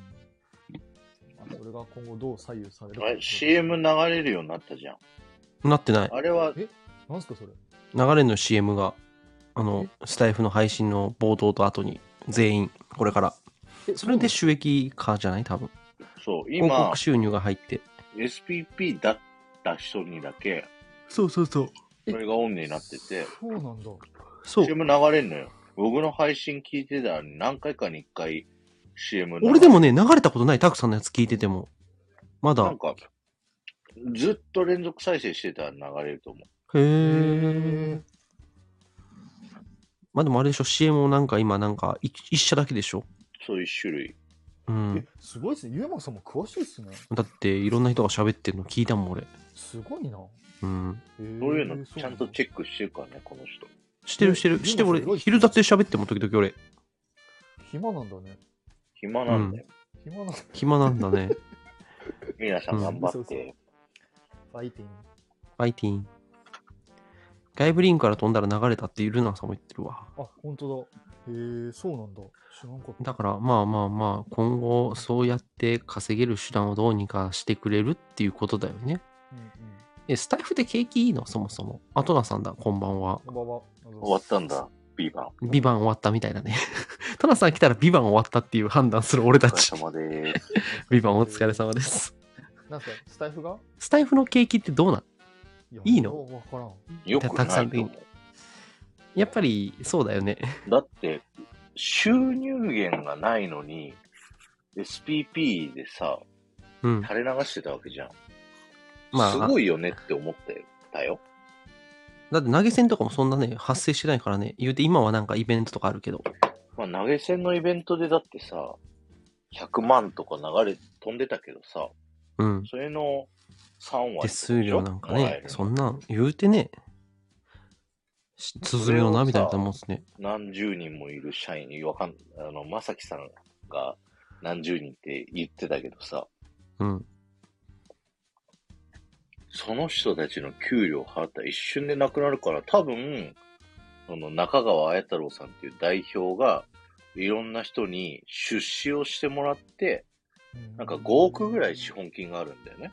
まあそれが今後どう左右される
あ
か
れ CM 流れるようになったじゃん。
なってない。
あれは、
なんすかそれ
流れの CM が、あの、スタイフの配信の冒頭と後に、全員、これから。
え
それで
う
収益化じゃない多分。
そう、
広
今
告、収入が入って。
SPP だった人にだけ、
そうそうそう。
それがオンになってて、
そうなんだ
そう。
CM 流れんのよ。僕の配信聞いてたら何回かに1回 CM 流れ
俺でもね、流れたことない、たくさんのやつ聞いてても。ま
な
だ
ん。か、ずっと連続再生してたら流れると思う。
へ
へ
え
ー。
まあでもあれでしょ、CM もなんか今なんかい一社だけでしょ。
そういう種類。
う
え
ん。
すごいですねユーマさんも詳しいですね
だっていろんな人が喋ってるの聞いたもん、俺。
すごいな
うん。
そう
そういうのちゃんとチ
ェッ
ェックしてるからね、この人。
知ってる
え
知ってる。
でも
知って
す
る
ご
俺、
い
昼立てで喋っても時々俺、
ク暇なんだね
暇なんで、
暇 なんだ
暇なんだね。
皆さん頑張って。
ファイティン
ファイティーン。外部リンクから飛んだら流れたっていうルナさんも言ってるわ。
あ本当だへえそうなんだ知らんかった
だからまあまあまあ、今後そうやって稼げる手段をどうにかしてくれるっていうことだよね。
うんうん
え、スタイフで景気いいのそもそも。あ、トナさんだ、こんばんは。
こんばんは
終わったんだ、ビーバン。
ビバン終わったみたいだね。 トナさん来たらビバン終わったっていう判断する俺
お
た ち。
疲れ様です。
ビバンお疲れ様です。
なんすかスタイフが
スタイフの景気ってどうなん
いや
いいの
わからん
よく
たくさ
なんいと思
やっぱりそうだよね。
う。だって、収入源がないのに、SPP でさ、
うん。
垂れ流してたわけじゃん。
まあ
すごいよねって思ってたよ。
だって投げ銭とかもそんなね、発生してないからね。言うて今はなんかイベントとかあるけど。
まあ、投げ銭のイベントでだってさ、100万とか流れ飛んでたけどさ、
うん。
それの3割とか
手
でしょ。
数料なんか
もらえ
ね
る、の
そんなん言うてね、し綴るよな、みたいなもんですね。
何十人もいる社員、わかん、あの、まさきさんが何十人って言ってたけどさ、
うん。
その人たちの給料払ったら一瞬でなくなるから、多分、その中川綾太郎さんっていう代表が、いろんな人に出資をしてもらって、なんか5億ぐらい資本金があるんだよね。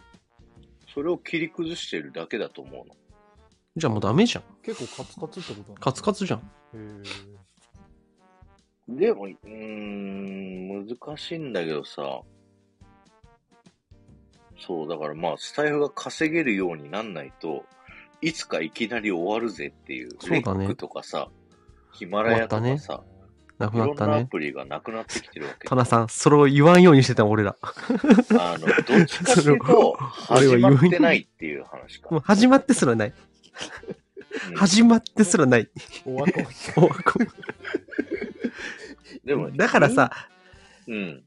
それを切り崩してるだけだと思うの。
じゃあもうダメじゃん。
結構カツカツってことなの
カツカツじゃん。
へえ
でも、うーん、難しいんだけどさ、そう、だからまあ、スタイフが稼げるようになんないと、いつかいきなり終わるぜっていう、
そうだね
レックとかさ、ヒマラヤとかさ、
なく
い
な
ろ
っ
ん
た
なア
ね。
プリがなくなってきてるわけ。
タナさん、それを言わんようにしてた俺ら。
あの、どっちかっていうと、
それ
始
を
まってないっていう話か
もう。始まってすらない。
うん
始まってすら ない。
おわこ
お こ
でも
だからさ、、
うん。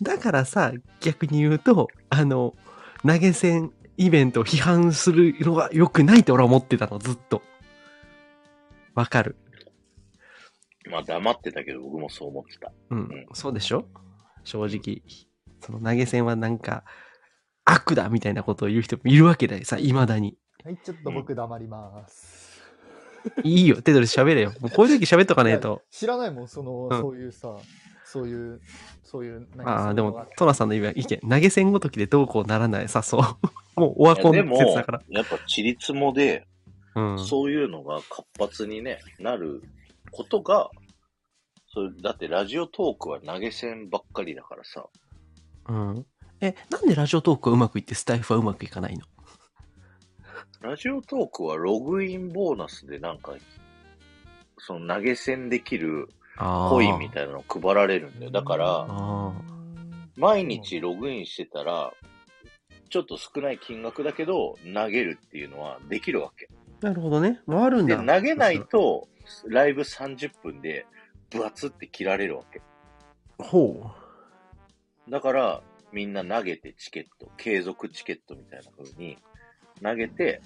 だからさ、逆に言うと、あの、投げ銭イベントを批判するのが良くないって俺は思ってたの、ずっと。わかる。
まあ、黙ってたけど、僕もそう思ってた。
うん、そうでしょ正直。その投げ銭はなんか、悪だみたいなことを言う人もいるわけだよ、さ、未だに。
はいちょっと僕黙ります
いいよ、手取り喋れよ。もうこういう時喋っとかねえと。
知らないもんその、
うん
そういうさそういうそういう何
ああ、
そういう
で
のが
も、トラさんの意見、投げ銭ごときでどうこうならない、さ、そう。もう、オ ワ
い
コ
や
ン
で
の
も
説だから。、
やっぱ、ちりつもで、
うん。
そういうのが活発に、ね、なることが、それだってラジオトークは投げ銭ばっかりだからさ、
うん。え、なんでラジオトークはうまくいってスタイフはうまくいかないの
ラジオトークはログインボーナスでなんか、その投げ銭できる
ああ。
コインみたいなの配られるんだよ。だから、
あ
毎日ログインしてたら、ちょっと少ない金額だけど、投げるっていうのはできるわけ。
なるほどね。回るん
で、
だ。
投げないと、ライブ30分で、分厚って切られるわけ。
ほう。
だから、みんな投げてチケット、継続チケットみたいな風に投げて、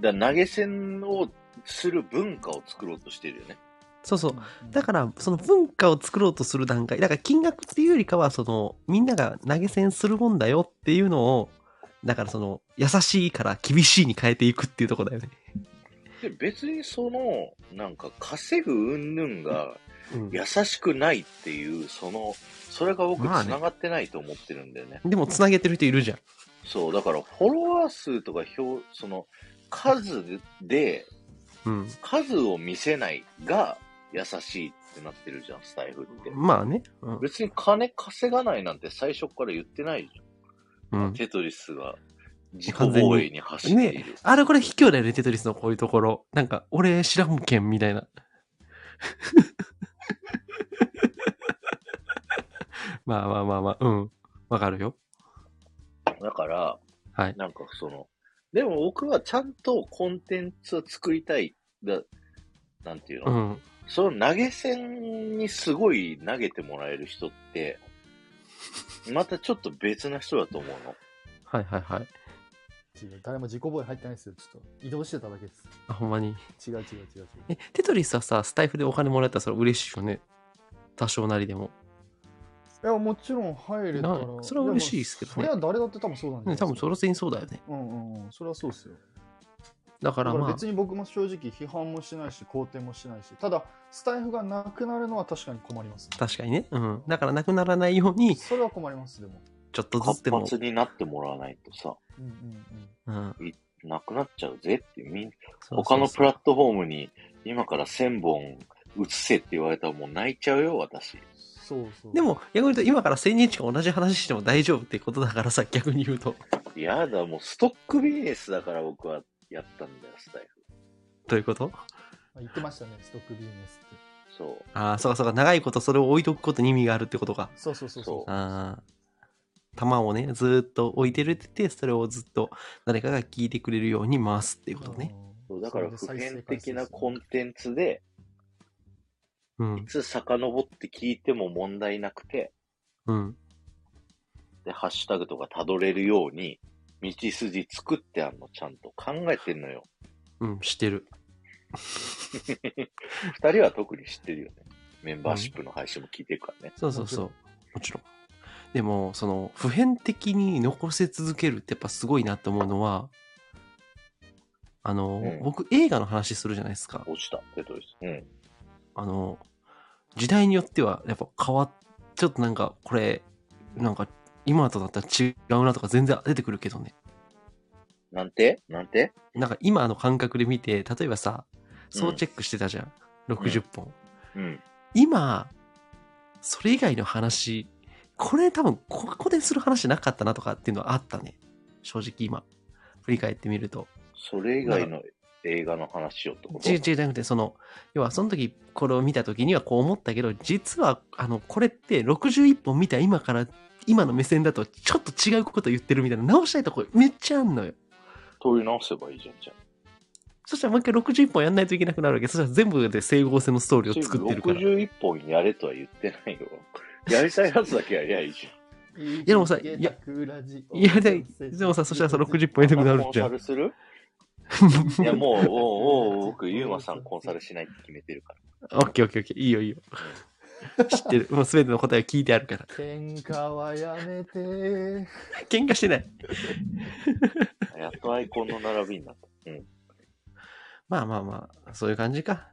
だから投げ銭をする文化を作ろうとしてるよね。
そうそう。だからら、その文化を作ろうとする段階、だから金額っていうよりかは、その、みんなが投げ銭するもんだよっていうのを、だからその、優しいから厳しいに変えていくっていうところだよね。
で、別にその、なんか稼ぐ云々が
うん
優しくないっていう、その、それが僕
まあね
繋がってないと思ってるんだよね。
でも、つなげてる人いるじゃん。
そう、だからフォロワー数とか表、その、数で、
うん。
数を見せないが優しいってなってるじゃん、スタイフって。
まあね。うん
別に金稼がないなんて最初から言ってないじゃん。
うん。
テトリスが自己防衛に走っている、
あれこれ卑怯だよね、テトリスのこういうところ。なんか、俺知らんけんみたいな。 まあまあまあまあ、うん。わかるよ。
だから、
はい
なんかその、でも僕はちゃんとコンテンツを作りたい。だなんていう
う
の、
ん。
その投げ銭にすごい投げてもらえる人って、またちょっと別な人だと思うの。
はいはいはい。
誰も自己防衛入ってないですよ。ちょっと移動してただけで
あ、ほんまに。
す。違う違う違う違
え、テトリスはさ、スタイフでお金もらったらそれ嬉しいよね。多少なりでも。
う。いや、もちろん入れたら
な。それは嬉しいですけどね
いや、まあそれは誰だって多分そうなんじゃな
ね、
いです
多
か
分それ全員そうだよね。
うんうんうん、それはそうですよ。
だか
だ
ら
から
まあ、
別に僕も正直批判もしないし、肯定もしないし、ただ、スタイフがなくなるのは確かに困ります。
確かにね。うん。だからなくならないように、
それは困ります、でも。
ちょっと ずつ
活
でも、
発になってもらわないとさ、
うんうん
うん。
なくなっちゃうぜって、みん
そうそうそう
他のプラットフォームに今から1000本移せって言われたらもう泣いちゃうよ、私。
うん。そうそう。
で、も、逆に言うと、今から1000日間同じ話しても大丈夫ってことだからさ、 逆に言うと。
やだ、もうストックビジネスだから僕はやったんだよ、スタイフ。
どういうこと
言ってましたね、ストックビジネスって。
そう。
ああ、そうかそうか、長いことそれを置いとくことに意味があるってことか。
そうそうそうそう。
ああ。弾をね、ずーっと置いてるって言って、それをずっと誰かが聞いてくれるように回すっていうことね。
う
そ
ん。
うだから普遍的なコンテンツで、
うん
い。つ遡って聞いても問題なくて、
うん。
で、ハッシュタグとか辿れるように、道筋作ってあんの、ちゃんと考えてんのよ。
うん、してる。
二人は特に知ってるよね。メンバーシップの配信も聞いてるからね。
そうそうそう。もちろん。でも、その、普遍的に残せ続けるってやっぱすごいなって思うのは、あの、
うん
僕映画の話するじゃないですか。
落ちた、テトリス。うん。
あの、時代によってはやっぱ変わっ、ちょっとなんかこれ、なんか今とだったら違うなとか全然出てくるけどね。
なんてなんて
なんか今の感覚で見て、例えばさ、そうチェックしてたじゃん。60本。
うん。
今、それ以外の話、これ多分ここでする話なかったなとかっていうのはあったね。正直今。振り返ってみると。
それ以外の映画の話をってこと
違う違うじゃなくて、その、要はその時これを見た時にはこう思ったけど、実は、あの、これって61本見た今から、今の目線だとちょっと違うこと言ってるみたいな、直したいとこめっちゃあんのよ。
問い直せばいいじゃん、じゃ
そしたらもう一回61本やんないといけなくなるわけ。そしたら全部で整合性のストーリー
あ。
を作ってるから。
61本やれとは言ってないよ。 やりたいやつだけやりゃいいじゃん。
い
やでもさいやいやで、でもさ、そしたらさ、60本やりたくなる
コン
じゃ
サ
ん。
ルす るいや、もう、おうおう僕、ゆうまさんコンサルしないって決めてるか
オッケーオッケーオッケー。いいよいいよ。知ってる。もう全ての答えを聞いてあるから。
喧嘩はやめて。
喧嘩してない。
ら。やっとアイコンの並びになった。うん。
まあまあまあ、そういう感じか。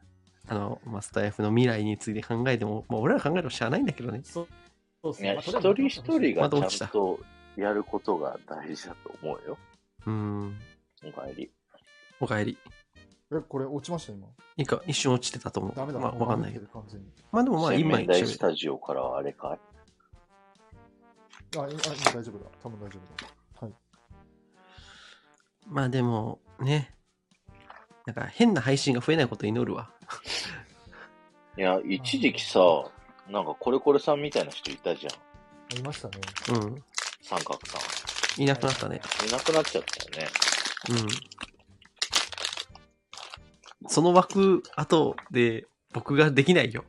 あの、まあ、スタイフの未来について考えても、まあ、俺らが考えてもしゃあないんだけどね。
そうそうっす
い
ね
や、
まあ
一
とりあえず
人一人
ま
が
た落ち
ちゃ
た
んとやることが大事だと思うよ。
うーん。
おかえり。
おかえり。
え、これ落ちました今。
いいか、一瞬落ちてたと思う。
ダメだ。
まあ、わかんない
ダメ
けど。
だ完全に
まあでもまあ、
洗
今
面
一
台ス
緒
タジオからはあれかい
あ、今、あ今大丈夫だ。多分大丈夫だ。
まあでも、ね。なんか変な配信が増えないことを祈るわ。
いや、一時期さ、なんかこれこれさんみたいな人いたじゃん。
あいましたね。
うん。
三角さん。
いなくなったね。
いなくなっちゃったよね。
うん。その枠後で僕ができないよ。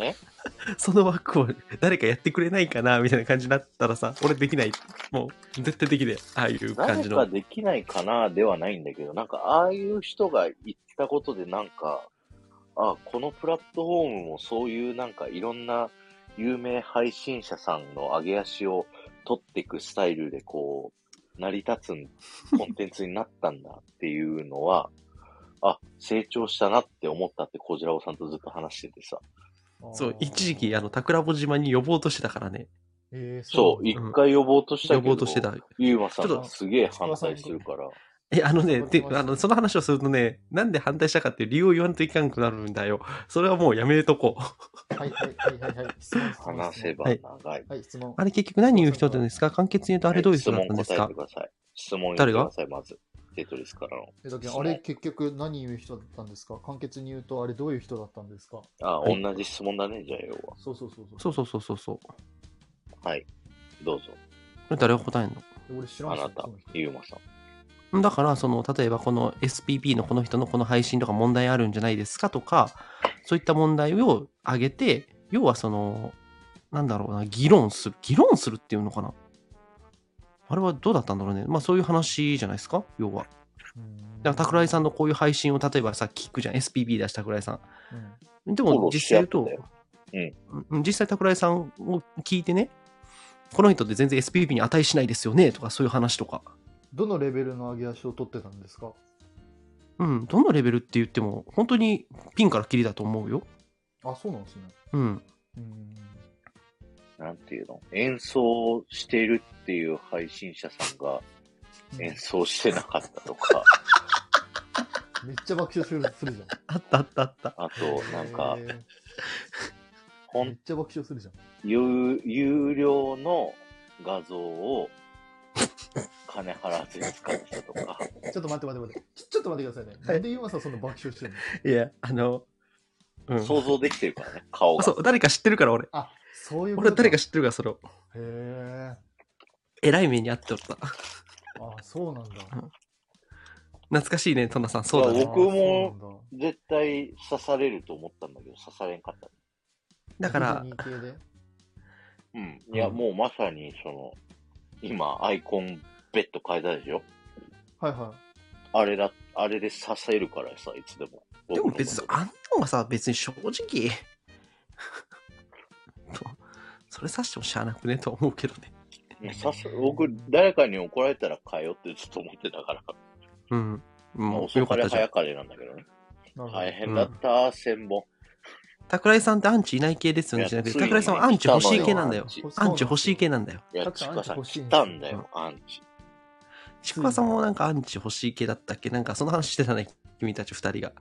え
その枠を誰かやってくれないかなみたいな感じになったらさ、俺できない。もう絶対できない。ああいう感
誰
じ
か
の。
できないかなではないんだけど、なんかああいう人が言ったことでなんか、あこのプラットフォームもそういうなんかいろんな有名配信者さんの上げ足を取っていくスタイルでこう、成り立つコンテンツになったんだっていうのは、あ、成長したなって思ったって、こじらおさんとずっと話しててさ。
そう、一時期、あ
の。
の、桜穂島に呼ぼうとしてたからね。
えー
そう、
なん
一
だ
回呼ぼうとした
呼
けど、
ぼうとしてた。
ゆうまさん
ちょっ
が
と
すげえ反対するから、
え、あのね、
わかり
で
ました
あのその話をするとね、なんで反対したかっていう理由を言わんといかんくなるんだよ。 それはもうやめとこう。
はいはいはいはいはい。質問質問
話せば
はい
長い。
はい、質問。
あれ結局何言う人なんですか簡潔に言うとあれどういう人だったんです
質問答え
か
てください。質問言って
誰
く
が
ださい、まず。テトリスからの。
えだけどあれ結局何言う人だったんですか簡潔に言うとあれどういう人だったんですか
あ、
はい
同じ質問だね、じゃあ要は。
そうそうそうそう。
そうそうそうそうそう。
はい。どうぞ。
誰が答えん
俺知ら
あ
んし
なた
その、人
ゆうまさん。
のだから、その、例えばこの SPP のこの人のこの配信とか問題あるんじゃないですかとか、そういった問題を挙げて、要はその、なんだろうな、議論する。議論するっていうのかなあれはどうだったんだろうね。まあそういう話じゃないですか要は。
うん
だから、桜井さんのこういう配信を例えばさ、聞くじゃん。SPP 出した桜井さん。
うん
で
フォロ
も
ー
実
し合
際言
っ
うと
て、
うん実際桜井さんを聞いてね、この人って全然 SPP に値しないですよねとかそういう話とか、
どのレベルの上げ足を取ってたんですか
うん、どのレベルって言っても本当にピンからキリだと思うよ。
あ、そうなんですね。
うん。
うん。
なんていうの演奏してるっていう配信者さんが演奏してなかったとか、
めっちゃ爆笑するするじゃん。
あったあったあった。
あと、なんか
へ、ー
ほ
めっ
ん、
ちゃ爆笑するじゃん。
有、有料の画像を金払わずに使ってたとか、
ちょっと待って待って待って。ちょちょっと待ってくださいね。なんでユーマさんそんな爆笑してるの
いや、あの、うん。
想像できてるからね、顔
あ
が。
そう、誰か知ってるから俺。
あ、そういうこ
俺
と
は誰か知ってるからそれを。
へえ。
えらい目にあっておった。
あ、そうなんだ。
懐かしいね、トナさん。そうだ
い
ね
や。僕も
あそうなんだ
絶対刺されると思ったんだけど、刺されんかった。
だから
ディ、ズニー系で
うん。いや、
うん
もうまさに、その、今、アイコンベッド変えたでしょ
はいは
あれだ、あれで刺されるからさ、いつでも。
でも別に、あんのがさ、別に正直 と、それさしてもしゃあなくねとは思うけどね。
に。さす、僕、誰かに怒られたら変えようってずっと思ってたから。
うん。
もう
もう
遅
よ
か
かっ
れ
たじゃ
早
ん。
かれなんだけどね。
い。なるほど
大変だった、千本。
桜井さんってアンチいない系ですよね、じゃなくて、
いやついに
桜井さんはアンチ欲しい系なんだよ
来。たのよ
アンチ欲しい系
な
なんだよ。
いや、
たく
ち
さん
かさん
アンチ欲しい
来
んですよ
たんだよ、アンチ。
ちくわさんもなんかアンチ欲しい系だったっけなんかその話してたね、君たち二人が。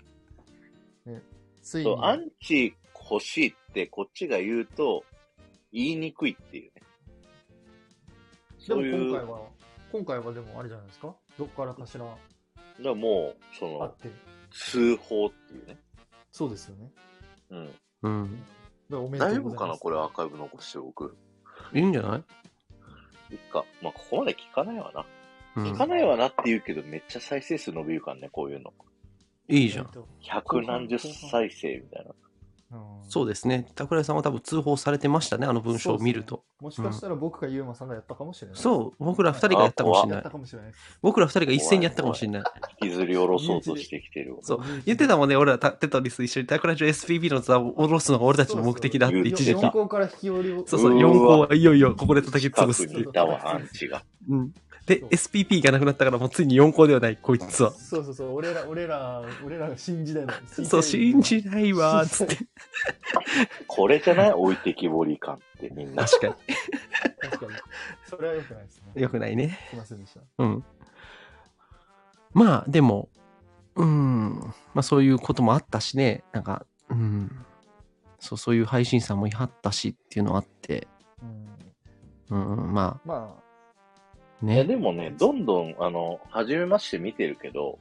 つい
そ
に
う、アンチ欲しいってこっちが言うと、言いにくいっていうね。
で
そ
も
うい
今回
う、
は今回はでもあれじゃないですかどっからかしら
だからもう、その
あっ、て
通報っていうね。
そうですよね
うん。
うん。
だからおめで
大
と
丈
う
夫
ござい
か
ま
な
す
これアーカイブ残して僕。
いいんじゃない
いっか。まあ、ここまで聞かないわな。
うん
聞。かないわなって言うけど、めっちゃ再生数伸びるからね、こういうの。
いいじゃん。
百何十再生みたいな。
そうですね。桜井さんは多分通報されてましたね、あの文章を見ると。
もしかしたら僕かユーマさんがやったかもしれない
そう、僕ら二人がやったかもしれ
や
な
っ
い
た。かもしれないです
僕ら二人が一斉にやったかもしれない。
引きずり下ろそうとしてきてるわ。
そう、言ってたもんね、俺らたテトリス一緒に桜井城 SPB の座を下ろすのが俺たちの目的だって
そうそ
一
う
時期
4。校から引き降りを
そうそう、
うーわ
4校はいよいよここで叩き
近
潰
く
すってい
に
う
い。たわ、アンチが。
うん、で
そう、
SPP がなくなったからもうついに4校ではない、こいつは。
そうそうそう俺ら俺ら俺らが新時代の
そう、信じないわーっつって。
これじゃない置いてきぼり感ってみんな。
確か
確かにそれは良くないです
に。
ね
よくないね。
すいませんでした
うん。まあ、でも、うん。まあ、そういうこともあったしね。なんか、うん。そう、そういう配信者もいはったしっていうのあって、
うん
うん、ま
ま
あ、
いや、
ね。
でもね、どんどん、あの、初めまして見てるけど、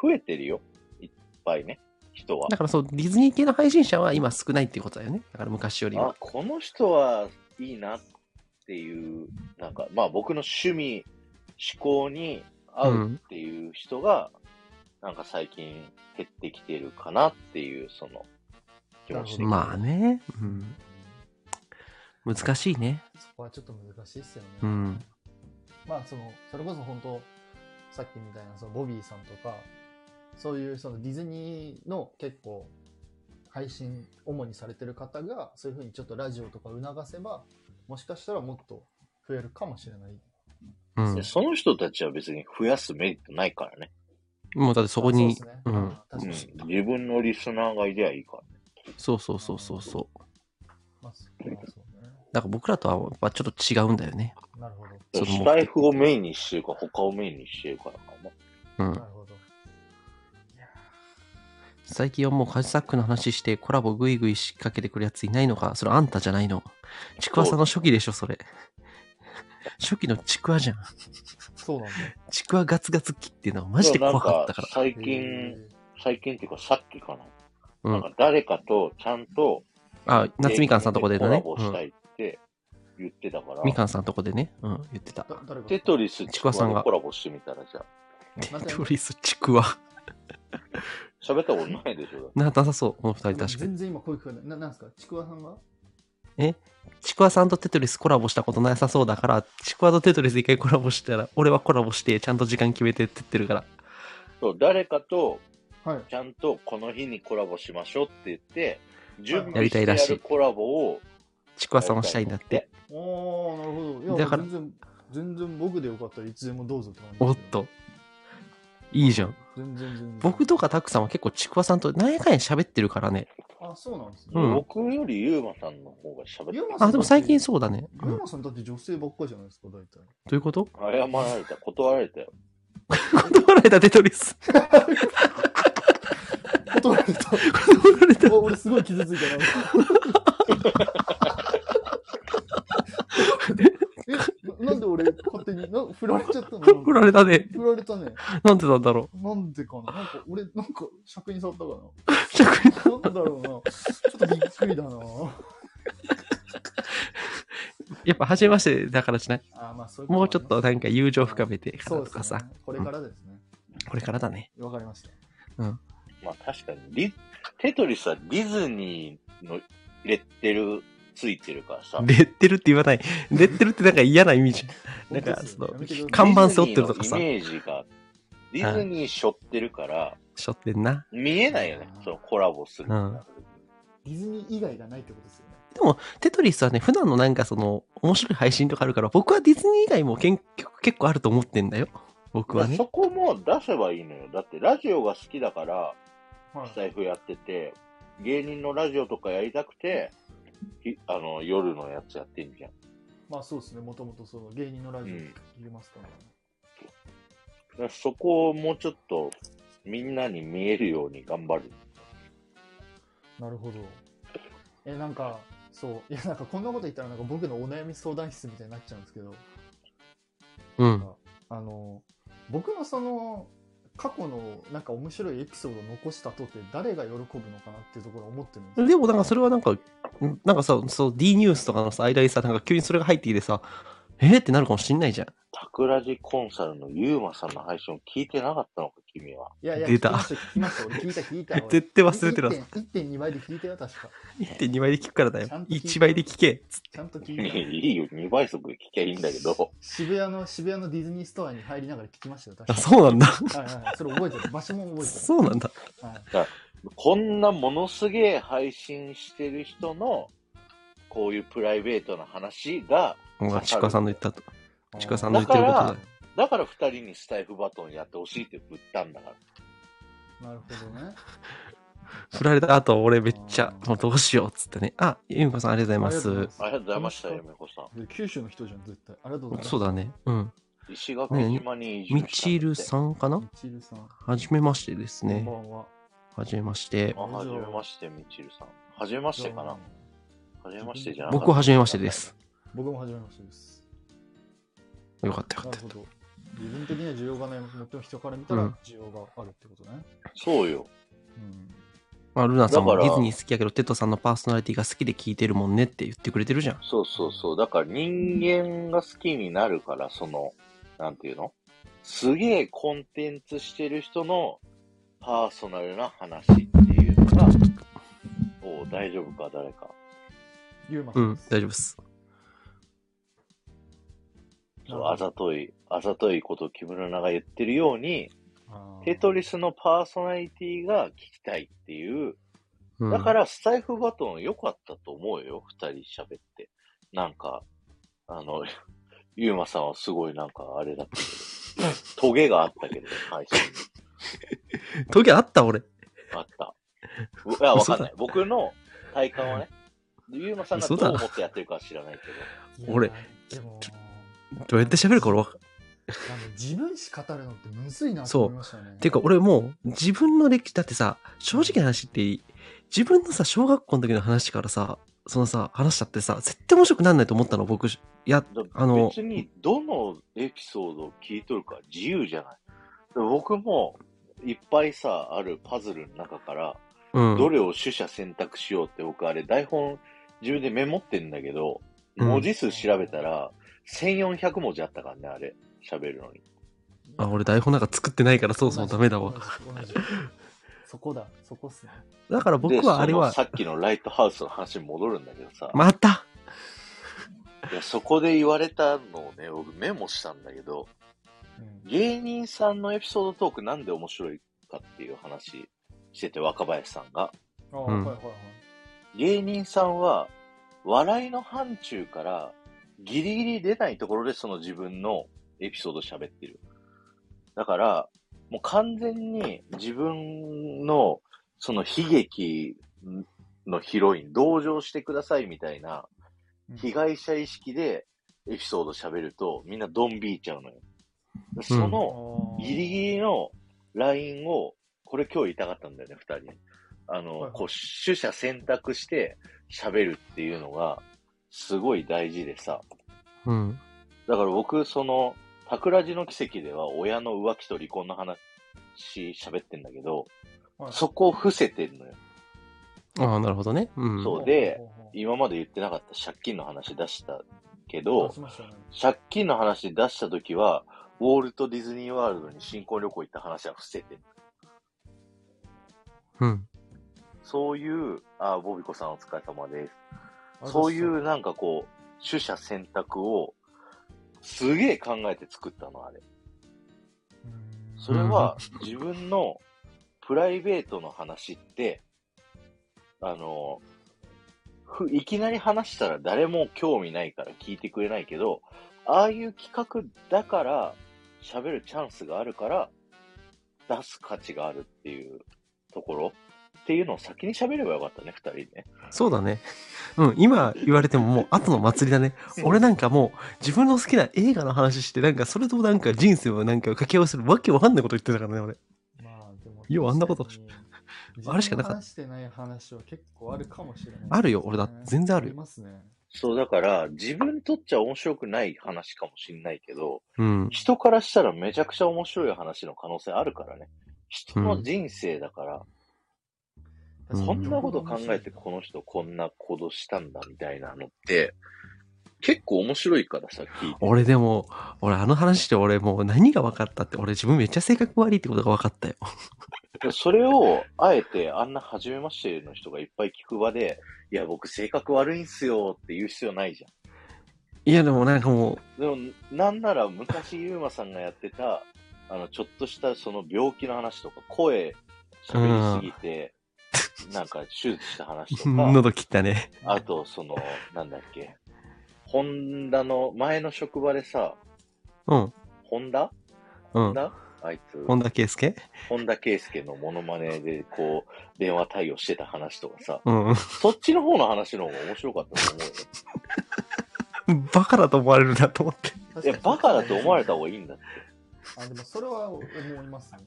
増えてるよ。いっぱいね、人は
だ。からそう、ディズニー系の配信者は今少ないっていうことだよね。だから昔より
あ
は。、
この人はいいなっていう、なんか、まあ僕の趣味、思考に合うっていう人が、なんか最近減ってきてるかなっていう、その、気持ち
う
で
ん。
まあね。
あ、
うん。難しいね。
そこはちょっと難しいですよね、
うん。
まあそのそれこそ本当さっきみたいなそのボビーさんとかそういうそのディズニーの結構配信主にされてる方がそういうふうにちょっとラジオとか促せばもしかしたらもっと増えるかもしれない
うん
で。その人たちは別に増やすメリットないからね。
もうだってそこに
そうですね、
うん。
確
う
か
ん
に、
自分のリスナーがいりゃいいからね。
そうそうそうそうそう。
まあそうね
だから僕らとはやっぱちょっと違うんだよね。
なるほど
その
スタイフをメインにしてるか、他をメインにしてるからかな。
うん
な。るほど。いや
最近はもうカジサックの話してコラボぐいぐい仕掛けてくるやついないのかそれあんたじゃないの。ちくわさんの初期でしょ、それ。初期のちくわじゃん。
ーそうなんだ。
ちくわガツガツ切っていうのはマジで怖かったから。
最
へ
近、最近っていうかさっきかな。
う
なん
ん。
か誰かとちゃんと、
あ、夏みかんさんとこで
コラ
ね。
ボ
う
した
ん
いって言ってたから、
みかんさんとこでね。うん、言ってた
ー。だ誰が
テトリスちくわさんがコラボしてみたらじゃあ、
テ
なんか
トリス、ちくわ。
喋ったことないでしょ。
な、なさそう、この二人確かに。
全然今声聞こえない。ななんですかちくわさんが
ちくわさんとテトリスコラボしたことなさそうだから、ちくわとテトリス一回コラボしたら、俺はコラボして、ちゃんと時間決めてって言ってるから。
そう誰かと
はい。
ちゃんとこの日にコラボしましょうって言って、準
や
備し
り
たて
い
や
らしい
るコラボを、
ちくわさんはしたいんだって。
おー、なるほど。いや、
だから
全然、全然僕でよかったらいつでもどうぞって感じ
おっ。と。いいじゃん。
全然全然。
僕とかたくさんは結構ちくわさんと何やかんや喋ってるからね。
あ、そうなんですね。
うん
僕よりユーマさんの方が喋って
ユーマさん
あ、でも最近そうだね。う
ヨ
ん、ど
マさんだって女性ばっかりじゃないですか、大体。
ういうこと
謝られた、断られたよ。
断られたテトリス。
断られた。
断られた。
お俺すごい傷つい たな。え、ななんで俺勝手に、な振られちゃったの
振られたね。
振られたね。
なんでなんだろ
なんでかななんか俺、なんか尺に触ったか
う。ちょっ
なな
と
んだろうな。ちょっとびっくりだな。
やっぱ初めましてだからじゃない。
あーまあそういうこ
もうちょっとなんか友情深めてか
そ
ら
う
と
で
か
す
さ
ね。。これからですね。
これからだね。
わかりました。
まあ確かにディ、テトリスはディズニーのレッテルついてるからさ、
レッテルって言わ ない。レッテルってなんか嫌な意味じゃん。なん
本当
か
です
その
やめてください
看板背負ってるとかさ
ディズニーのイメージが、ディズニー背負ってるから、
しょってんな。
見えないよね、そのコラボする。
うん
ディズニー以外がないってことですよね。
テトリスはね、普段のなんかその面白い配信とかあるから、僕はディズニー以外もけん結構あると思ってんだよ。僕はね
そ。こも出せばいいのよ。だってラジオが好きだから、
はい
スタイフやってて、芸人のラジオとかやりたくて、ひあの、夜のやつやってんじゃん。
まあそうですね、もともとその芸人のラジオ聞きますから、ね
だからそこをもうちょっと、みんなに見えるように頑張る。
なるほど。え、なんか、そう、いやなんかこんなこと言ったらなんか僕のお悩み相談室みたいになっちゃうんですけど、
うん。
あの、僕のその、過去のなんか面白いエピソードを残したとって誰が喜ぶのかなっていうところを思ってるんですよ
でもなんかそれはなんか、なんかさ、そう D ニュースとかのさ、間にさ、なんか急にそれが入ってきてさ、えー、ってなるかもしんないじゃん。
桜地コンサルのユーマさんの配信を聞いてなかったのか、君 は。
いやいや、
出た
聞きました、聞きました、俺聞いた、聞いた。俺
絶対忘れてるわ。
1.2 1.2倍で聞いたよ、確か。
1.2倍で聞くからだよ
ちゃん。と聞いて
1倍で聞け。つ
ちゃんと
い
聞いた。
いよ、2倍速で聞きゃいいんだけど。
渋谷の、渋谷のディズニーストアに入りながら聞きましたよ、確
あ、
か。
そうなんだ。
はいはいはい、それ覚えてる。場所も覚えてる。
そうなんだ。
はい
こんなものすげえ配信してる人の、こういうプライベートな話が、
うんちくわさんの言ったと。ちくわさんの言
だか
ってることだ
ら
よ。、
だから二人にスタイフバトンやってほしいって振ったんだから。
なるほどね。
振られた後、俺めっちゃ、もうどうしようっつってね。あ、ゆみこさんありがとうございます。
ありがとうございました、やめこさ
九州の人じゃん、絶対。ありがとうございます。
そうだね。うん。
ん。石垣島に移住したん
み
だって
ちるさんかな
みちるさん。
はじめましてですね
こん。ばんは。
はじめまして
あ、。はじめまして、みちるさん。はじめましてかなはじめましてじゃなかった
僕はじめましてです。。
僕も初めましてです。
よかったよか
な
っ
る
た
ほ。ど。自分的には需要がない、持ってる人から見た
う
ら
ん
需要があるってことね。
そうよ。
うん。
まあ、ルナさんも
だから
ディズニー好きやけど、テッドさんのパーソナリティが好きで聞いてるもんねって言ってくれてるじゃん。
そうそうそう。だから人間が好きになるから、その、なんていうのすげえコンテンツしてる人のパーソナルな話っていうのが、おう大丈夫か、誰か。
ゆうまさ
うん、
です
大丈夫です。
そうあざとい、あざといことを木村菜が言ってるように、
あー
テトリスのパーソナリティが聞きたいっていう。
うん、
だから、スタイフバトン良かったと思うよ、二人喋って。なんか、あの、 ゆうまさんはすごいなんかあれだったけ ど、トゲがあったけど、配信に
時あった俺。
あった。いや、わかんない
嘘だ。
僕の体感はね、ゆうまさんがど
嘘
う
だ
思ってやってるかは知らないけど、
いや
俺
でも、
どうやって喋るか俺わ
あの自分史語るのってむずいなと
そう
思いましたよね。
ていうか、俺もう自分の歴史、だってさ、正直な話っていい、自分のさ、小学校の時の話からさ、そのさ、話しちゃってさ、絶対面白くなんないと思ったの、僕、や、
だ
あの
別にどのエピソードを聞いとるか自由じゃない。で僕もいっぱいさ、あるパズルの中から、
うん。
どれを取捨選択しようって、僕あれ台本自分でメモってんだけど、
うん
文字数調べたら、1400文字あったからね、あれ。喋るのに。
あ、俺台本なんか作ってないからそもそもダメだわ
同。じ。同じそこだ、そこっすね。
だから僕はあれ
で
は
そ、のさっきのライトハウスの話に戻るんだけどさ、
また
いやそこで言われたのをね、僕メモしたんだけど、
うん
芸人さんのエピソードトークなんで面白いかっていう話してて、若林さんが。
ああ、
うん
はいはいはい。
芸人さんは、笑いの範疇からギリギリ出ないところでその自分のエピソードを喋ってる。だから、もう完全に自分のその悲劇のヒロイン、同情してくださいみたいな
うん
被害者意識でエピソード喋るとみんなドンビーちゃうのよ。その、ギリギリのラインを、これ今日言いたかったんだよね、二人。あの、
はい
こう、取捨選択して喋るっていうのが、すごい大事でさ。
うん。
だから僕、その、桜地の奇跡では親の浮気と離婚の話喋ってんだけど、
はい
そこを伏せてんのよ。
ああ、なるほどね。うん。
そうで、
ほうほうほう
今まで言ってなかった借金の話出したけ
ほう
ど
出し、ましたね
借金の話出した時は、ウォールト・ディズニー・ワールドに新婚旅行行った話は伏せてん
うん。
そういう、あ、ボビコさんお疲れ様です。
あれ
そういうなんかこう、取捨選択をすげえ考えて作ったの、あれ。
うん
それは自分のプライベートの話って、あの、ふいきなり話したら誰も興味ないから聞いてくれないけど、ああいう企画だから喋るチャンスがあるから出す価値があるっていうところっていうのを先に喋ればよかったね、二人ね。
そうだね。うん、今言われてももう後の祭りだね。俺なんかもう自分の好きな映画の話して、なんかそれとなんか人生をなんか掛け合わせるわけわかんないこと言ってたからね、俺。
まあでも
ようあんなこと
確かに
あれしかなかった
自分の話してない話は結構あるかもしれないですね。
あるよ俺だって全然あるよ
りますね。
そう、だから、自分にとっちゃ面白くない話かもしんないけど、
うん。
人からしたらめちゃくちゃ面白い話の可能性あるからね。人の人生だから、
うん
そんなこと考えてこの人こんな行動したんだみたいなのって、結構面白いからさ、聞いて。
俺でも、俺あの話で俺もう何が分かったって、俺自分めっちゃ性格悪いってことが分かったよ。
それを、あえてあんな初めましての人がいっぱい聞く場で、いや、僕性格悪いんすよって言う必要ないじゃん。
いやでもなんかも
でも、なんなら昔、ゆうまさんがやってた、あの、ちょっとしたその病気の話とか、声喋りすぎて、なんか手術した話
う、
とか、
喉切ったね。
あと、その、なんだっけ、ホンダの、前の職場でさ、
うん。
ホンダ
う
ホン
ん。
ダあいつ、
本田圭佑
本田圭佑のモノマネで、こう、電話対応してた話とかさ、
うん。
そっちの方の話の方が面白かったと思うよ。
バカだと思われるなと思って。
いや、バカだと思われた
方
方がいいんだっ
がいい。あ、でもそれは思いますね。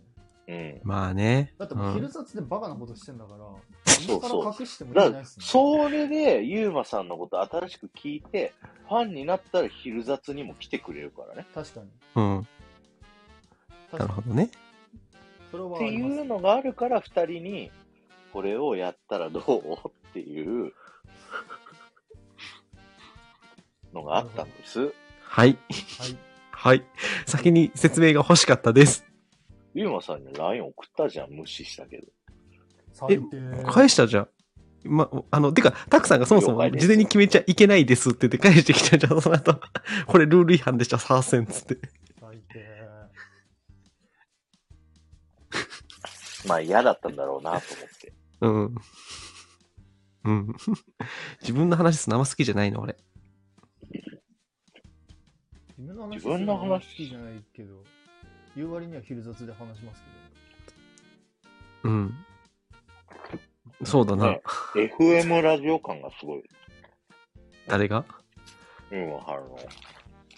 て。うん。
まあね。
だって
う
もうん昼雑でバカなことしてんだから、
そうそう
今更隠しても意
だか
味ない
ら、
ですね。
それで、ゆうまさんのこと新しく聞いて、ファンになったら、昼雑にも来てくれるからね。
確かに。
うん。な
確
る
か
ほ
に。
どね。
それ
っ
はあ
て
ります
いうのがあるから、二人に、これをやったらどうって いうのがあったんです。
はい。
はい。
はい。先に説明が欲しかったです。
ゆうまさんに LINE 送ったじゃん、無視したけど。
最低。
返したじゃん。ま、あの、てか、たくさんがそもそ
了
も
解です
事前に決めちゃいけないですって言って返してきたじゃん、その後。これルール違反でした、サーセンっつって。
最低。
まあ嫌だったんだろうなと思って。
うん。うん。 自分の話す生好きじゃないの、俺。
自分の話
自分の話
好きじゃないけど、言う割には昼雑で話しますけど。
うん。そうだな。
ね FM ラジオ感がすごい。
誰が
うん、はるの。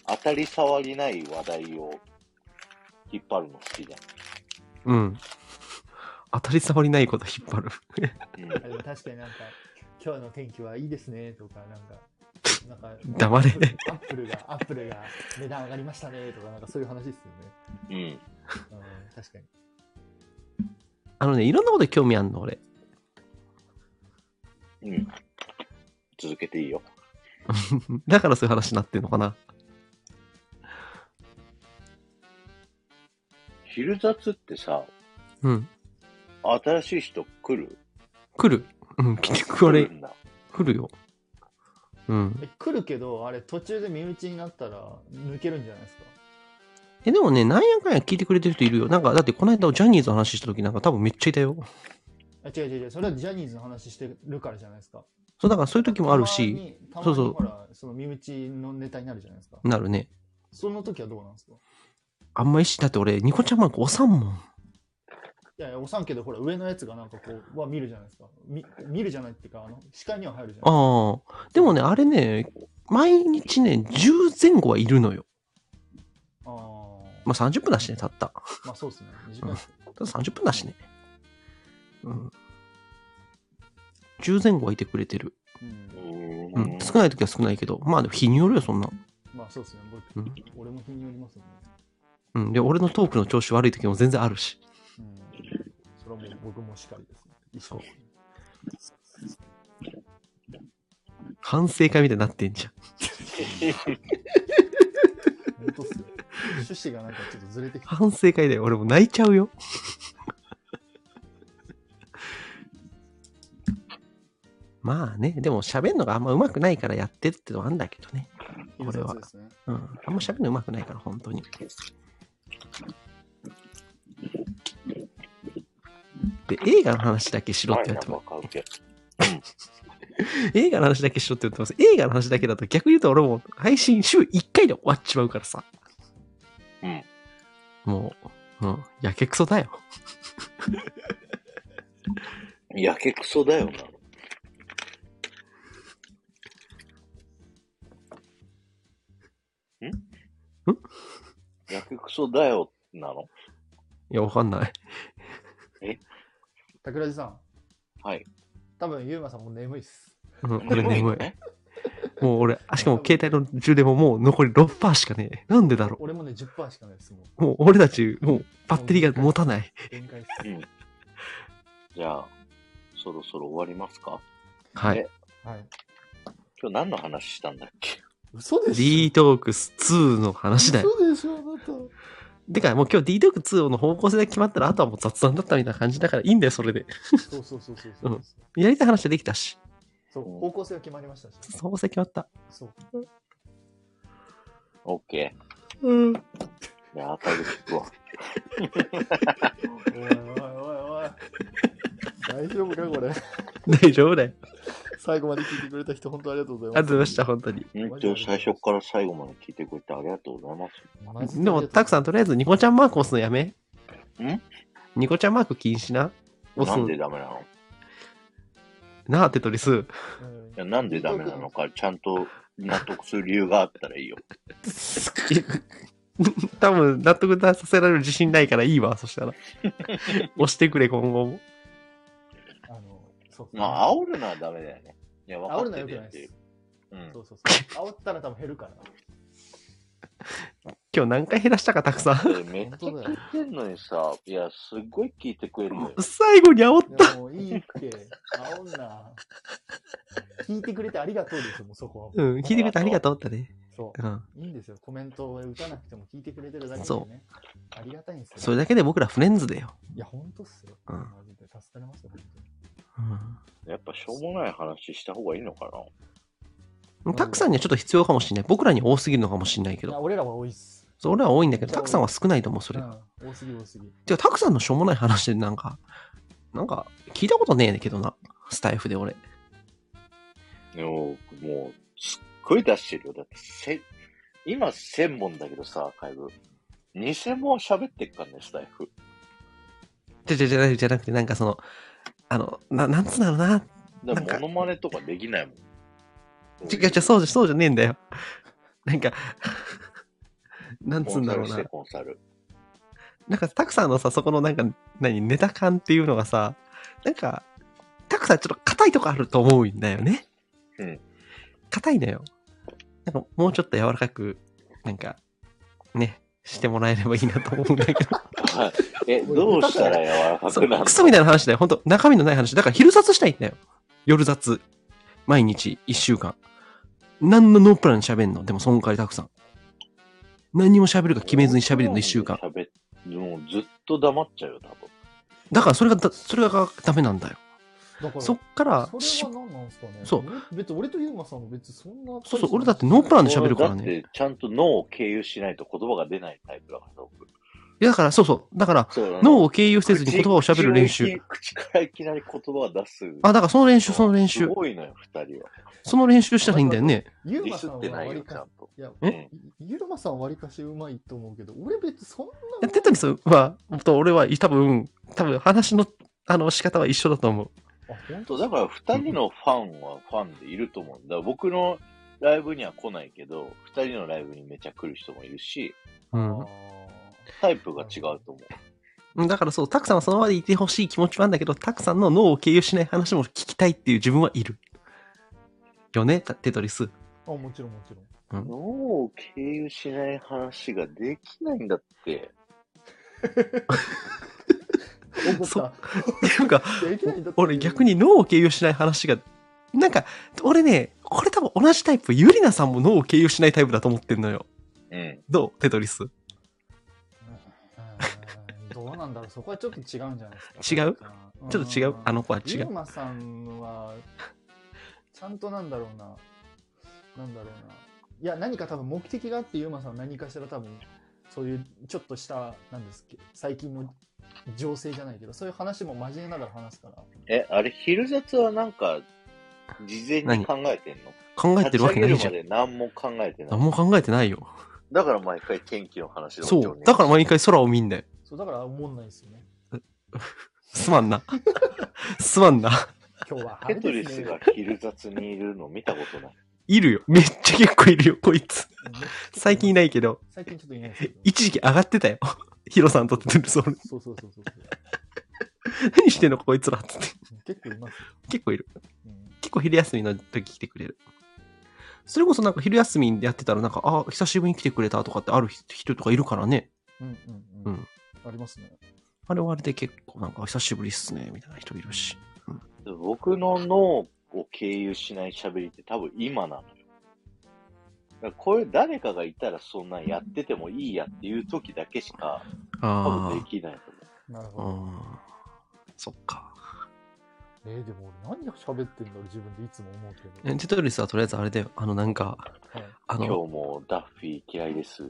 当たり障りない話題を引っ張るの好きじ
うん。当たり障りないこと引っ張る。
ゃ ん。うん
あでも確かに なんか、今日の天気はいいですねとか、なんか、なんか、
黙れ
アップルが、アップルが値段上がりましたねとか、なんかそういう話ですよね。
うん。
うん、確かに。
あのね、いろんなことに興味あんの、俺。
うん。続けていいよ。
だからそういう話になってんのかな。
昼雑ってさ、
うん。
新しい人来る
来る。うん、結局あ
来
れ
る、んだ
来るよ。うん。
え来るけど、あれ途中で身内になったら抜けるんじゃないですか。
え、でもね、何やかんや聞いてくれてる人いるよ。なんか、だってこの間ジャニーズの話した時なんか多分めっちゃいたよ。
あ違う違う違う、それはジャニーズの話してるからじゃないですか。
そう、だからそういう時もあるし、
たま
そ
に
うそう
たまにほら、その身内のネタになるじゃないですか。
なるね。
その時はどうなんですか
あんま意識、だって俺、ニコちゃんマーク押さんもん。
いやいや、おさんけど、ほら、上のやつがなんかこう、は見るじゃないですか。み見るじゃないっていうか、あの、視界には入るじゃない
ああ。でもね、あれね、毎日ね、10前後はいるのよ。
ですか。ああ
まあ30分だしね、たった。
ー。まあ、そうですね。短いっすね
ただ30分だしね。うん。10前後はいてくれてる。
うん
う。ん
うん。少ない時は少ないけど、まあでも日によるよ、そんな。
まあそうですね。
う
僕
ん
俺も日によりますよね。
うん。で、俺のトークの調子悪い時も全然あるし。
うん。それはもう僕もしかりですね。
そう。反省会みたいになってんじゃん。
本当っすよ。趣旨がなんかちょっとずれてきた。
反省会で俺もう泣いちゃうよ。 まあね、でも喋るのがあんま上手くないからやってるってのはあんだけどね。これは
印刷ですね。
うん。あんま喋るの上手くないから、本当に。で、映画の話だけしろって言われても、
前なんか買うけ
映画の話だけしろって言ってます。映画の話だけだと逆に言うと俺も配信週1回で終わっちまうからさ。
うん。
もう、うん、やけくそだよ。
どやけくそだよな。んやけくそだよなの
いや、わかんない。
桜地さん、
はい。
多分ゆうまさんも眠いっす。
うん、俺
の
眠い。
ね。
もう俺、あしかも携帯の充電ももう残り6%しかねえ。なんでだろ
俺もね、10%しかないです。もう、
う。もう俺たち、もうバッテリーが持たない。
限界っ
じゃあ、そろそろ終わりますか
はい。
す。 はい。
今日何の話したんだっけ
嘘でし
D トークス2の
ょ
話だよ。
嘘でしょ、あなた。
てか、もう今日 D トーク2の方向性が決まったら、あとはもう雑談だったみたいな感じだからいいんだよ、それで。
そうそうそうそうそう
う。やりたい話はできたし。
そう、方向性が決まりましたし。
方向性決まった。
そう。
?OK。
うん。
じゃあ、後で聞くわ。
おいおいおいおい。大丈夫か、こ れ。
大丈夫だよ。
最後まで聞いてくれた人、本当ありがとうご
あり
ざ
が
い
と
ま
うございました、本当に。
本当最初から最後まで聞いてくれてありがとうございます。
す。マジ
でも、たくさ
ん。
んとりあえずニコちゃんマーク押すのやめ。
ん
ニコちゃんマーク禁止な。押
な
す
ん
の
でダメなのい
なあ、テトリス。
うん
やなんでダメなのか、ちゃんと納得する理由があったらいい よ。
多分納得させられる自信ないからいいわ、そしたら。押してくれ、今後も。
あの、そうそう。
まあ、煽るのはダメだよね。いや、分
煽
か
る
っ
のは
て
よ
る
く
よ
ない
ってい
で
う
す。。
うん
そうそうそう。煽ったら多分減るから。
今日何回減らしたか、たくさ
で
ん。
めっちゃ聞いてんのにさ、いや、すっごい聞いてくれるのよ。
最後に煽っ
いやもういいって、煽んな。聞いてくれてありがとうですよ、もうそこ
た。
は。
うん、聞いてくれてありがとうってね。
そ
うん。
う。いいんですよ。コメントを打たなくても聞いてくれてるだけで
そ
ね。ありがたいんですよ。
それだけで僕らフレンズだよ。
いや、ほんとっすよ。
うん
マジで助かりますよ、ほんとに
やっぱしょうもない話した方がいいのか
うん。たくさんにはちょっと必要かもしれない。僕らに多すぎるのかもしれないけ
いや、
ど。
俺らは多いっす。
そう俺は多いんだけど、たくさんは少ないと思う、それが。
うん、多すぎ多すぎ。
てか、たくさんのしょうもない話でなんか、なんか、聞いたことねえけどな。スタイフで俺。
な。もう、もうすっごい出してるよ。だって、せ、今1000本だけどさ、アーカイブ。2000本喋ってっからね、スタイフ。
じゃじゃじゃじゃなくて、なんかその、あの、ななんつうんだろうな。
だ
なん
か、
から
モノマネとかできないもん。
違う違う、そうじゃ、そうじゃねえんだよ。なんか、 なんつ
コ
うん
ン
だ
サ
ろう
ルし
な
て。コンサル。
なんか、たくさんのさ、そこのなんか、何、ネタ感っていうのがさ、なんか、たくさんちょっと硬いとこあると思うんだよね。
うん。
硬いのよ。なんか、もうちょっと柔らかく、なんか、ね、してもらえればいいなと思うんだけど。
はいえ、どうしたら柔らか
そ
くなる
う
の
クソみたいな話だよ。本当中身のない話。だから、昼雑したいんだよ。夜雑。毎日、一週間。何のノープランで喋んのでも、そんくらいたくさん。何にも喋るか決めずに喋るの、一週間。
喋っもうずっと黙っちゃうよ、多分。
だから、それがだ、それがダメなんだよ。
だから
そっから、し
それは何なんですかね
そう
俺別に俺とユーマさんも別にそんな大した
そうそう俺だってノープランで喋るからね
だって、ちゃんと脳を経由しないと言葉が出ないタイプだから、僕。
いやだから、そうそう。だから、
そう
脳を経由せずに言葉を喋る練習。。
口口からいきなり言葉を出す。
あ、だからその練習、その練
す
習。
ごいのよ、二人は。
その練習したらいいんだよね。
ユ
ディ
ーマ
ス
さ
っ
ん
て
は
な
わ
い
り
よ、ちゃ
か
んと。
しいや
え
ユーマさんはわりかしうまいと思うけど俺別にそん
や
な
ってたりするは、と俺は多分、多分話の、あの、仕方は一緒だと思う。
あ本
そうだから、二人のファンはファンでいると思うんだ。僕のライブには来ないけど、二人のライブにめちゃ来る人もいるし、
うん。
タイプが違うと思う。
だからそう、たくさんはそのままでいてほしい気持ちもあるんだけど、たくさんの脳を経由しない話も聞きたいっていう自分はいる。よね、たテトリス。
あもちろんもちろん
脳を経由しない話ができないんだって。
怒
そ
っ
なんか、
たできないんだって
俺逆に脳を経由しない話が、なんか、俺ね、これ多分同じタイプ、ゆりなさんも脳を経由しないタイプだと思ってんのよ。
うん。
どうテトリス。
うんどうなんだろうそこはちょっと違うんじゃないです
違
か
うちょっと違うあの子は違
ユ
う
ー。マさんはちゃんとなんだろうななんだろうないや何か多分目的があってユーマさんは何かしら多分そういうちょっとしたなんですけど最近の情勢じゃないけどそういう話も交えながら話すから
え、あれ、昼雑はなんか、事前に考えてんの
考えてるわけない
立ち
じゃ
上
ん。
げるまで何も考えてな
何
い。
も考えてないよ。
だから毎回天気の話で
そう。だから毎回空を見んだよ。
そうだから思んないですよね
すまんな。すまんな。
今日は
テ
晴
ト
れ
リ
です
ス
ね
が昼雑にいるの見たことない。
いるよ。めっちゃ結構いるよ、こいつ。最近いないけど、
最近ちょっといないですけど
一時期上がってたよ。 ヒロさんとテトリス、俺
そうそうそうそう
何してんのこいつらっつって。
結構いますよ、
結構いる。
うん
結構昼休みの時来てくれる。それこそなんか昼休みでやってたらなんか、あ、久しぶりに来てくれたとかってある人とかいるからね。
うんうんう
うんん
ありますね
あれはあれで結構なんか久しぶりっすね、みたいな人いるし。
僕の脳を経由しない喋りって多分今なのよ。だからこれ誰かがいたらそんなんやっててもいいやっていう時だけしか多
あ
分
ー
できないと思う。
なるほ
う
ど、
ん。そっか。
えーでも俺何喋ってんだろう自分でいつも思うけど、
えテトリスはとりあえずあれだよ。あのなんか、
はい
あ
今日
の、
もダッフィー嫌いです。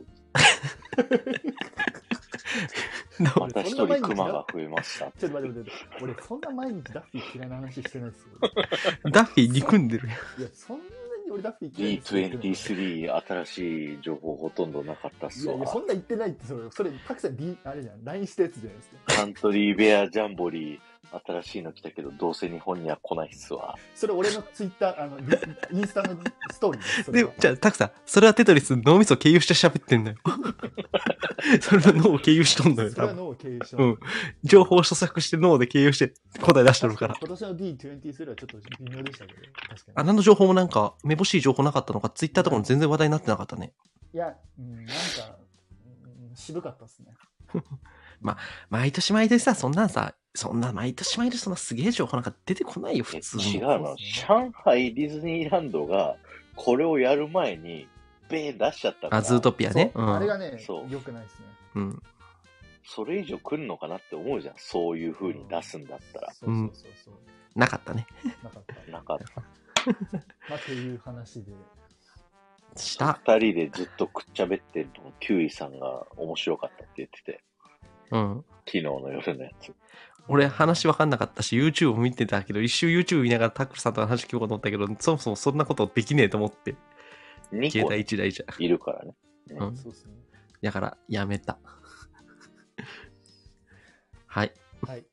な
また一人クマが増えま した。
ちょっと待って待って待って、俺そんな毎日ダッフィー嫌いな話してないですよ。
ダッフィー憎んでるやん。
いや、そんなに俺ダッフィー嫌いですよ。
D23 新しい情報ほとんどなかったっ
い
す
やいや、そ
わ。
んな言ってないって、それ、それ、たくさん D、あれじゃん、LINE したやつじゃないですか。
カントリーベアジャンボリー新しいの来たけどどうせ日本には来ないっすわ。
それ俺のツイッター、あの、インスタのストーリーです。それ
で
は、
じゃあ、タクさん、それはテトリス脳みそ経由して喋ってん だよ。それは脳を経由しとんだよ、
そ
多
れは
分。
脳を経由して
うん情報を著作して脳で経由して答え出してる
確
か
かに
ら。
今年の D23 はちょっと微妙でしたけど、確か
あ
に。
何の情報もなんか、めぼしい情報なかったのか、ツイッターとかも全然話題になってなかったね。
いや、うん、なんか、うん渋かったですね。
毎年毎年さ、そんなんさ、そんな毎年毎年そんなすげえ情報なんか出てこないよ、
え
普通
違う
に。
の。上海ディズニーランドがこれをやる前にベー出しちゃったから。
あ、ズートピアね。う
そうあれ
ん
がね
そ、う
良くないですね。
うん。
それ以上来るのかなって思うじゃん。そういう風に出すんだったら。
そうそうそうそう。
なかったね。
なかった。
なんか
まあ、という話で。
した。
二人でずっとくっちゃべってるのをキュウイさんが面白かったって言ってて、
うん。
昨日の夜のやつ。
俺、話わかんなかったし、YouTube を見てたけど、一周 YouTube 見ながらタックルさんと話聞こうと思ったけど、そもそもそんなことできねえと思って、
2個
携帯一台じゃ。
いるからね。
うん。
そうですね。
だから、やめ た。はい。
はい。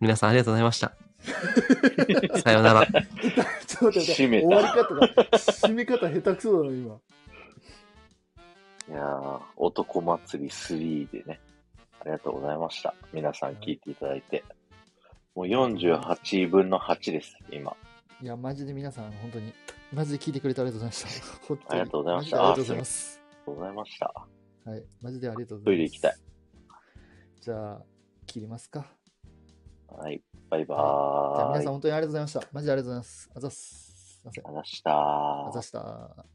皆さんありがとうございました。さようなら。
ちょっと待って待って、
締めた
終わり方が、締め方下手くそだな、今。
いやー、男祭り3でね、ありがとうございました。皆さん聞いていただいて。もう48分の8です、今。
いや、マジで皆さん、あの本当に、マジで聞いてくれてありがとうご ざいました。本当に
ありがとうございました
マジでありがとうございます。
ありがとうございました。
はい、マジでありがとうございます。
トイレ行きたい。
じゃあ、切りますか。
はい、バイ
じゃあ、
バー
皆
イ。
さ
あ
ん、本当にありがとうございました。マジでありがとうございます。あざっす。すいません。
ざしたー
あざっした。